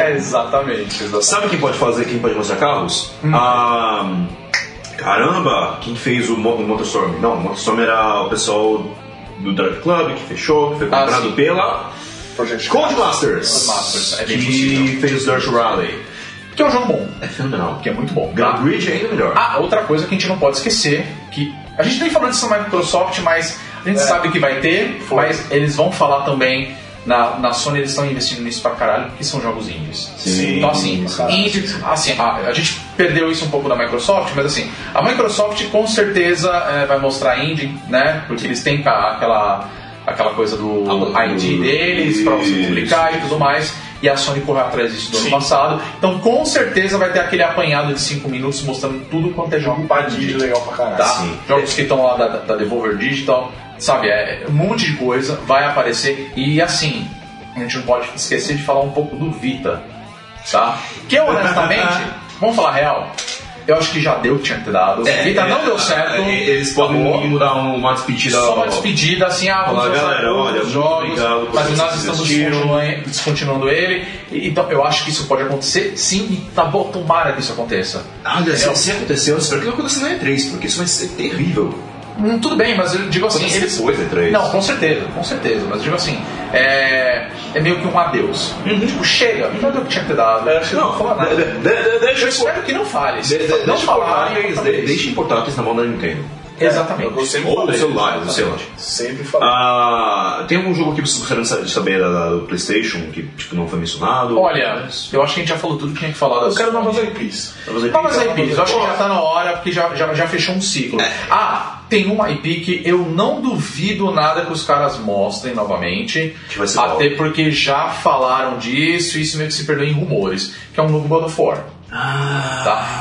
S2: É, exatamente.
S8: Sabe quem pode fazer, quem pode mostrar carros?
S2: Hum.
S8: Ah, caramba, quem fez o, Mo- o Motorstorm? Não, o Motorstorm era o pessoal do Drive Club, que fechou, que foi
S2: Ah,
S8: comprado
S2: sim.
S8: pela
S9: Project
S8: Codemasters,
S2: Codemasters, é bem
S8: que
S2: possível.
S8: fez Dirt Rally.
S2: Que é um jogo bom,
S8: É fenomenal.
S2: que é muito bom.
S8: Grand Bridge é ainda melhor.
S2: Ah, outra coisa que a gente não pode esquecer, que a gente nem falou disso na Microsoft, mas a gente sabe que vai ter, mas eles vão falar também. Na, na Sony eles estão investindo nisso pra caralho, que são jogos indies.
S9: Sim,
S2: então, assim,
S9: cara.
S2: indie, assim a, a gente perdeu isso um pouco da Microsoft, mas assim, a Microsoft com certeza eh, vai mostrar indie, né? Porque eles têm a- aquela, aquela coisa do
S8: Ah,
S2: ID deles pra você
S8: isso.
S2: publicar e tudo mais. E a Sony correu atrás disso do ano
S9: Sim.
S2: passado. Então, com certeza, vai ter aquele apanhado de 5 minutos mostrando tudo quanto é jogo
S9: Um padinho
S2: indie,
S9: legal pra caralho.
S2: Tá?
S8: Sim.
S2: Jogos que estão lá da, da Devolver Digital, sabe? É um monte de coisa vai aparecer. E assim, a gente não pode esquecer de falar um pouco do Vita, tá? Que eu, honestamente, vamos falar a real, eu acho que já deu o que tinha que ter dado.
S8: É,
S2: Vita não
S8: é,
S2: deu certo.
S8: é, Eles podem
S2: acabou.
S8: mudar um, uma despedida.
S2: Só uma despedida, assim, ah, vamos
S8: Olá,
S2: lançar
S8: galera,
S2: todos
S8: olha,
S2: os
S8: muito
S2: jogos,
S8: obrigado por
S2: mas
S8: vocês
S2: nós estamos
S8: assistiram.
S2: descontinuando, descontinuando ele. E- Então, eu acho que isso pode acontecer, sim, e tá bom, tomara que isso aconteça.
S8: Olha,
S2: Entendeu?
S8: se, se aconteceu, eu espero que não aconteça na E3, porque isso vai ser terrível.
S2: Hum, tudo bem, mas eu digo assim,
S8: Acontece
S2: eles...
S8: depois né? É da E3.
S2: Não, com certeza, com certeza, mas eu digo assim, é, é meio que um adeus. Tipo, chega, não deu o que tinha que ter dado.
S8: Uhum. É, Não,
S2: fala nada.
S8: de- de- de-
S2: Eu
S8: deixa eu expor-
S2: espero que não fale.
S8: de-
S2: Se
S8: de-
S2: não
S8: Deixa
S2: falarem,
S8: portáteis,
S2: talvez.
S8: de- deixa portáteis na mão da Nintendo.
S2: Exatamente.
S9: Eu sempre
S8: Ou
S9: falei.
S2: tá
S8: celulares, não sei lá.
S9: Sempre falei.
S8: Ah, tem algum jogo que vocês gostariam de sa- de saber da, da- do PlayStation que tipo, não foi mencionado?
S2: Olha, eu acho que a gente já falou tudo que tinha que falar.
S9: Ah, Eu
S2: das-
S9: quero novas IPs.
S8: Talvez aí-
S2: Novas IPs, eu acho que já tá na hora, porque já, já, já fechou um ciclo.
S8: É.
S2: Ah, tem uma IP que eu não duvido nada que os caras mostrem novamente.
S8: Que vai ser
S2: até
S8: qual?
S2: porque já falaram disso e isso meio que se perdeu em rumores, que é um novo God of War.
S8: Ah.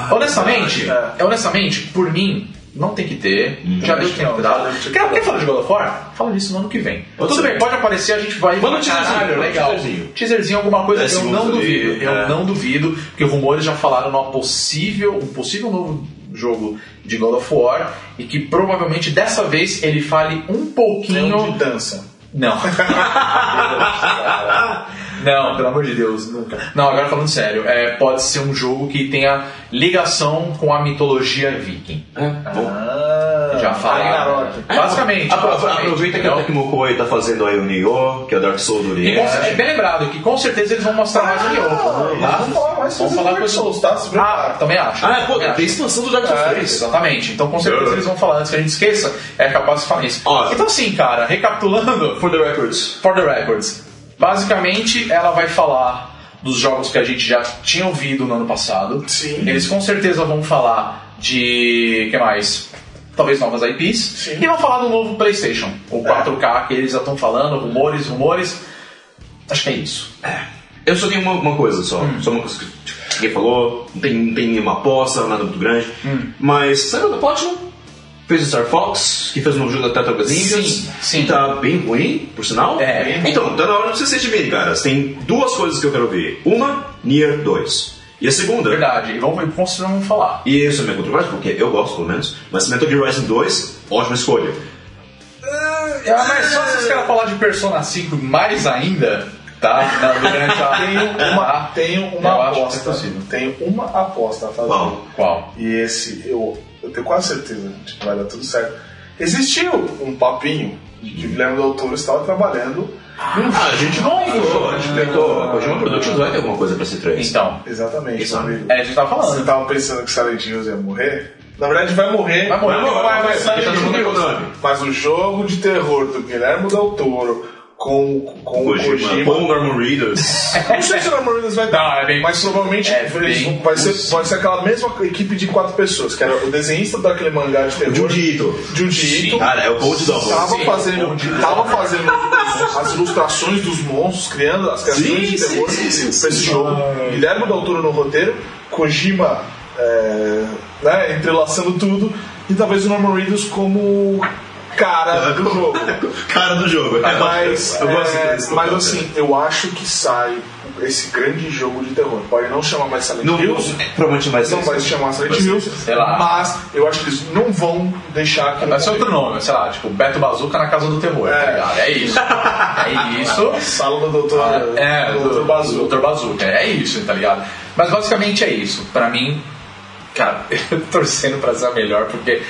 S2: Tá? Honestamente, é. honestamente, por mim. Não tem que ter,
S8: Hum.
S2: já deu tempo que dado. Quer, quer falar de God of War? Fala disso no ano que vem.
S8: Pode
S2: Tudo
S8: ser.
S2: bem, pode aparecer, a gente vai.
S8: Manda
S2: Caralho,
S8: um teaserzinho, manda um
S2: legal.
S8: teaserzinho.
S2: Teaserzinho, alguma coisa
S8: Dez
S2: que eu não
S8: segundos ali,
S2: duvido. Eu
S8: é.
S2: não duvido, porque rumores já falaram numa possível, um possível novo jogo de God of War e que provavelmente dessa vez ele fale um
S9: Não
S2: pouquinho.
S9: de dança.
S2: Não. (laughs) Não, pelo amor de Deus, nunca. Não, agora falando sério, é, pode ser um jogo que tenha ligação com a mitologia viking.
S8: né?
S9: Ah,
S2: Já falaram.
S9: Ragnarok.
S2: Basicamente.
S8: Apro-
S2: basicamente,
S8: Aproveita que a
S2: entendeu?
S8: Tecmocoi tá fazendo aí o Nioh, que é o Dark Souls do
S2: E
S8: Oriente.
S2: com, é bem lembrado que com certeza eles vão mostrar mais o Nioh.
S9: Ah, Vamos falar mais
S2: Vamos
S9: sobre
S2: falar
S9: Dark
S2: com-
S9: Souls, tá? Se
S2: Ah,
S9: prepara.
S2: também acho.
S8: Ah, pô,
S2: Também acho.
S8: tem expansão do Dark Souls
S2: É,
S8: 3.
S2: exatamente. Então, com certeza,
S8: Uhum.
S2: eles vão falar antes que a gente esqueça. É capaz de falar isso.
S8: Ó.
S2: Então, assim, cara, recapitulando,
S8: For the records.
S2: for the records, basicamente ela vai falar dos jogos que a gente já tinha ouvido no ano passado.
S9: Sim.
S2: Eles com certeza vão falar de. que mais? Talvez novas IPs.
S9: Sim. É.
S2: E vão falar do novo PlayStation. O 4K que eles já estão falando, rumores, rumores. Acho que é isso.
S8: Eu só tenho uma, uma coisa só.
S2: Hum.
S8: Só uma coisa que ninguém falou. Não tem, não tem nenhuma aposta, nada muito grande.
S2: Hum.
S8: Mas saiu da Platinum. Fez o Star Fox, que fez um jogo da Tartarugas Ninjas.
S2: Sim, sim.
S8: Que tá bem ruim, por sinal.
S2: É, bem ruim.
S8: Então, tá na hora de vocês se bem, cara. Tem duas coisas que eu quero ver. Uma, Nier 2. E a segunda...
S2: Verdade. E vamos, com certeza vamos falar.
S8: E isso é meio controverso, porque eu gosto, pelo menos. Mas Metal Gear Rising 2, ótima escolha.
S2: É, mas só se os caras falar de Persona 5 mais ainda, tá? Na, durante a.
S9: Tenho uma,
S2: tá?
S9: tenho
S2: Eu
S9: uma
S2: acho que
S9: aposta.
S2: é possível.
S9: Tenho uma aposta a fazer.
S8: Qual?
S2: Qual?
S9: E esse, eu, eu tenho quase certeza de que vai dar tudo certo. Existiu um papinho de que o Guilherme Del Toro estava trabalhando.
S8: Ah, a gente não falou, a gente tentou. A Kojima Productions vai ter alguma coisa pra esse 3.
S2: Então,
S9: Exatamente,
S8: Isso,
S9: meu amigo.
S2: é, a gente tava
S9: Você
S2: falando.
S9: tava pensando que Silent Hills ia morrer? Na verdade, vai morrer.
S2: Vai morrer,
S9: porque
S2: vai, vai,
S9: Silent
S4: um
S8: porque tá todo mundo
S9: Hills.
S8: reclamando.
S9: Mas o jogo de terror do Guilherme Del Toro
S4: com, com o
S8: Kojima,
S4: Kojima.
S8: Ou Norman Reedus.
S2: É
S4: Não sei se o Norman Reedus vai estar,
S2: Não, é bem-
S4: mas provavelmente
S2: é
S4: eles
S2: bem
S4: vão- vai, ser, vai ser aquela mesma equipe de quatro pessoas, que era o desenhista daquele mangá de terror.
S8: Junji Ito.
S4: Junji Ito.
S8: Cara, é o Gold Double.
S4: Tava
S8: Sim.
S4: fazendo, tava fazendo as ilustrações dos monstros, criando as criações
S8: Sim,
S4: de terror
S8: sim, sim, sim,
S4: pra esse jogo. Guilherme da altura no roteiro, Kojima é, né, entrelaçando tudo, e talvez o Norman Reedus como
S8: É
S4: cara do
S8: (laughs)
S4: jogo.
S8: Cara do jogo. É,
S4: Mas,
S8: eu gosto
S4: é,
S8: disso.
S4: mas assim, eu acho que sai esse grande jogo de terror. Pode não chamar mais Silent
S8: Não,
S4: Hills,
S8: é, provavelmente vai ser.
S4: não vai se chamar Silent Hills,
S2: sei lá.
S4: mas eu acho que eles não vão deixar que
S2: Vai ser é outro nome, sei lá, tipo Beto Bazuca na Casa do Terror,
S4: É.
S2: tá ligado? É isso. É isso.
S4: Sala do doutor,
S2: É,
S4: Ah, do doutor Bazu.
S2: Dr. Bazooka. É isso, tá ligado? Mas basicamente é isso. Pra mim, cara, (laughs) eu tô torcendo pra ser a melhor, porque.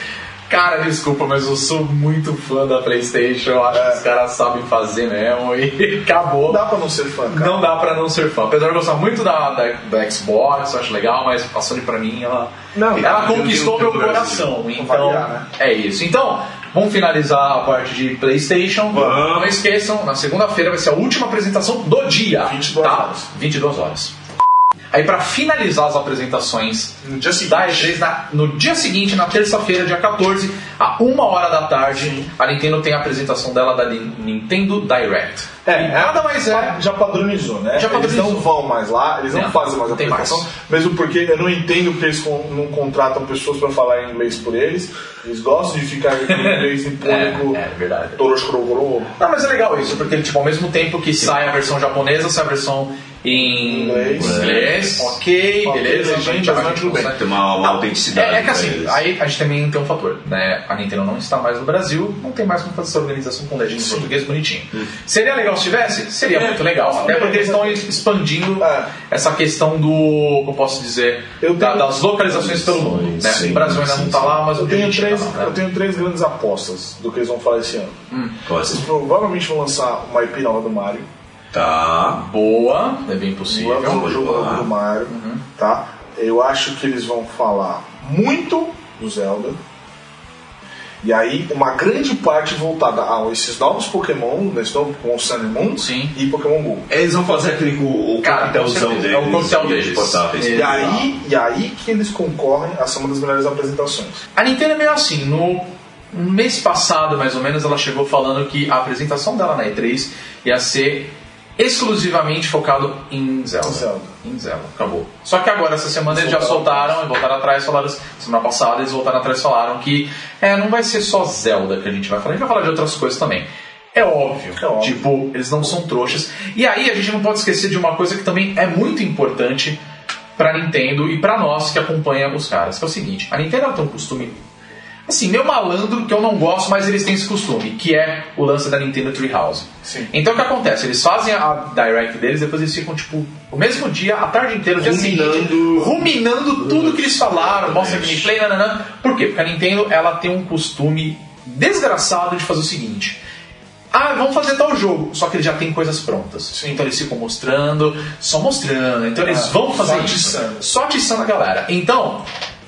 S2: Cara, desculpa, mas eu sou muito fã da PlayStation. Eu acho que os caras sabem fazer mesmo e (laughs) acabou.
S4: Não dá pra não ser fã, cara.
S2: Não dá pra não ser fã. Apesar de eu gostar muito da, da, da Xbox, eu acho legal, mas a Sony pra mim, ela,
S4: Não,
S2: ela
S8: eu
S2: conquistou meu
S8: tenho que ver
S2: coração.
S4: isso.
S2: Então,
S4: Avaliar, assim, né?
S2: é isso. Então, vamos finalizar a parte de PlayStation.
S8: Vamos.
S2: Não esqueçam, na segunda-feira vai ser a última apresentação do dia.
S4: 22
S2: tá?
S4: horas.
S2: 22 horas. Aí, pra finalizar as apresentações
S4: No dia seguinte.
S2: da E3 na- no dia seguinte, na terça-feira, dia 14, a uma hora da tarde, a Nintendo tem a apresentação dela da Ni- Nintendo Direct.
S4: É,
S2: E nada mais é
S4: Já padronizou, né?
S2: Já padronizou.
S4: Eles não vão mais lá, eles não,
S2: Não,
S4: fazem mais
S2: não tem
S4: apresentação.
S2: mais.
S4: Mesmo porque eu não entendo porque eles con- não contratam pessoas pra falar em inglês por eles. Eles gostam de ficar em inglês (laughs) em público.
S2: É, é verdade.
S4: Toroshkorogoro.
S2: Não, mas é legal isso, porque tipo, ao mesmo tempo que sai a versão japonesa, sai a versão em
S4: Inglês.
S2: inglês. Ok,
S4: Ok,
S2: beleza,
S4: legenda,
S2: gente, a
S4: mas
S2: gente
S4: tudo bem.
S2: consegue-
S8: Tem uma, uma autenticidade.
S2: É, é que
S8: pra
S2: assim,
S8: eles.
S2: aí a gente também tem um fator, né? A Nintendo não está mais no Brasil, não tem mais como fazer essa organização com legenda em português bonitinho. Seria legal se tivesse? Seria muito legal. Até porque eles estão expandindo
S4: É.
S2: essa questão do, como eu posso dizer,
S4: Eu
S2: da-
S4: tenho-
S2: das localizações pelo mundo. Né?
S8: Sim,
S2: o Brasil ainda
S8: sim,
S2: não está
S8: sim.
S2: lá, mas
S4: Eu
S2: o
S4: tenho,
S2: Argentina
S4: três,
S2: tá lá, né?
S4: eu tenho três grandes apostas do que eles vão falar esse ano.
S8: Pode
S4: Eles
S8: ser.
S4: provavelmente vão lançar uma IP nova do Mario.
S8: Tá.
S2: Boa, é bem possível.
S4: Vamos
S8: vou
S4: o um jogo
S8: falar.
S4: novo do Mario,
S2: Uhum.
S4: tá? Eu acho que eles vão falar muito do Zelda. E aí, uma grande parte voltada a esses novos Pokémon, né? esse novo com o Sun and Moon
S2: Sim.
S4: e Pokémon Go.
S8: Eles vão fazer aquele o, o
S2: Cara,
S8: coquetelzão
S2: com certeza.
S8: deles.
S2: É o coquetel
S8: e
S2: deles.
S8: eles portáteis.
S2: É.
S4: E aí, e aí que eles concorrem a ser uma das melhores apresentações.
S2: A Nintendo é meio assim, no mês passado, mais ou menos, ela chegou falando que a apresentação dela na E3 ia ser exclusivamente focado em Zelda.
S4: Zelda.
S2: Em Zelda, acabou. Só que agora, essa semana, eles já
S4: Voltaram
S2: soltaram e voltaram atrás, falaram. Semana passada, eles voltaram atrás e falaram que é, não vai ser só Zelda que a gente vai falar, a gente vai falar de outras coisas também. É óbvio,
S4: É óbvio.
S2: tipo, eles não são trouxas. E aí a gente não pode esquecer de uma coisa que também é muito importante pra Nintendo e pra nós que acompanha os caras, que é o seguinte, a Nintendo ela tem um costume assim, meio malandro que eu não gosto, mas eles têm esse costume, que é o lance da Nintendo Treehouse.
S4: Sim.
S2: Então o que acontece? Eles fazem a direct deles, depois eles ficam, tipo, o mesmo dia, a tarde inteira, o dia seguinte, ruminando tudo que eles falaram, mostra gameplay, nananã. Por quê? Porque a Nintendo ela tem um costume desgraçado de fazer o seguinte. Ah, vamos fazer tal jogo. Só que eles já têm coisas prontas. Então eles ficam mostrando, só mostrando. Então eles vão fazer
S4: Ah, só
S2: isso.
S4: atiçando.
S2: Só atiçando a galera. Então,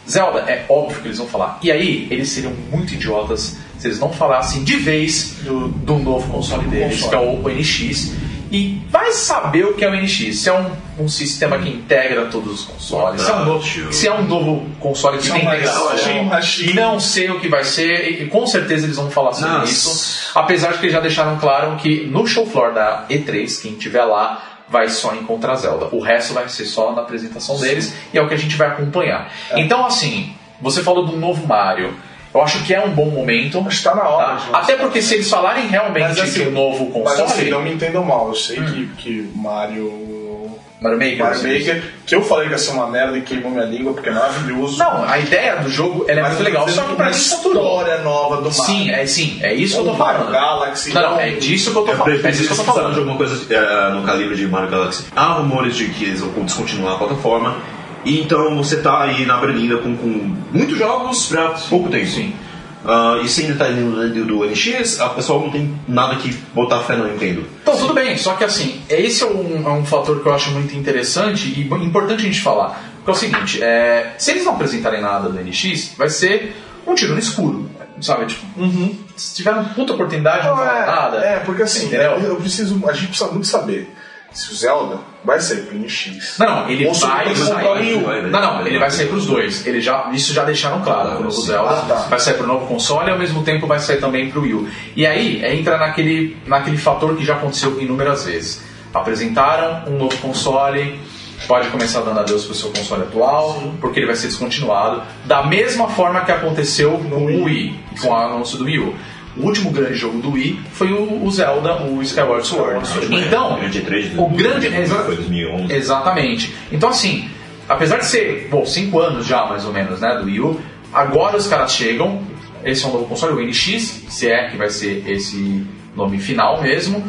S2: Zelda, é óbvio que eles vão falar. E aí, eles seriam muito idiotas se eles não falassem de vez do, do novo console deles,
S4: console.
S2: que é o NX. E vai saber o que é o NX. Se é um, um sistema que integra todos os consoles. Se é um novo, se é um novo console que
S4: Isso é
S2: tem
S4: uma
S2: integração.
S4: imagem, imagem.
S2: Não sei o que vai ser. E, e com certeza eles vão falar sobre
S8: Nossa.
S2: isso. Apesar de que eles já deixaram claro que no show floor da E3, quem tiver lá vai só encontrar Zelda. O resto vai ser só na apresentação deles e é o que a gente vai acompanhar.
S4: É.
S2: Então, assim, você falou do novo Mario. Eu acho que é um bom momento.
S4: Acho que tá na hora.
S2: tá?
S4: de lançar.
S2: Até porque se eles falarem realmente
S4: Mas, assim,
S2: que o novo
S4: Mas assim, não
S2: console.
S4: me entendam mal, eu sei que, que Mario.
S2: Mario Maker.
S4: Mario
S2: você diz.
S4: Maker, que eu falei que ia ser uma merda e queimou minha língua porque é maravilhoso.
S2: Não, a ideia do jogo ela é muito legal, só que pra
S4: tá uma
S2: mim saturou.
S4: história nova do Mario.
S2: Sim, é sim, é isso que eu tô
S4: Ou Mario
S2: falando.
S4: Galaxy,
S2: Não, não,
S4: ou-
S2: é disso que eu tô
S8: Eu
S2: falando. É
S8: prefiro
S2: disso
S8: eles
S2: que eu tô
S8: precisaram de
S2: falando.
S8: alguma coisa eh, no calibre de Mario Galaxy. Há rumores de que eles vão descontinuar a plataforma. E então você tá aí na Berlinda com, com muitos jogos pra pouco tempo.
S2: Sim.
S8: Ah, e sem detalhe do, do NX, a pessoa não tem nada que botar fé na Nintendo.
S2: Então, tudo bem, só que assim, esse é um, é um fator que eu acho muito interessante e bo- importante a gente falar. Porque é o seguinte, é, se eles não apresentarem nada do NX, vai ser um tiro no escuro. sabe? Tipo, se tiver uma puta oportunidade, não
S4: Não,
S2: fala
S4: Uhum. é,
S2: nada.
S4: é, porque assim,
S2: Entendeu?
S4: eu preciso, a gente precisa muito saber se o Zelda vai sair pro NX.
S2: Não, não, ele
S4: Ou se
S2: vai
S4: ele
S2: sair.
S4: comprar o Wii U.
S8: vai, vai.
S2: Não, não, ele vai sair pros dois. Ele já, isso já deixaram claro pro
S8: sim.
S2: Zelda.
S4: Ah, tá.
S2: Vai sair pro novo console e ao mesmo tempo vai sair também pro Wii U. E aí é, entra naquele, naquele fator que já aconteceu inúmeras vezes. Apresentaram um novo console, pode começar dando adeus pro seu console atual, porque ele vai ser descontinuado. Da mesma forma que aconteceu no Wii, com o anúncio do Wii U. O último grande jogo do Wii foi o, o Zelda, o Skyward Sword.
S8: Tipo,
S2: Então,
S8: grande E3
S2: o grande.
S8: né? foi 2011.
S2: Exatamente. Então, assim, apesar de ser, bom, 5 anos já, mais ou menos, né, do Wii U, agora os caras chegam, esse é um novo console, o NX, se é que vai ser esse nome final mesmo,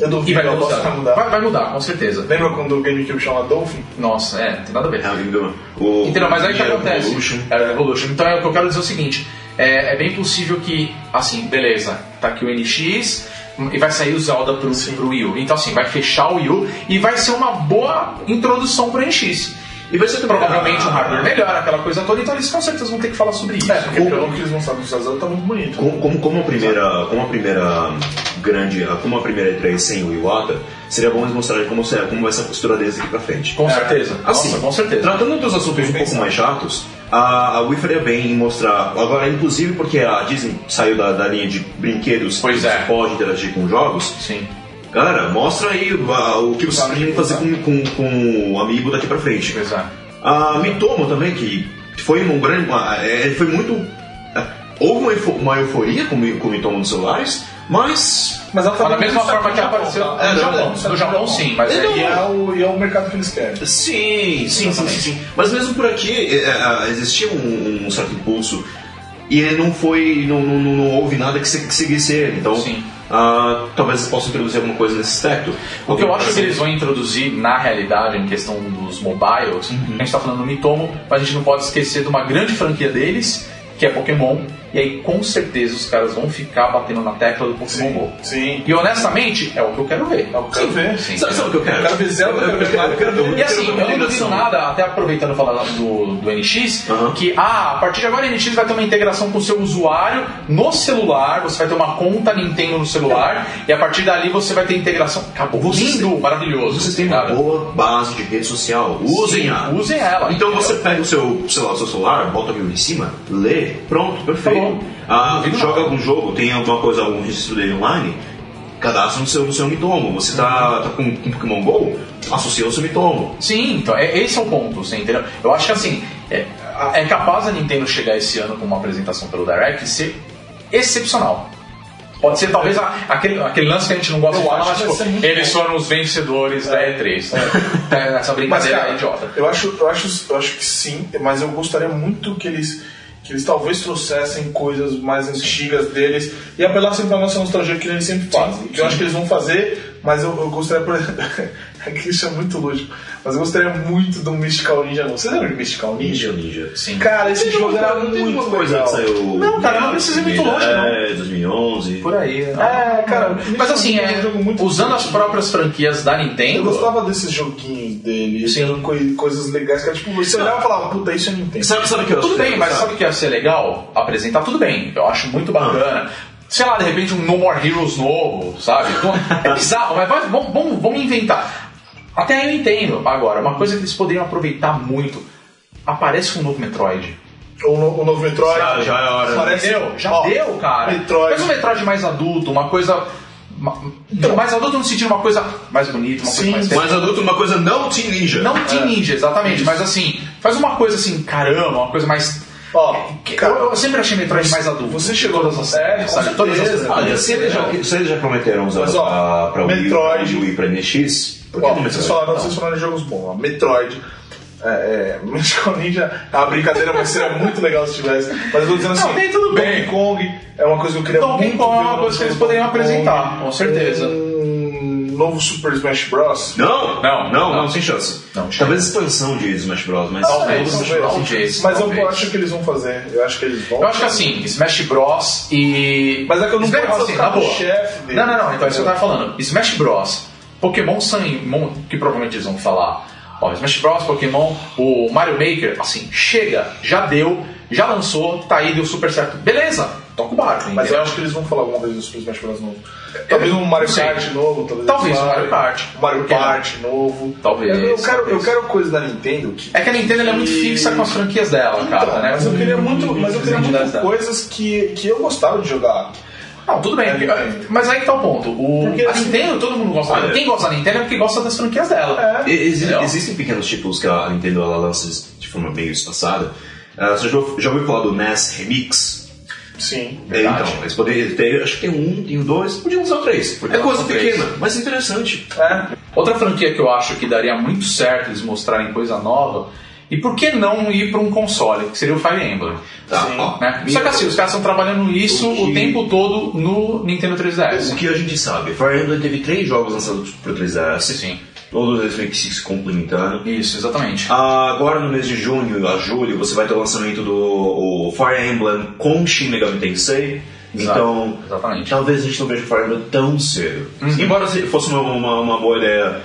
S4: Eu
S2: e
S4: duvido
S2: vai
S4: que eu posso
S2: mudar.
S4: mudar.
S2: Vai, vai mudar, com certeza.
S4: Lembra quando o GameCube chama Dolphin?
S2: Nossa, é, tem nada a ver.
S8: Ah, viu? O-
S2: Entendeu? Mas aí o que
S8: Era
S2: acontece?
S8: Evolution.
S2: Era o Evolution. Então é o que eu quero dizer é o seguinte: é, é bem possível que, assim, beleza, tá aqui o NX e vai sair o Zelda pro, pro Wii U. Então, assim, vai fechar o Wii U e vai ser uma boa introdução pro NX. E vai
S8: É.
S2: ser provavelmente um hardware melhor, aquela coisa toda, então eles com certeza vão ter que falar sobre isso.
S4: É, porque pelo que eles mostraram no Zelda tá muito bonito.
S8: Como, como, como a primeira, como a primeira grande, como a primeira E3 sem o Iwata, seria bom eles mostrarem como, será, como vai ser a postura deles aqui pra frente.
S2: Com certeza.
S8: Assim,
S2: é, Nossa, com certeza.
S8: Tratando dos assuntos um pouco mais chatos, a, a Wii faria bem em mostrar, agora inclusive porque a Disney saiu da, da linha de brinquedos
S2: Pois
S8: que
S2: é.
S8: você pode interagir com jogos,
S2: Sim.
S8: galera, mostra aí a- o que vocês podem fazer com, com, com o amigo daqui pra frente.
S2: Exato.
S4: Tá
S8: A Mitomo também, que foi um grande. uma- é, Ele foi muito. é, Houve uma, eufo- uma euforia com, o Mi- com o Mitomo nos celulares, mas.
S4: Mas ela tá
S2: Mas da
S4: muito
S2: mesma
S4: bonita
S2: forma que
S4: no Japão,
S2: apareceu
S4: tá? É,
S2: no Japão. No Japão, sim, mas
S8: Ele
S2: aí
S4: E
S2: é
S4: é, o, e é o mercado que eles querem.
S8: Sim, sim, sim,
S2: Exatamente.
S8: sim, sim. Mas mesmo por aqui é, é, existia um, um certo impulso e ele não foi. não, não, não- não houve nada que, se- que seguisse ele. Então.
S2: Sim.
S8: ah, talvez eles possam introduzir alguma coisa nesse aspecto.
S2: O que eu acho que eles vão introduzir na realidade, em questão dos mobiles,
S4: Uhum.
S2: a gente tá falando do Mitomo, mas a gente não pode esquecer de uma grande franquia deles, que é Pokémon, e aí com certeza os caras vão ficar batendo na tecla do Pokémon Go.
S4: Sim.
S2: E honestamente, é o que eu quero ver.
S4: É o que eu quero ver.
S2: Sim.
S8: Sabe, sabe o que eu quero?
S4: Eu quero ver Zelda, eu quero ver Mario, eu quero ver-
S2: E assim, eu não duvido nada, até aproveitando falar do, do NX,
S8: Aham.
S2: que ah, a partir de agora o NX vai ter uma integração com o seu usuário no celular, você vai ter uma conta Nintendo no celular, e a partir dali você vai ter integração. Acabou.
S8: Vocês
S2: Lindo, maravilhoso.
S8: Vocês têm uma
S2: Cara,
S8: boa base de rede social. Usem
S2: Sim,
S8: a.
S2: Usem ela.
S8: Então você pega o seu, sei lá, o seu celular, bota o livro em cima, lê, pronto, perfeito.
S2: bom.
S8: Ah,
S2: Não vi
S8: joga
S2: nada.
S8: algum jogo, tem alguma coisa, algum registro dele online, cadastra no seu, no seu Mitomo. Você tá, tá com, com Pokémon GO, associa o seu Mitomo.
S2: Sim, então, é, esse é o ponto, você entendeu? Eu acho que assim, é, a- é capaz a Nintendo chegar esse ano com uma apresentação pelo Direct e ser excepcional. Pode ser talvez a- aquele, aquele lance que a gente não gosta
S4: Eu
S2: de falar,
S4: acho
S2: mas,
S4: que vai ser
S2: tipo,
S4: muito
S2: eles foram os vencedores da E3. Né? Essa
S4: Mas,
S2: brincadeira (laughs) é
S4: cara,
S2: idiota.
S4: eu acho, eu, acho, eu acho que sim, mas eu gostaria muito que eles, que eles talvez trouxessem coisas mais antigas deles e apelassem pra nossa nostalgia que eles sempre fazem. que eu acho que eles vão fazer, mas eu, eu gostaria, por (laughs) exemplo, é que isso é muito lógico, mas eu gostaria muito do Mystical Ninja novo. Você lembra de Mystical Ninja?
S8: Ninja.
S2: Sim.
S4: Cara, esse jogo era
S8: Não tem
S4: muito
S8: alguma coisa
S4: legal.
S8: que saiu.
S4: Não, cara, não precisa ir muito longe, não.
S8: É, 2011.
S2: Por aí. né?
S4: É, cara,
S2: Mas assim, é,
S4: um jogo muito
S2: usando as próprias franquias da Nintendo.
S4: Eu gostava desses joguinhos dele,
S2: Sim.
S4: eram coi- coisas legais, que era tipo, você olhava e falava, puta, isso eu não entendo.
S8: Sabe, sabe o que eu acho?
S2: Tudo bem, mas
S8: sabe?
S2: sabe o que ia ser legal? Apresentar tudo bem. Eu acho muito bacana. Sei lá, de repente um No More Heroes novo, sabe? Então, É bizarro, mas vai- vamos, vamos, vamos inventar. Até aí eu entendo. Agora, uma coisa que eles poderiam aproveitar muito. Aparece um novo Metroid.
S4: O, no- o novo Metroid.
S8: Já- já é hora.
S4: Parece-
S2: Deu, já
S4: Ó,
S2: deu, cara.
S4: Metroid.
S2: Faz um Metroid mais adulto, uma coisa. ma- então, mais adulto no sentido de uma coisa mais bonita, uma
S4: Sim, É.
S2: coisa mais
S8: Mas adulto, uma coisa não Team Ninja.
S2: Não Team Ninja, exatamente, mas assim, faz uma coisa assim, caramba, uma coisa mais.
S4: Ó,
S2: Que-
S4: cara,
S2: eu, eu sempre achei Metroid mais adulto.
S4: você chegou
S2: todas as
S4: É, com
S2: séries, sabe? Todas as
S4: certeza. é,
S8: Olha, se eles já, se eles já prometeram usar
S4: Mas, ó,
S8: pra, pra
S4: Metroid-
S8: Wii U e pra NX, por que
S4: Ó,
S8: não
S4: vocês
S8: Metroid?
S4: falaram,
S8: Não.
S2: então.
S4: vocês falaram de jogos bons, ó. Metroid. É, (laughs) é, Magical Ninja, a brincadeira, mas seria muito legal se tivesse. Mas eu tô dizendo assim:
S2: Não, tem tudo bem.
S4: Donkey Kong é uma coisa que eu queria
S2: Donkey
S4: muito
S2: Kong é
S4: ver,
S2: uma
S4: um
S2: coisa que eles
S4: jogo
S2: poderiam
S4: Donkey Kong.
S2: apresentar, com certeza.
S4: Um novo Super Smash Bros.
S8: Não,
S2: Não,
S8: não, não,
S2: não,
S8: sem chance.
S2: Não, chega.
S8: Talvez expansão de Smash Bros, mas
S2: Talvez,
S8: Smash
S2: talvez.
S8: Bros.
S2: Talvez.
S4: Mas eu
S2: talvez.
S4: acho que eles vão fazer. Eu acho que eles vão.
S2: Eu acho que assim, Smash Bros e.
S4: Mas é que eu não
S2: Smash
S4: posso
S2: Bros, assim,
S4: ficar
S2: na
S4: no
S2: boa.
S4: chefe dele.
S2: Não, não, não, então é isso que eu tava falando. Smash Bros, Pokémon Sun e Moon, que provavelmente eles vão falar. Ó, Smash Bros, Pokémon, o Mario Maker, assim, chega, já deu. já lançou, tá aí, deu super certo. Beleza, toca o barco.
S4: Mas
S2: entendeu?
S4: eu acho que eles vão falar alguma coisa do Super Smash Bros. novo. Talvez um Mario
S2: não É, sei.
S4: Kart novo. Talvez,
S2: Talvez
S4: eles
S2: um Mario
S4: falem.
S2: Kart.
S4: Um Mario
S2: Por que não?
S4: Kart novo.
S2: Talvez,
S4: Eu, eu quero, eu
S2: talvez.
S4: quero coisa da Nintendo que.
S2: É que a Nintendo ela é muito fixa com as franquias dela, cara.
S4: Então,
S2: né?
S4: Mas eu queria muito, mas eu queria muito
S2: Dela.
S4: coisas que, que eu gostava de jogar.
S2: Não, tudo bem, porque- mas aí que tá o ponto. O,
S4: É, Porque,
S2: a
S4: assim,
S2: Nintendo, todo mundo gosta.
S8: olha-
S2: Quem gosta da Nintendo é porque gosta das franquias dela.
S4: É.
S8: E- exi-
S2: Entendeu?
S8: existem pequenos títulos que a Nintendo ela lança de forma meio espaçada. Ah, você já, já ouviu falar do NES Remix?
S4: Sim.
S8: É, Então, eles poderiam ter, acho que tem um, tem o dois, podiam usar o três.
S2: Porque
S8: é coisa
S2: lançou três.
S8: pequena, mas interessante.
S4: É.
S2: Outra franquia que eu acho que daria muito certo eles mostrarem coisa nova. E por que não ir pra um console, que seria o Fire Emblem?
S8: Tá,
S4: Sim.
S8: ó,
S2: né?
S8: minha-
S2: Só que assim, os caras estão trabalhando isso
S8: O
S2: o,
S8: que-
S2: tempo todo no Nintendo 3DS.
S8: assim, O que a gente sabe, Fire Emblem teve três jogos lançados pro 3DS,
S2: Sim.
S8: todos eles meio que se complementaram.
S2: Isso, exatamente.
S8: Ah, agora no mês de junho a julho você vai ter o lançamento do o Fire Emblem com Shin Megami Tensei.
S2: Exato,
S8: Então,
S2: exatamente.
S8: talvez a gente não veja o Fire Emblem tão cedo. Embora se- fosse uma, uma, uma boa ideia,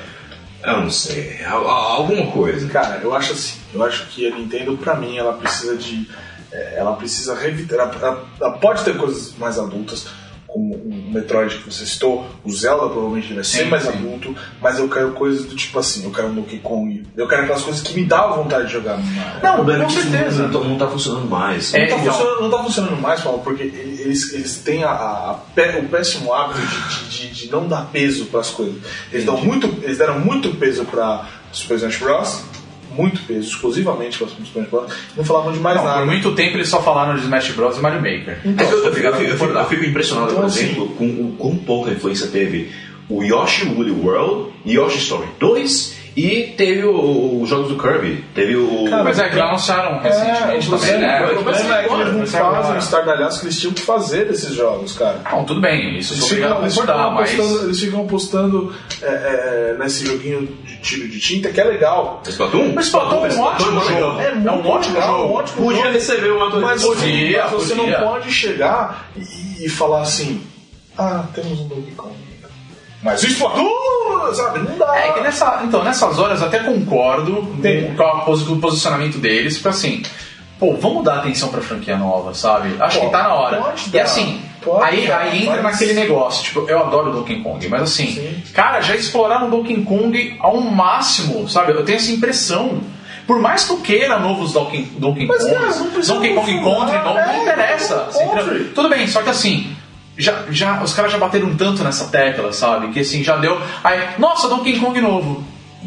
S8: eu não sei, a- a- alguma coisa.
S4: Cara, eu acho assim. Eu acho que a Nintendo, pra mim, ela precisa de. é, Ela precisa revitar. Ela, ela- ela pode ter coisas mais adultas, como o Metroid que você citou, o Zelda provavelmente vai ser
S2: Sim,
S4: mais
S2: sim.
S4: adulto, mas eu quero coisas do tipo assim, eu quero um Donkey Kong, eu quero aquelas coisas que me davam vontade de jogar.
S8: o
S4: Não,
S8: problema é que isso não, não, não tá funcionando mais.
S2: É,
S4: Não tá,
S2: então.
S4: funcionando, não tá funcionando mais, Paulo, porque eles, eles têm a, a- a pé- o péssimo hábito de, de- de- de não dar peso pras coisas. Eles, dão muito, eles deram muito peso pra Super Smash Bros. Muito peso, exclusivamente pra Super Smash Bros. Não falavam de mais
S2: Não, por
S4: nada.
S2: muito tempo eles só falaram de Smash Bros e Mario Maker.
S8: É que eu, eu, fico- eu fico- eu fico- eu fico impressionado,
S4: Então,
S8: por
S4: assim-
S8: exemplo, com o quão pouca influência teve o Yoshi Woolly World, Yoshi Story 2 e teve o- o- os jogos do Kirby. Teve o.
S4: Cara,
S2: Mas é que lançaram
S4: É,
S2: recentemente também, né?
S4: o problema é que
S2: agora,
S4: eles não
S2: mas agora.
S4: fazem o estardalhaço que eles tinham que fazer desses jogos, cara.
S2: Não, tudo bem, isso eu sou
S4: Eles
S2: obrigado
S4: ficam,
S2: a
S4: eles ficam
S2: concordar, mas...
S4: apostando, eles ficam apostando é, é, nesse joguinho de tiro de tinta que é legal.
S8: Splatoon?
S2: Mas Splatoon é um ótimo jogo.
S4: É muito
S2: um ótimo
S4: legal,
S2: jogo.
S4: um ótimo
S8: Podia
S4: jogo.
S8: receber uma
S4: Mas,
S2: Podia,
S4: mas você
S2: podia.
S4: não pode chegar e, e falar assim: Ah, temos um Donkey Kong. Mas o Splatoon, sabe? Não dá.
S2: É que nessa, então, nessas horas até concordo com, com a posi- o posicionamento deles, porque assim, pô, vamos dar atenção pra franquia nova, sabe? Acho
S4: Pô,
S2: que tá na hora.
S4: pode
S2: e
S4: dar,
S2: assim,
S4: pode
S2: aí,
S4: dar,
S2: aí entra
S4: mas-
S2: naquele negócio, tipo, eu adoro Donkey Kong, mas assim,
S4: Sim.
S2: cara, já exploraram Donkey Kong ao máximo, sabe? Eu tenho essa impressão. Por mais que eu queira novos Donkey, Donkey
S4: Mas,
S2: Kongs,
S4: cara, não precisa
S2: Donkey Kong
S4: confundir,
S2: Country, não, não
S4: é,
S2: interessa.
S4: Donkey Kong.
S2: você entendeu? Tudo bem, só que assim, já, já, os caras já bateram um tanto nessa tecla, sabe? Que assim, já deu. Aí, nossa, Donkey Kong novo.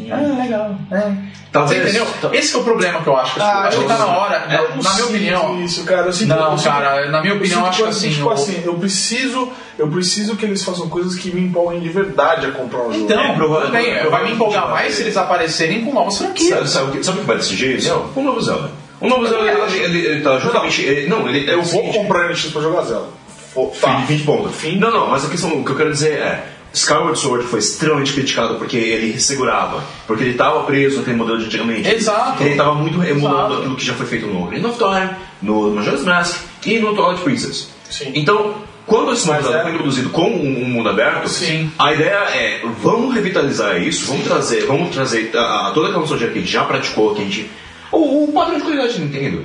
S2: Ah, legal. É. Você
S8: Talvez.
S2: entendeu?
S4: Então-
S8: ta-
S2: Esse que é o problema que eu acho. que-
S4: Ah,
S2: acho
S4: eu
S2: que tá na
S4: sinto-
S2: hora,
S4: eu
S2: na,
S4: não
S2: na minha
S4: sinto
S2: opinião.
S4: Isso, cara, eu sinto,
S2: Não,
S4: eu sinto-
S2: cara, na minha
S4: eu
S2: opinião,
S4: sinto
S2: acho que
S4: coisas
S2: assim.
S4: Tipo
S2: o-
S4: assim, eu preciso, eu preciso que eles façam coisas que me empolguem de verdade a comprar um jogo.
S2: Então,
S8: É, prova-
S2: tudo bem, vai me empolgar mais se eles aparecerem com novas
S8: Sabe,
S2: franquias.
S8: sabe o que, sabe o que vai decidir isso?
S2: Não.
S8: O novo Zelda. O novo Zelda, ele, ele, ele tá justamente. ele- Não, ele é
S4: eu
S8: o
S4: vou
S8: seguinte,
S4: comprar NX pra jogar Zelda. Fo-
S8: Fim
S4: Tá.
S8: de 20 pontos. Não, não, mas a questão, o que eu quero dizer é. Skyward Sword foi extremamente criticado porque ele segurava, porque ele estava preso naquele modelo de antigamente.
S2: Exato.
S8: Ele estava muito emulando
S2: Exato.
S8: aquilo que já foi feito no Ocarina of Time, no Majora's Mask e no Twilight Princess.
S4: Sim.
S8: Então, quando esse
S4: Mas
S8: modelo
S4: é-
S8: foi introduzido com um, um mundo aberto,
S2: Sim.
S8: a ideia é vamos revitalizar isso, vamos trazer, vamos trazer a, a- toda aquela nostalgia que a gente já praticou, que a gente. O, o padrão de qualidade da Nintendo.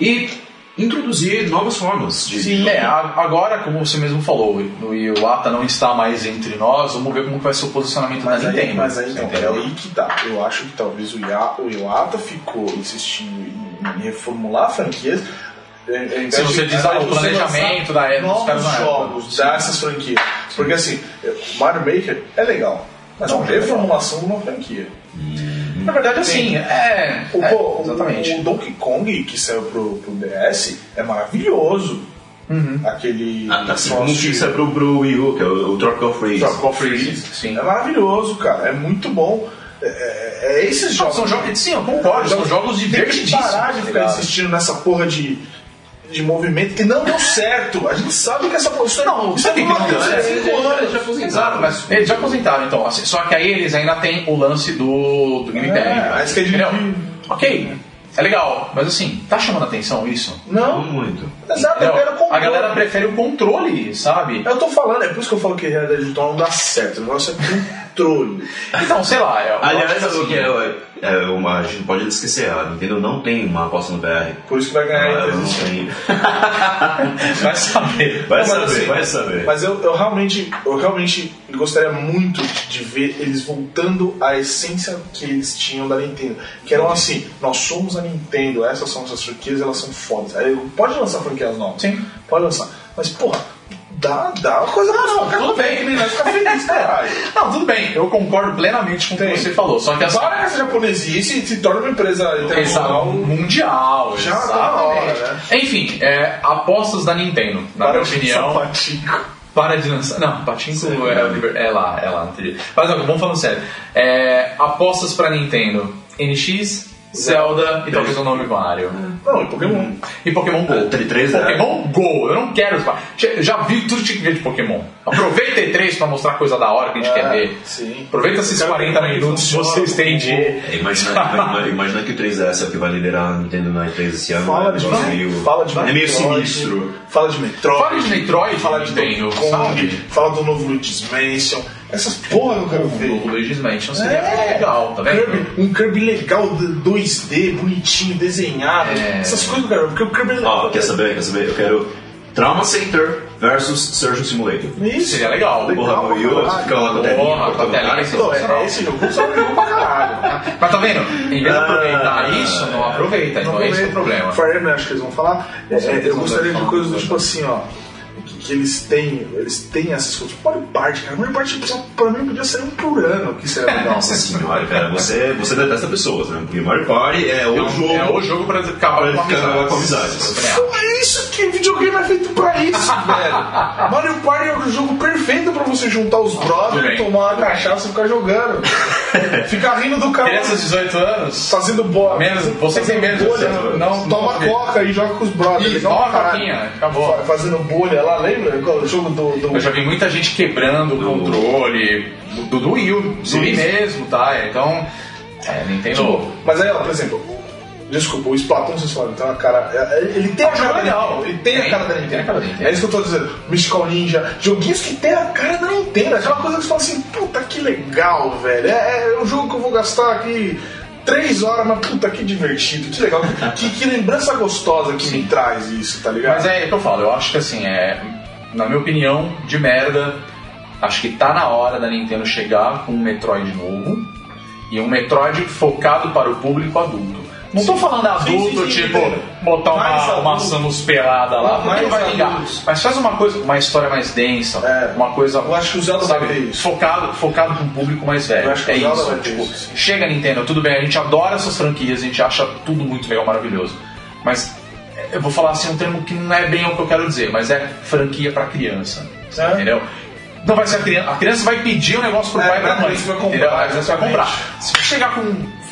S8: E introduzir novas formas de. de-
S2: É, a- agora, como você mesmo falou, o Iwata não está mais entre nós, vamos ver como vai ser o posicionamento
S4: Mas
S2: da
S4: aí,
S2: Nintendo.
S4: mas aí então, é
S2: entendeu?
S4: aí que tá. Eu acho que talvez o, Ia, o Iwata ficou insistindo em, em reformular franquias. é, em- em
S2: Se
S4: vez
S2: você
S4: de-
S2: diz,
S4: ao
S2: ah, o
S4: invés de você
S2: planejamento
S4: lançar
S2: da época, tá os caras
S4: novos
S2: na época.
S4: jogos dessas franquias. Porque assim, Mario Maker é legal, mas é uma reformulação de uma franquia.
S2: Na verdade, assim, é.
S4: O,
S2: é,
S4: pô, o-
S2: exatamente.
S4: o Donkey Kong que saiu pro, pro DS é maravilhoso.
S2: Uhum.
S4: Aquele.
S8: Ah, tá, assim,
S4: Nossa,
S8: como isso é pro, pro Wii U, que é o, o Tropical Freeze.
S4: Tropical Freeze.
S2: Sim.
S4: É maravilhoso, cara. É muito bom. É, é- é esses
S2: Não,
S4: jogos.
S2: são jogos. Sim, eu concordo, são jogos
S4: Tem que
S2: divertidíssimos.
S4: parar de
S2: tá
S4: ficar
S2: ligado?
S4: insistindo nessa porra de, de movimento que não deu certo. A gente sabe que essa é postura
S2: Não, sabe que
S4: uma
S2: não deu
S4: coisa
S2: certo?
S4: de cinco
S2: Eles já-
S4: anos.
S2: já Exato, mas eles já aposentaram, então. assim, só que aí eles ainda têm o lance do, do Gamepad.
S4: É,
S2: cara,
S4: isso que é de-
S2: entendeu? Ok, é legal, mas assim, tá chamando atenção isso?
S8: Não
S4: Não,
S8: muito.
S4: exato, eu
S2: Entendeu?
S4: quero comprar.
S2: É, a galera prefere o controle, sabe?
S4: Eu tô falando, é por isso que eu falo que realidade virtual não dá certo. O negócio é que controle.
S2: Então, sei lá. eu- eu
S8: Aliás,
S2: acho
S8: o que é, é uma, a gente não pode esquecer, a Nintendo não tem uma aposta no BR.
S4: Por isso que vai ganhar a
S2: Ah,
S8: Ela não
S4: entrevista.
S8: tem.
S4: Vai saber.
S8: Vai
S4: Não, mas
S8: saber,
S4: assim,
S8: vai saber.
S4: Mas eu, eu realmente, eu realmente gostaria muito de ver eles voltando à essência que eles tinham da Nintendo. Que eram assim, nós somos a Nintendo, essas são nossas franquias, elas são fodas. Aí, pode lançar franquias novas. Sim. Pode lançar. Mas, porra, dá, dá uma coisa não, não, tudo bem. Que ele vai ficar (laughs) feliz, né? caralho.
S2: Não, tudo bem, eu concordo plenamente com o que
S4: Tem.
S2: você falou. Só que as
S4: Para essa japonesice e se torna uma empresa
S2: Exato.
S4: internacional.
S2: Mundial,
S4: Então, Já
S2: exatamente.
S4: tá na hora, né?
S2: Enfim, é, apostas da Nintendo, na
S4: Para
S2: minha opinião.
S4: Sapatico.
S2: Para de lançar. Não, Patinco é, o liber- é lá, é lá. na trilha. Mas ó, vamos falando sério. É, apostas pra Nintendo: NX, Zelda e talvez o nome Mario.
S4: É.
S2: Hum.
S4: Não, e Pokémon. É,
S2: E Pokémon Go.
S8: Tri- três, né?
S2: Pokémon Go, eu não quero. Já- Já vi tudo que tinha que ver de Pokémon. Aproveita a E3 pra mostrar coisa da hora que a gente quer ver.
S4: É, sim.
S2: Aproveita esses
S4: Eu quero ver
S2: 40
S4: como é que
S2: minutos que
S4: funciona
S2: você
S4: o
S2: estende.
S8: É, Imagina, imagina, imagina que o 3DS é o que vai liderar a Nintendo na E3 esse ano.
S4: Fala
S8: né?
S4: de,
S8: Negócio meio-
S4: fala de
S8: É meio
S4: Metroid,
S8: sinistro.
S4: Fala de Metroid.
S2: Fala de Metroid,
S4: fala de
S2: Nintendo,
S4: Donkey Kong,
S2: sabe?
S4: fala do novo Luigi's Mansion. Essas porra eu não quero
S2: O
S4: ver.
S2: Luigi's Mansion seria legal, tá vendo?
S4: Kirby, um Kirby legal, de- 2D, bonitinho, desenhado.
S2: É.
S4: Essas coisas que eu quero ver, porque o Kirby é legal.
S8: Ó, quer saber? Quer saber? Eu quero Trauma Center versus Surgeon Simulator.
S4: É Isso.
S2: Seria legal.
S8: Porra,
S4: Legal
S8: o Yu
S4: pra caralho.
S8: fica lá com a telinha.
S2: Porra, com a
S8: cortando
S2: telinha,
S8: cara.
S2: sim.
S4: Pô, é, esse jogo só legal pra caralho.
S2: Mas tá vendo? Em vez de aproveitar isso, não aproveita. Então esse é o problema.
S4: Fireman, acho que eles vão falar. É,
S2: certeza
S4: eu
S2: não
S4: gostaria
S2: deve
S4: de
S2: falar,
S4: coisas
S2: não
S4: do
S2: vai
S4: tipo assim, ó. Que, que eles têm, eles têm essas coisas. Tipo, Mario Party, cara. Mario Party, tipo, pra mim, podia sair um por ano, que
S2: (laughs)
S4: seria legal.
S8: Nossa senhora, cara, você, você detesta pessoas, né? Porque Mario Party é o
S2: É o
S8: jogo.
S2: É o jogo pra
S8: pra
S2: acabar
S8: ele
S2: com a
S8: ficar com
S2: amizade.
S8: amizades.
S4: Então é isso que videogame é feito pra (laughs) isso, velho. Mario Party é o jogo perfeito pra você juntar os
S2: Tudo bem.
S4: brothers, tomar uma cachaça e
S2: (laughs)
S4: ficar jogando. Ficar rindo do cara
S2: Crianças de 18 anos.
S4: fazendo bola.
S2: Menos, vocês têm menos de
S4: bolha.
S2: 18 anos. Não,
S4: Toma
S2: não-
S4: coca e joga com os brothers.
S2: Ih,
S4: Legal
S2: toma
S4: pra caralho.
S2: coquinha, acabou.
S4: Fa- Fazendo bolha lá, lembra? Qual- O jogo do. do-
S2: Eu já vi muita gente quebrando o controle do, do Wii, U, do Wii mesmo, tá? Então, é,
S4: Tipo,
S2: Nintendo.
S4: mas aí, ó, por exemplo. Desculpa, o Splatoon, vocês falam, tem uma cara. é- é- Ele tem a
S2: Ah,
S4: cara
S2: jogo
S4: da
S2: legal.
S4: Nintendo, Ele tem a
S2: Tem,
S4: cara da
S2: tem a cara da
S4: Nintendo.
S2: Nintendo.
S4: É isso que eu tô dizendo. Mystical Ninja, joguinhos que tem a cara da Nintendo. Aquela coisa que você fala assim, puta que legal, velho. É, é um jogo que eu vou gastar aqui três horas, mas puta que divertido, que legal. que, que lembrança gostosa que me traz isso, tá ligado?
S2: Mas é o que eu falo, eu acho que assim, é, na minha opinião, de merda, acho que tá na hora da Nintendo chegar com um Metroid novo e um Metroid focado para o público adulto. Não tô falando adulto,
S4: sim, sim,
S2: tipo,
S4: entendo.
S2: botar
S4: Mais
S2: uma,
S4: adulto.
S2: uma Samus pelada lá,
S4: Mais
S2: porque vai ligar.
S4: adultos.
S2: Mas faz uma coisa, uma história mais densa,
S4: É.
S2: uma coisa.
S4: Eu acho que o Zelda vai ter
S2: sabe,
S4: isso.
S2: focado, focado para um público mais velho.
S4: Eu acho que
S2: é
S4: o Zelda
S2: isso.
S4: vai ter
S2: tipo,
S4: isso, sim.
S2: Chega, Nintendo, tudo bem, a gente adora essas franquias, a gente acha tudo muito legal, maravilhoso. Mas é, eu vou falar assim um termo que não é bem o que eu quero dizer, mas é franquia pra criança. você
S4: É.
S2: Entendeu? Não vai ser a criança. A criança vai pedir o negócio pro
S4: É,
S2: pai e pra mãe.
S4: a criança vai comprar,
S2: entendeu? A criança vai comprar.
S4: exatamente.
S2: Se chegar com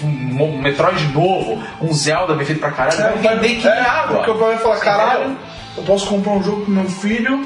S2: um, um Metroid novo, um Zelda bem feito pra caralho,
S4: É,
S2: vai vender que
S4: é,
S2: nem água.
S4: Porque o pai vai falar,
S2: Você
S4: caralho,
S2: entendeu?
S4: eu posso comprar um jogo pro meu filho.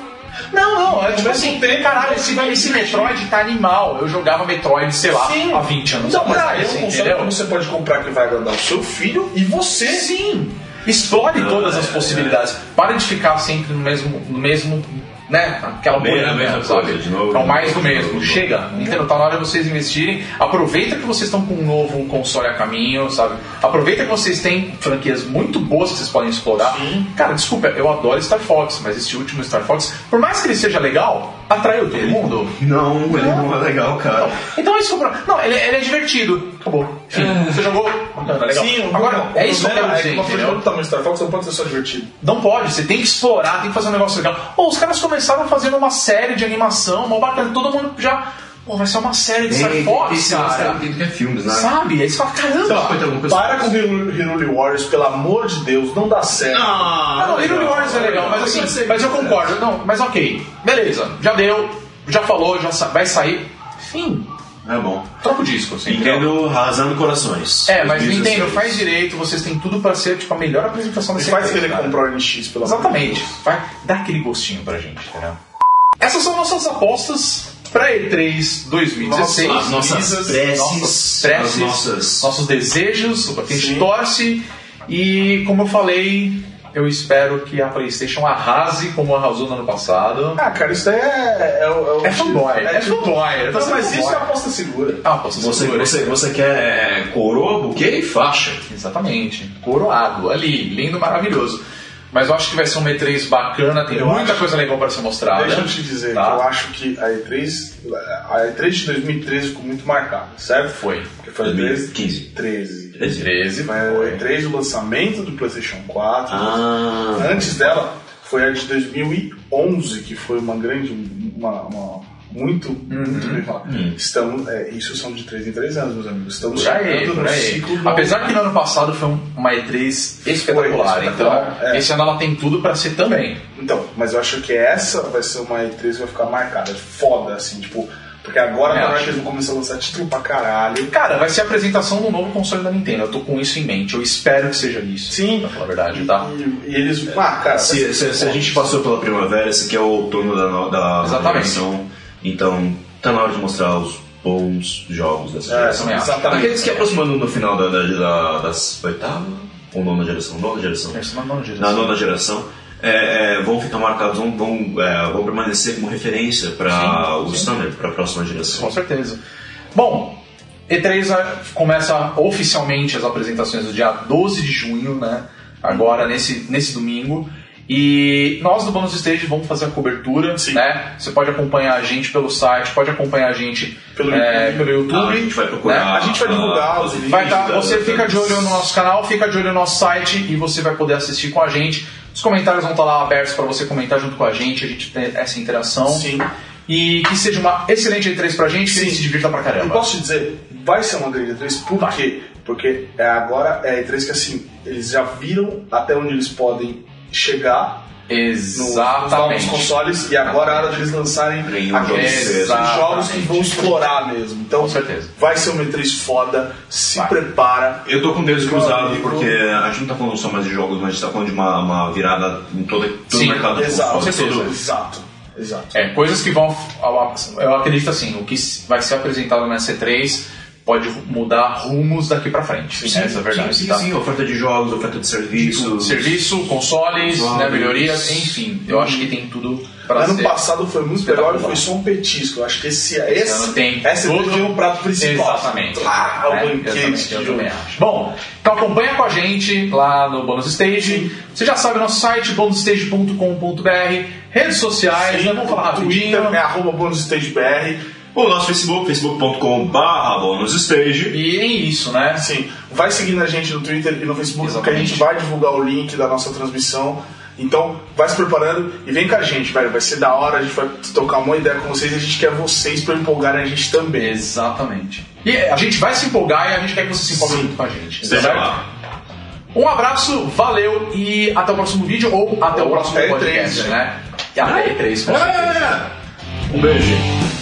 S2: Não, não, é tipo
S4: Ao
S2: assim,
S4: mesmo tempo,
S2: caralho, esse, esse Metroid tá animal. Eu jogava Metroid, sei lá,
S4: Sim.
S2: há 20 anos
S4: Não, mas
S2: atrás,
S4: aí é um console
S2: entendeu?
S4: que você pode comprar que vai agradar o seu filho e você.
S2: Sim! Explore todas as possibilidades. Para de ficar sempre no mesmo. No mesmo né? Aquela
S8: Meia-
S2: bolha,
S8: a mesma
S2: sabe?
S8: coisa, de novo,
S2: É o
S8: de
S2: mais do
S8: novo, de
S2: mesmo.
S8: novo.
S2: Chega, Nintendo, tá na hora de vocês investirem. Aproveita que vocês estão com um novo console a caminho, sabe? Aproveita que vocês têm franquias muito boas que vocês podem explorar. Cara, desculpa, eu adoro Star Fox, mas este último Star Fox, por mais que ele seja legal, atraiu todo mundo.
S8: Não, ele não é legal, cara.
S2: Então isso é o problema. Não, ele, ele é divertido. Acabou. Enfim, você jogou. Tá legal.
S4: É. Sim, o-
S2: agora,
S4: o
S2: é isso que eu
S4: problema
S2: quero
S4: é
S2: dizer,
S4: uma coisa
S2: entendeu?
S4: do tamanho do Star Fox não pode ser só divertido.
S2: Não pode, você tem que explorar, tem que fazer um negócio legal. Pô, os caras começaram fazendo uma série de animação, mó bacana, todo mundo já. Pô, vai ser uma série de Star Fox, é cara.
S8: Tem que é filmes, né?
S2: Sabe? Aí você fala,
S4: Então,
S2: caramba!
S4: Para com o Hero- Hero Warriors, pelo amor de Deus, não dá certo.
S2: Ah, não, Little Warriors é legal, mas assim, mas eu concordo, não, mas ok. Beleza, já deu, já falou, já sa- vai sair. Fim,
S8: É bom.
S2: troca o disco, assim. entendeu?
S8: Nintendo arrasando corações.
S2: É, mas
S8: 2016.
S2: Nintendo, faz direito, vocês têm tudo pra ser tipo a melhor apresentação da
S4: Me faz
S2: E3,
S4: querer
S2: cara.
S4: comprar o NX, pelo amor de
S2: Exatamente.
S4: Deus.
S2: Vai dar aquele gostinho pra gente, entendeu? Essas são nossas apostas pra E3 2016.
S8: As nossas
S4: Jesus,
S8: preces,
S2: Nossas preces,
S8: as nossas
S2: nossos desejos, o que a gente
S4: Sim.
S2: torce. E como eu falei, eu espero que a PlayStation arrase como arrasou no ano passado.
S4: Ah, cara, isso daí é. É, o- o-
S2: É fanboy, é
S4: tipo-
S2: fanboy, é
S4: Não, mas
S2: fanboy.
S4: isso é aposta segura.
S2: Ah, posso
S8: Você, você, você quer é, coroa, buquê e faixa.
S2: Exatamente. Coroado, ali, lindo, maravilhoso. Mas eu acho que vai ser um E3 bacana, tem
S4: Eu
S2: muita
S4: acho.
S2: coisa legal para ser mostrada.
S4: Deixa eu te dizer
S2: Tá.
S4: que eu acho que a E3. A E3 de 2013 ficou muito marcada, certo?
S2: Foi.
S4: Porque foi a E3
S8: 15.
S4: 13.
S8: É
S2: 13
S4: Mas a
S2: foi.
S4: E3 do lançamento do PlayStation 4.
S8: Ah,
S4: Antes dela foi a de 2011, que foi uma grande. Uma, uma- muito, muito
S2: Uhum.
S4: bem falado. Estamos, é, isso são de 3 em 3 anos, meus amigos. Estamos
S2: Hum. Por aí,
S4: chegando
S2: por
S4: no
S2: aí.
S4: ciclo. do-
S2: é, Apesar que no ano passado foi um- uma E3 espetacular,
S4: espetacular,
S2: então
S4: é.
S2: esse ano ela tem tudo para ser também.
S4: Então, mas eu acho que essa vai ser uma E3 que vai ficar marcada. Foda, assim, tipo. Porque agora
S2: Eu
S4: na hora
S2: É, acho.
S4: que eles vão começar a lançar título pra caralho.
S2: Cara, vai ser a apresentação do novo console da Nintendo. Eu tô com isso em mente. Eu espero que seja isso.
S4: Sim.
S2: Pra falar a verdade, tá?
S4: E, e eles. Ah,
S2: É.
S4: cara.
S8: se, se- se a gente passou pela primavera, esse aqui é o outono da, no- da
S2: Exatamente.
S8: geração. Então, tá na hora de mostrar os bons jogos dessa
S4: É,
S8: geração.
S2: também acho.
S4: exatamente. É.
S8: Aqueles que aproximando no final da, da- da- das oitava ou nona geração, nona geração.
S2: Essa é uma nova
S8: na
S2: geração.
S8: nona geração é, é, vão ficar marcados, vão, vão, é, vão permanecer como referência para o standard, para a próxima
S2: Com
S8: geração.
S2: certeza. Bom, E3 a- começa oficialmente as apresentações no dia 12 de junho, né? Agora, nesse, nesse domingo. E nós do Bonus Stage vamos fazer a cobertura, né? Você pode acompanhar a gente pelo site, pode acompanhar a gente
S4: Pelo
S2: é,
S4: YouTube.
S2: pelo
S8: Ah, a
S2: YouTube.
S8: gente vai procurar.
S2: né?
S4: A gente vai divulgar os vídeos.
S2: Vai tá, você fica de olho no nosso canal, fica de olho no nosso site e você vai poder assistir com a gente. Os comentários vão estar lá abertos para você comentar junto com a gente, a gente tem essa interação.
S4: Sim.
S2: E que seja uma excelente E3 pra gente, que a gente se divirta pra
S4: Eu
S2: caramba.
S4: posso te dizer, vai ser uma grande E3, por quê? Porque é, agora é a E3 que assim, eles já viram até onde eles podem chegar no- nos novos
S2: Exatamente.
S4: consoles e agora é a hora deles lançarem
S8: Nenhum jogo
S4: aqueles
S2: cedo.
S4: jogos que vão explorar mesmo. Então,
S2: Com certeza.
S4: vai ser uma E3 foda, se
S2: Vai.
S4: prepara.
S8: Eu tô com o dedo cruzado
S4: Claro,
S8: porque a gente não tá falando só mais de jogos, mas a gente tá falando de uma, uma virada em todo, todo
S2: Sim,
S8: o mercado. de
S4: Exato,
S8: consoles,
S2: certeza.
S8: todo-
S4: exato, exato.
S2: É, coisas que vão. Eu acredito assim, o que vai ser apresentado na C3 pode mudar rumos daqui pra frente. Essa é a verdade.
S8: Sim, sim,
S2: tá?
S8: sim, oferta de jogos, oferta de
S2: Tudo.
S8: serviços.
S2: Serviço, consoles,
S8: Consoles.
S2: né, melhorias, enfim. Eu acho que tem tudo pra
S4: ano
S2: ser.
S4: passado foi muito melhor e
S2: espetacular.
S4: foi só um petisco. Eu acho que esse, esse,
S2: ano tem
S4: essa
S2: todo-
S4: E3 é o prato principal.
S2: Exatamente.
S4: Ah,
S2: Né?
S4: o banquete
S2: Exatamente, eu
S4: de
S2: também
S4: jogo.
S2: acho. Bom, então acompanha com a gente lá no Bonus Stage. Você já sabe o nosso site, bonusstage.com.br, redes sociais, né? vamos falar rapidinho.
S4: Twitter, é arroba bonusstagebr.
S8: O nosso Facebook, facebook.com.br, bonusstage.
S2: E é isso, né?
S4: Assim, vai seguindo a gente no Twitter e no Facebook, porque a
S2: Exatamente.
S4: gente vai divulgar o link da nossa transmissão. Então, vai se preparando e vem com a gente, velho. Vai ser da hora, a gente vai tocar uma ideia com vocês e a gente quer vocês pra empolgarem a gente também.
S2: Exatamente. E a gente vai se empolgar e a gente quer que você se empolgue
S4: Sim.
S2: junto com a gente.
S8: Esteja
S2: certo?
S8: lá.
S2: Um abraço, valeu e até o próximo vídeo ou até o
S4: Ou
S2: próximo
S4: até E3,
S2: podcast,
S4: né?
S2: né? E até E3, com certeza.
S8: Um beijo. gente.